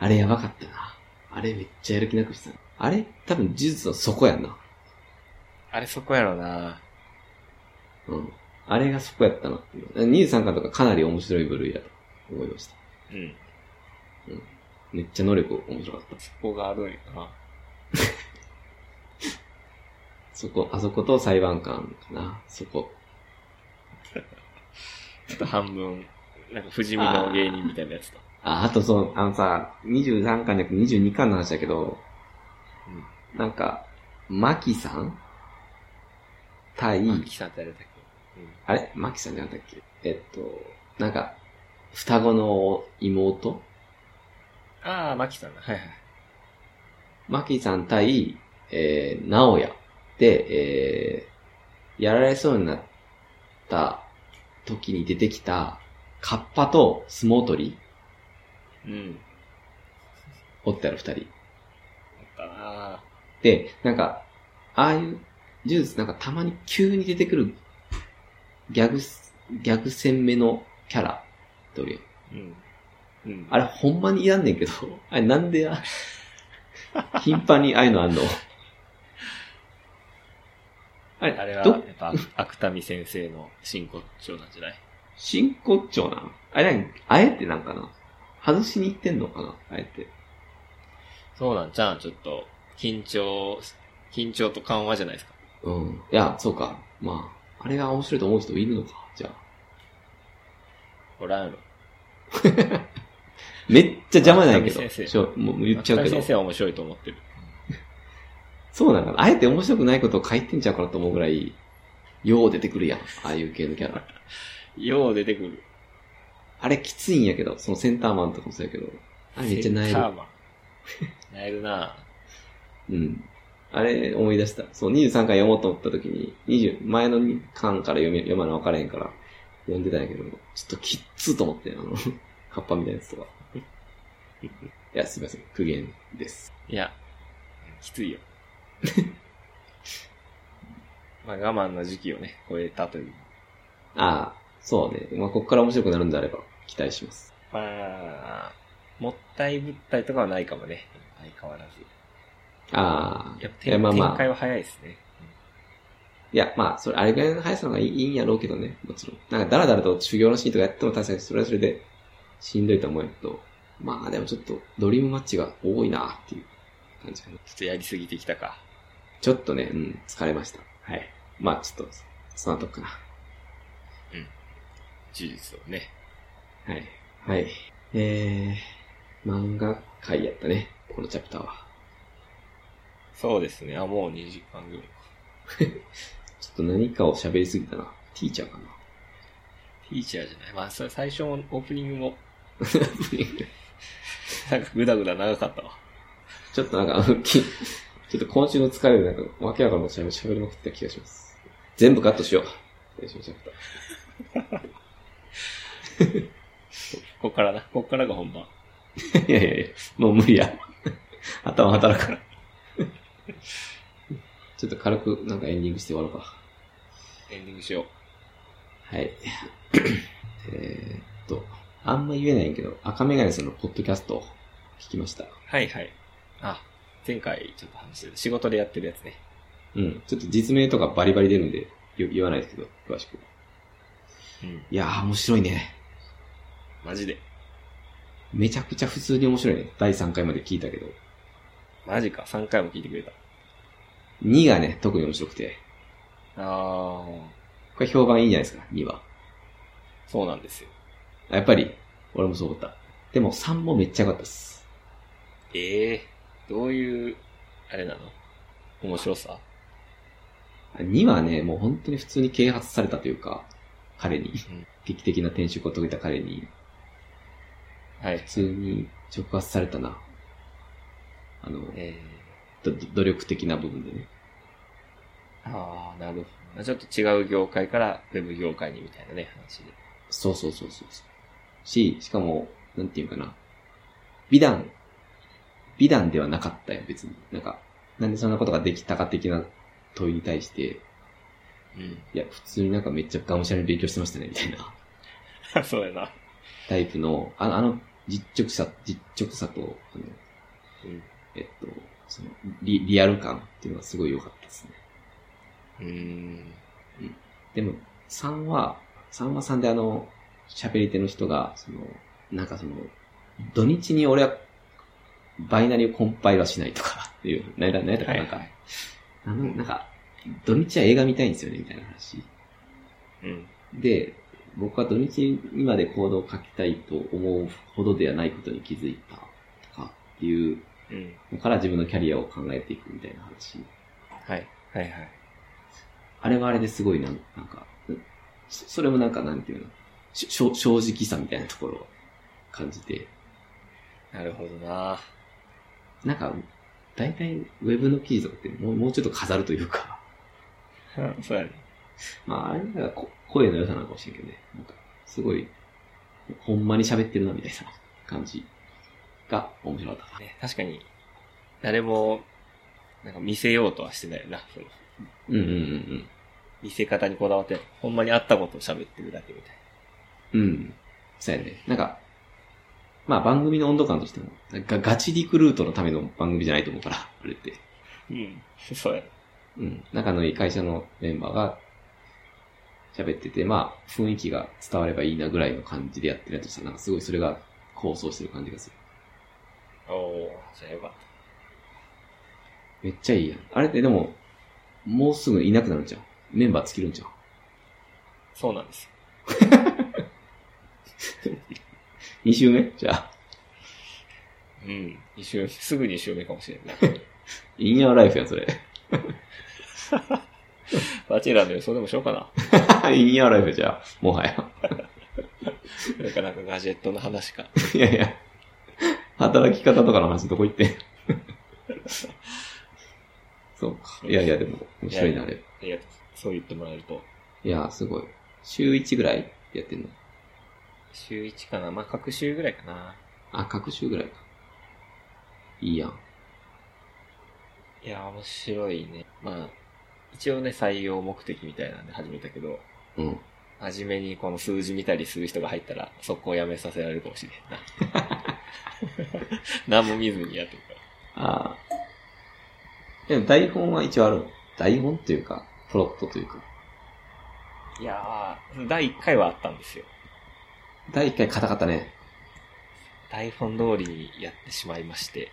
あれやばかったなあれめっちゃやる気なくしてた。あれ多分呪術の底やんな。
あれそこやろな
うん。あれがそこやったなっていう。23巻とかかなり面白い部類やと思いました。
うん。
めっちゃ能力面白かった。
そこがあるんやな。
そこ、あそこと裁判官かな。そこ。
ちょっと半分、なんか不死身の芸人みたいなやつと。
あ、あとそう、あのさ、23巻じゃなくて22巻の話だけど、なんか、マキさん対
う、ん。キさんってあれだっけうん。
あれマキさんじゃなかったっけえっと、なんか、双子の妹
ああ、マキさんだ。はいはい。
マキさん対、えー、ナオヤで、えー、やられそうになった時に出てきた、カッパと相撲取り
うん。
おったやろ、二人。
あ
で、なんか、ああいう呪術、なんかたまに急に出てくるギャグ、ギャグ戦目のキャラっておるよ。
あ。うん。うん。
あれほんまに嫌んねんけど、あれなんでや、頻繁にああいうのあんのあれ、
あれは、や
ど
っ、ぱ、芥見先生の真骨頂なんじゃない
真骨頂なんあれなんあえてなんかな外しに行ってんのかなあえて。
そうなんじゃん、ちょっと、緊張、緊張と緩和じゃないですか。
うん。いや、そうか。まあ、あれが面白いと思う人いるのか。じゃあ。
おらんやろ。
めっちゃ邪魔なんやけ
まあ
ど。
先生
しょもう言っちゃうけ
芥見
ど
先。生は面白いと思ってる。
そうなのかなあえて面白くないことを書いてんちゃうかなと思うぐらい、よう出てくるやん。ああいう系のキャラ。
よう出てくる。
あれきついんやけど、そのセンターマンとかもそうやけど。あれめっちゃ泣え
センター
る。
マン。なえるな
うん。あれ思い出した。そう、23巻読もうと思った時に、20、前の巻から読め、読まな分からへんから、読んでたんやけど、ちょっときっつーと思って、あの、 カッパみたいなやつとか。いや、すいません。苦言です。
いや、きついよ。 まあ我慢の時期をね、超えたという。
ああ、そうね。まあ、こっから面白くなるんであれば、期待します。
まあ、もったいぶったりとかはないかもね。相変わらず。
ああ。
やっぱ
いや
展,、
まあまあ
展開は早いですね。
いや、まあ、それ、あれぐらいの速さの方がいいいいんやろうけどね、もちろん。なんか、だらだらと修行のシーンとかやっても確かにそれはそれでしんどいと思うけど、まあ、でもちょっと、ドリームマッチが多いなっていう感じかな。
ちょっとやりすぎてきたか。
ちょっとね、うん、疲れました。はい。まあ、ちょっと、その後かな。
事実をね。
はい。はい。えー、漫画界やったね、このチャプターは。
そうですね。あ、もう2時間ぐらいか。
ちょっと何かを喋りすぎたな。ティーチャーかな。
ティーチャーじゃない。まあ、そ最初もオープニングも、 なんかぐだぐだ長かったわ。
ちょっとなんか、あのきちょっと今週の疲れでなんか、わけわかんないしゃべ喋りまくった気がします。全部カットしよう。大丈夫
ここからな。ここからが本番。
だった。いやいやいや、もう無理や。頭働くから。 ちょっと軽くなんかエンディングして終わろうか。
エンディングしよう。
はい。 えーっと、あんま言えないけど、赤メガネさんのポッドキャストを聞きました。
はいはい。あ、前回ちょっと話してた。仕事でやってるやつね。
うん。ちょっと実名とかバリバリ出るんで、よ言わないですけど、詳しく。
うん。
いやー、面白いね。
マジで。
めちゃくちゃ普通に面白いね。第3回まで聞いたけど。
マジか。3回も聞いてくれた。
2がね、特に面白くて。
あー、
これ評判いいんじゃないですか、2は。
そうなんですよ。
やっぱり、俺もそう思った。でも3もめっちゃ良かったです。
ええー、どういう、あれなの面白さ
2はね、もう本当に普通に啓発されたというか、彼に、
ん
劇的な転職を遂げた彼に、
はい
普。通に触発されたな。あの、
え
ど努力的な部分でね。
ー、あー、なるほど。ちょっと違う業界からウェブ業界にみたいなね、話で。
そうそうそうそうそう。し、しかも、なんていうかな。美談。美談ではなかったよ、別に。なんか、なんでそんなことができたか的な問いに対して、
う
いや、普通になんかめっちゃがむしゃらに勉強してましたね、みたいな
ん。そうやな。
タイプの、あの、あの実直さ、実直さと、あの、
うん。
えっと、その、リリアル感っていうのがすごい良かったですね。
うーん。
でも、3は、3は3であの、喋り手の人が、その、なんかその、土日に俺は、バイナリーをコンパイルはしないとか、っていう、なんだ、なんやったかななんか、
はい
あの、なんか、土日は映画見たいんですよね、みたいな話。
うん。
で、僕は土日にまで行動を書きたいと思うほどではないことに気づいたとかっていう
うん。
のから自分のキャリアを考えていくみたいな話。
はい。はいはい。
あれはあれですごいな、なんか、うんそそれもなんかなんていうの、ししょ正直さみたいなところを感じて、
なるほどな。
なんか、大体ウェブの記事とかってもうもうちょっと飾るというか、
そうやね。
まああれなんかこ声の良さなのかもしれんけどね、なんかすごい、ほんまに喋ってるなみたいな感じ。が面白かった。
ね、確かに、誰も、なんか見せようとはしてないよな。その
うんうんうん
見せ方にこだわってない、ほんまにあったことを喋ってるだけみたい
うん。うん。そうやね。なんか、まあ番組の温度感としても、がガチリクルートのための番組じゃないと思うから、あれって。
な。うん。そうや。
うん。仲のいい会社のメンバーが喋ってて、まあ雰囲気が伝わればいいなぐらいの感じでやってるやつとしたら、なんかすごいそれが構想してる感じがする。
おおじゃあよかっ
めっちゃいいやん。あれってでも、もうすぐいなくなるんじゃん。メンバー尽きるんじゃん。
た。そうなんですよ。
2週目じゃあ、
うん。二週、すぐ二週目かもしれない。
インヤーライフやん、それ。
バチェラーの予想でもしようかな。
インヤーライフじゃあ、もはや。
なかなかガジェットの話か。
いやいや、働き方とかの話どこ行ってん そうか。いやいや、でも、面白いな、あれ。
ありがとう。そう言ってもらえると。
いや、すごい。週1ぐらいやってんの
週1かな。まあ、各週ぐらいかな。
あ、各週ぐらいか。いいやん。
いや、面白いね。まあ、一応ね、採用目的みたいなんで始めたけど、
うん。
初めにこの数字見たりする人が入ったら、そこをやめさせられるかもしれ んな。何も見ずにやってるから。
ああ。でも台本は一応あるの台本というか、プロットというか。
いやー、第1回はあったんですよ。
第1回硬かったね。
台本通りにやってしまいまして、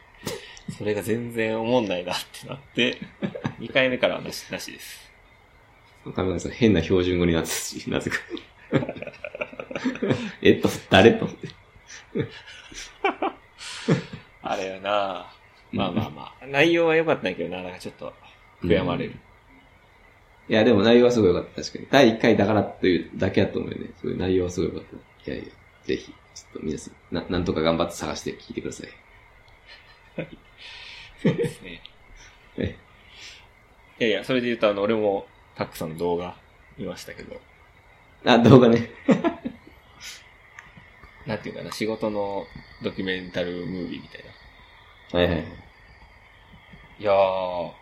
それが全然思んないなってな って、2回目からはなしなしです。
亀谷さん変な標準語になってた し、なぜか。えっと、誰と思って。
あれやなまあまあまあ。内容は良かったんやけどな、なんかちょっと悔やまれる。
いや、でも内容はすごい良かった。確かに。第1回だからというだけだと思うよね。そういう内容はすごい良かった。いやいや、ぜひ、ちょっと皆さん、ななんとか頑張って探して聞いてください。
そうですね。
え
いやいや、それで言うと、あの、俺も、タックさんの動画見ましたけど、
あ、動画ね。
なんていうかな、仕事のドキュメンタルムービーみたいな。
はいはいはい。
いやー、お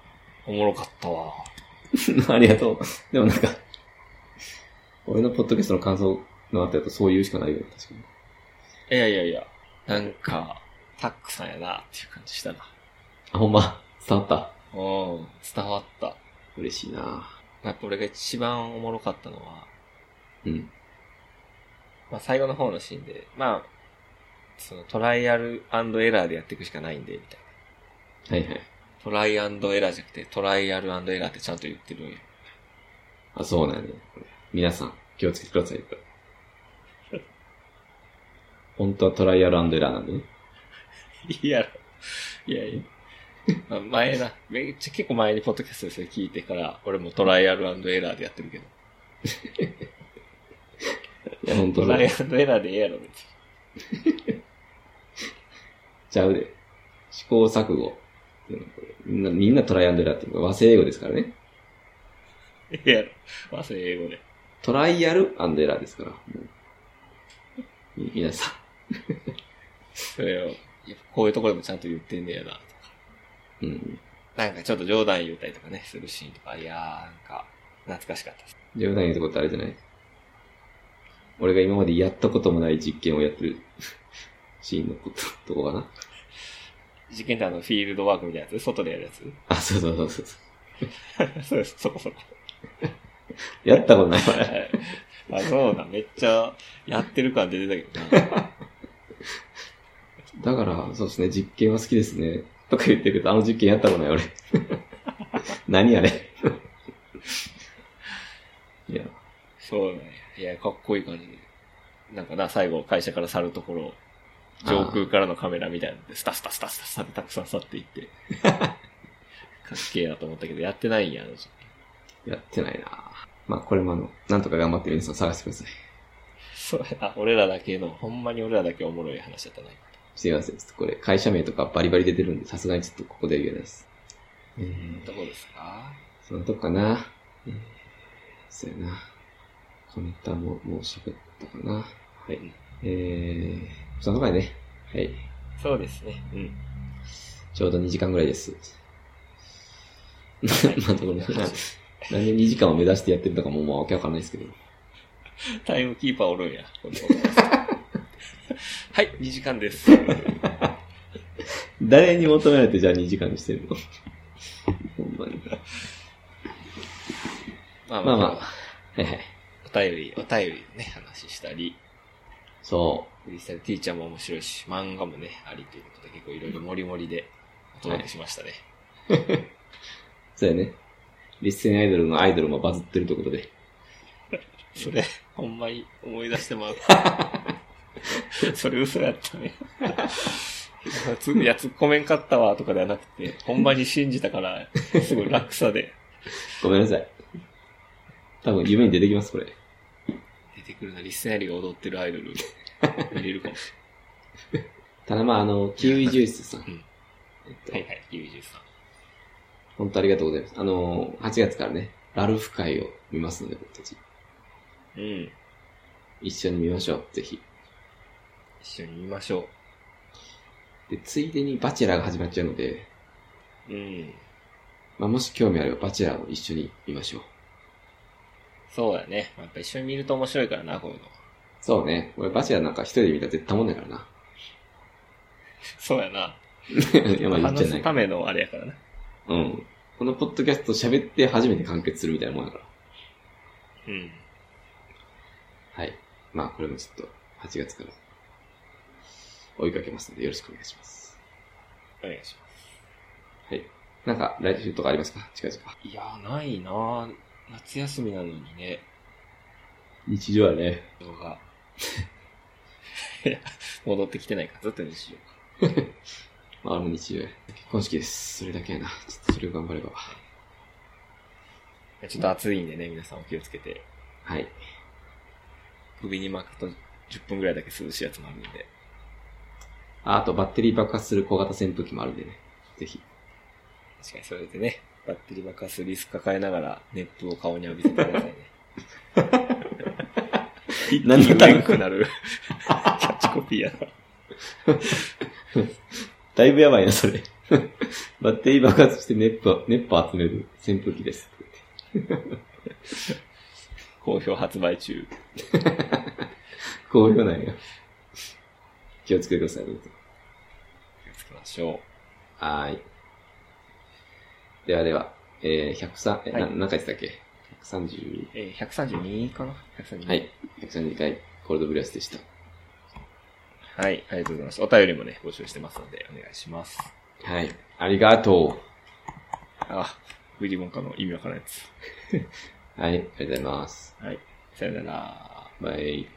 もろかったわ。
ありがとう。でもなんか、俺のポッドキャストの感想の後だとそう言うしかないよね。確かに。
いやいやいや、なんか、タックさんやなっていう感じしたな。
あ、ほんま、伝わった。
うん、伝わった。
嬉しいな
やっぱ俺が一番おもろかったのは、
うん。
まあ、最後の方のシーンで、まあ、そのトライアルエラーでやっていくしかないんで、みたいな。
はいはい。
トライアンドエラーじゃなくて、トライアルエラーってちゃんと言ってるんや。
あ、そうなんやね。皆さん、気をつけてください。 本当はトライアルエラーなんでね。
い やろ。いやいや。まあ前な、めっちゃ結構前にポッドキャストでそれ聞いてから、俺もトライアルエラーでやってるけど。
いや、本当
トライ
ね。
アルエラーでええやろ、別に。
ちゃうで。試行錯誤。みんな、みんなトライアンドエラーっていうか和製英語ですからね。
え えやろ。まあ、それ英語で。
トライアルアンドエラーですから。もうみ皆さん。
それを、やっぱこういうところでもちゃんと言ってんねやな、とか。
うん。
なんかちょっと冗談言ったりとかね、するシーンとか、いやー、なんか、懐かしかったです。
冗談言うとこってあれじゃない俺が今までやったこともない実験をやってる シーンのこと、とこかな。
実験ってあの、フィールドワークみたいなやつ外でやるやつ
あ、そうそうそうそうそう。
そうです、そこそこ。
やったことないわ。
はいあ、そうだ、めっちゃ、やってる感出てたけどな。
だから、そうですね、実験は好きですね。とか言ってるけど、あの実験やったことない、俺。 何あれ。 いや、
そうね。いや、かっこいい感じで。なんかな、最後、会社から去るところを、上空からのカメラみたいなので、スタスタスタスタスタってたくさん去ってい って。かっけえなと思ったけど、やってないんや、あの時
やってないなまあ、これもあの、なんとか頑張って皆さん探してください。
そうあ、俺らだけの、ほんまに俺らだけおもろい話だったな。
すいません、ちょっとこれ、会社名とかバリバリ出てるんで、さすがにちょっとここでは言えないです。えー、
どこですか
そのとこかな。えー、そうやな。このネタも、もう喋ったかな。はい。えー、そのとこやね。はい。
そうですね。うん。
ちょうど2時間ぐらいです。 まあ、これななんで2時間を目指してやってるのかも、まあ、わけわかんないですけど。
タイムキーパーおるんや。この はい、2時間です。
誰に求められてじゃあ2時間にしてるの ほんまに。
まあ
ま
ま
あ
あ、
まあ。はいはい。
お便り、お便りね、話したり、
そ
フリースタイルティーチャーも面白いし、漫画もね、ありということで、結構いろいろもりもりでお届けしましたね。
う。そうやね。リステンアイドルのアイドルもバズってるということで。
それ、ほんまに思い出して ます。それ嘘やったね。ついや、突っ込めんかったわ、とかではなくて、ほんまに信じたから、すごい落差で
ごめんなさい。多分夢に出てきます、これ。
出てくるな、リスナーリが踊ってるアイドル、見れるかもした
だまあ、あの、キウイジュースさん。
うん
えっと
れない。はいはい、ゆうじゅうさん。
本当ありがとうございます。あの、8月からね、ラルフ会を見ますので、僕たち。
うん。
一緒に見ましょう、ぜひ。
一緒に見ましょ
で、ついでにバチェラーが始まっちゃうので、
う。うん。
まあ、もし興味あればバチェラーも一緒に見ましょう。
そうだね。やっぱ一緒に見ると面白いからな、こういうの。
そうね。俺バチェラーなんか一人で見たら絶対もんない からな。
そうやな。
いや、まあ言っち
話
ゃな
す
い
た。めのあれやからな。
うん。このポッドキャスト喋って初めて完結するみたいなもんやから。
うん。
はい。まあ、これもちょっと、8月から、追いかけますので、よろしくお願いします。
お願いしま
はい。なんか、来週とかありますか近々。
す。いや、ないな夏休みなのにね、
日常はね。
動画。いや 戻ってきてないから、ずっとにしよう
まあ、俺も日常や。結婚式です。それだけやな。ちょっとそれを頑張れば。
か。ちょっと暑いんでね、皆さんお気をつけて。
はい。
首に巻くと10分ぐらいだけ涼しいやつもあるんで。
ああと、バッテリー爆発する小型扇風機もあるんでね。ぜひ。
確かにそれでね、バッテリー爆発するリスク抱えながら、熱風を顔に浴びせてください ね。一気
何
に
のため
上手くなる。キャッチコピーやな。
だいぶやばいな、それ。 バッテリー爆発して熱波、熱波集める扇風機です。
好評発売中。
こういうのよ。気をつけてください、どうぞ
気をつけましょ
はーい。ではでは、えー、103、え、
はい
な何回でしたっけ ?130、
う。えー、132かな ?132。
は。い。132回、コールドブレスでした。
はい、ありがとうございます。お便りもね、募集してますので、お願いします。
はい。ありがと
あ、ウィリボンカの意味わからないやつ。
う。はい、ありがとうございます。
はい。さよなら。
バイ。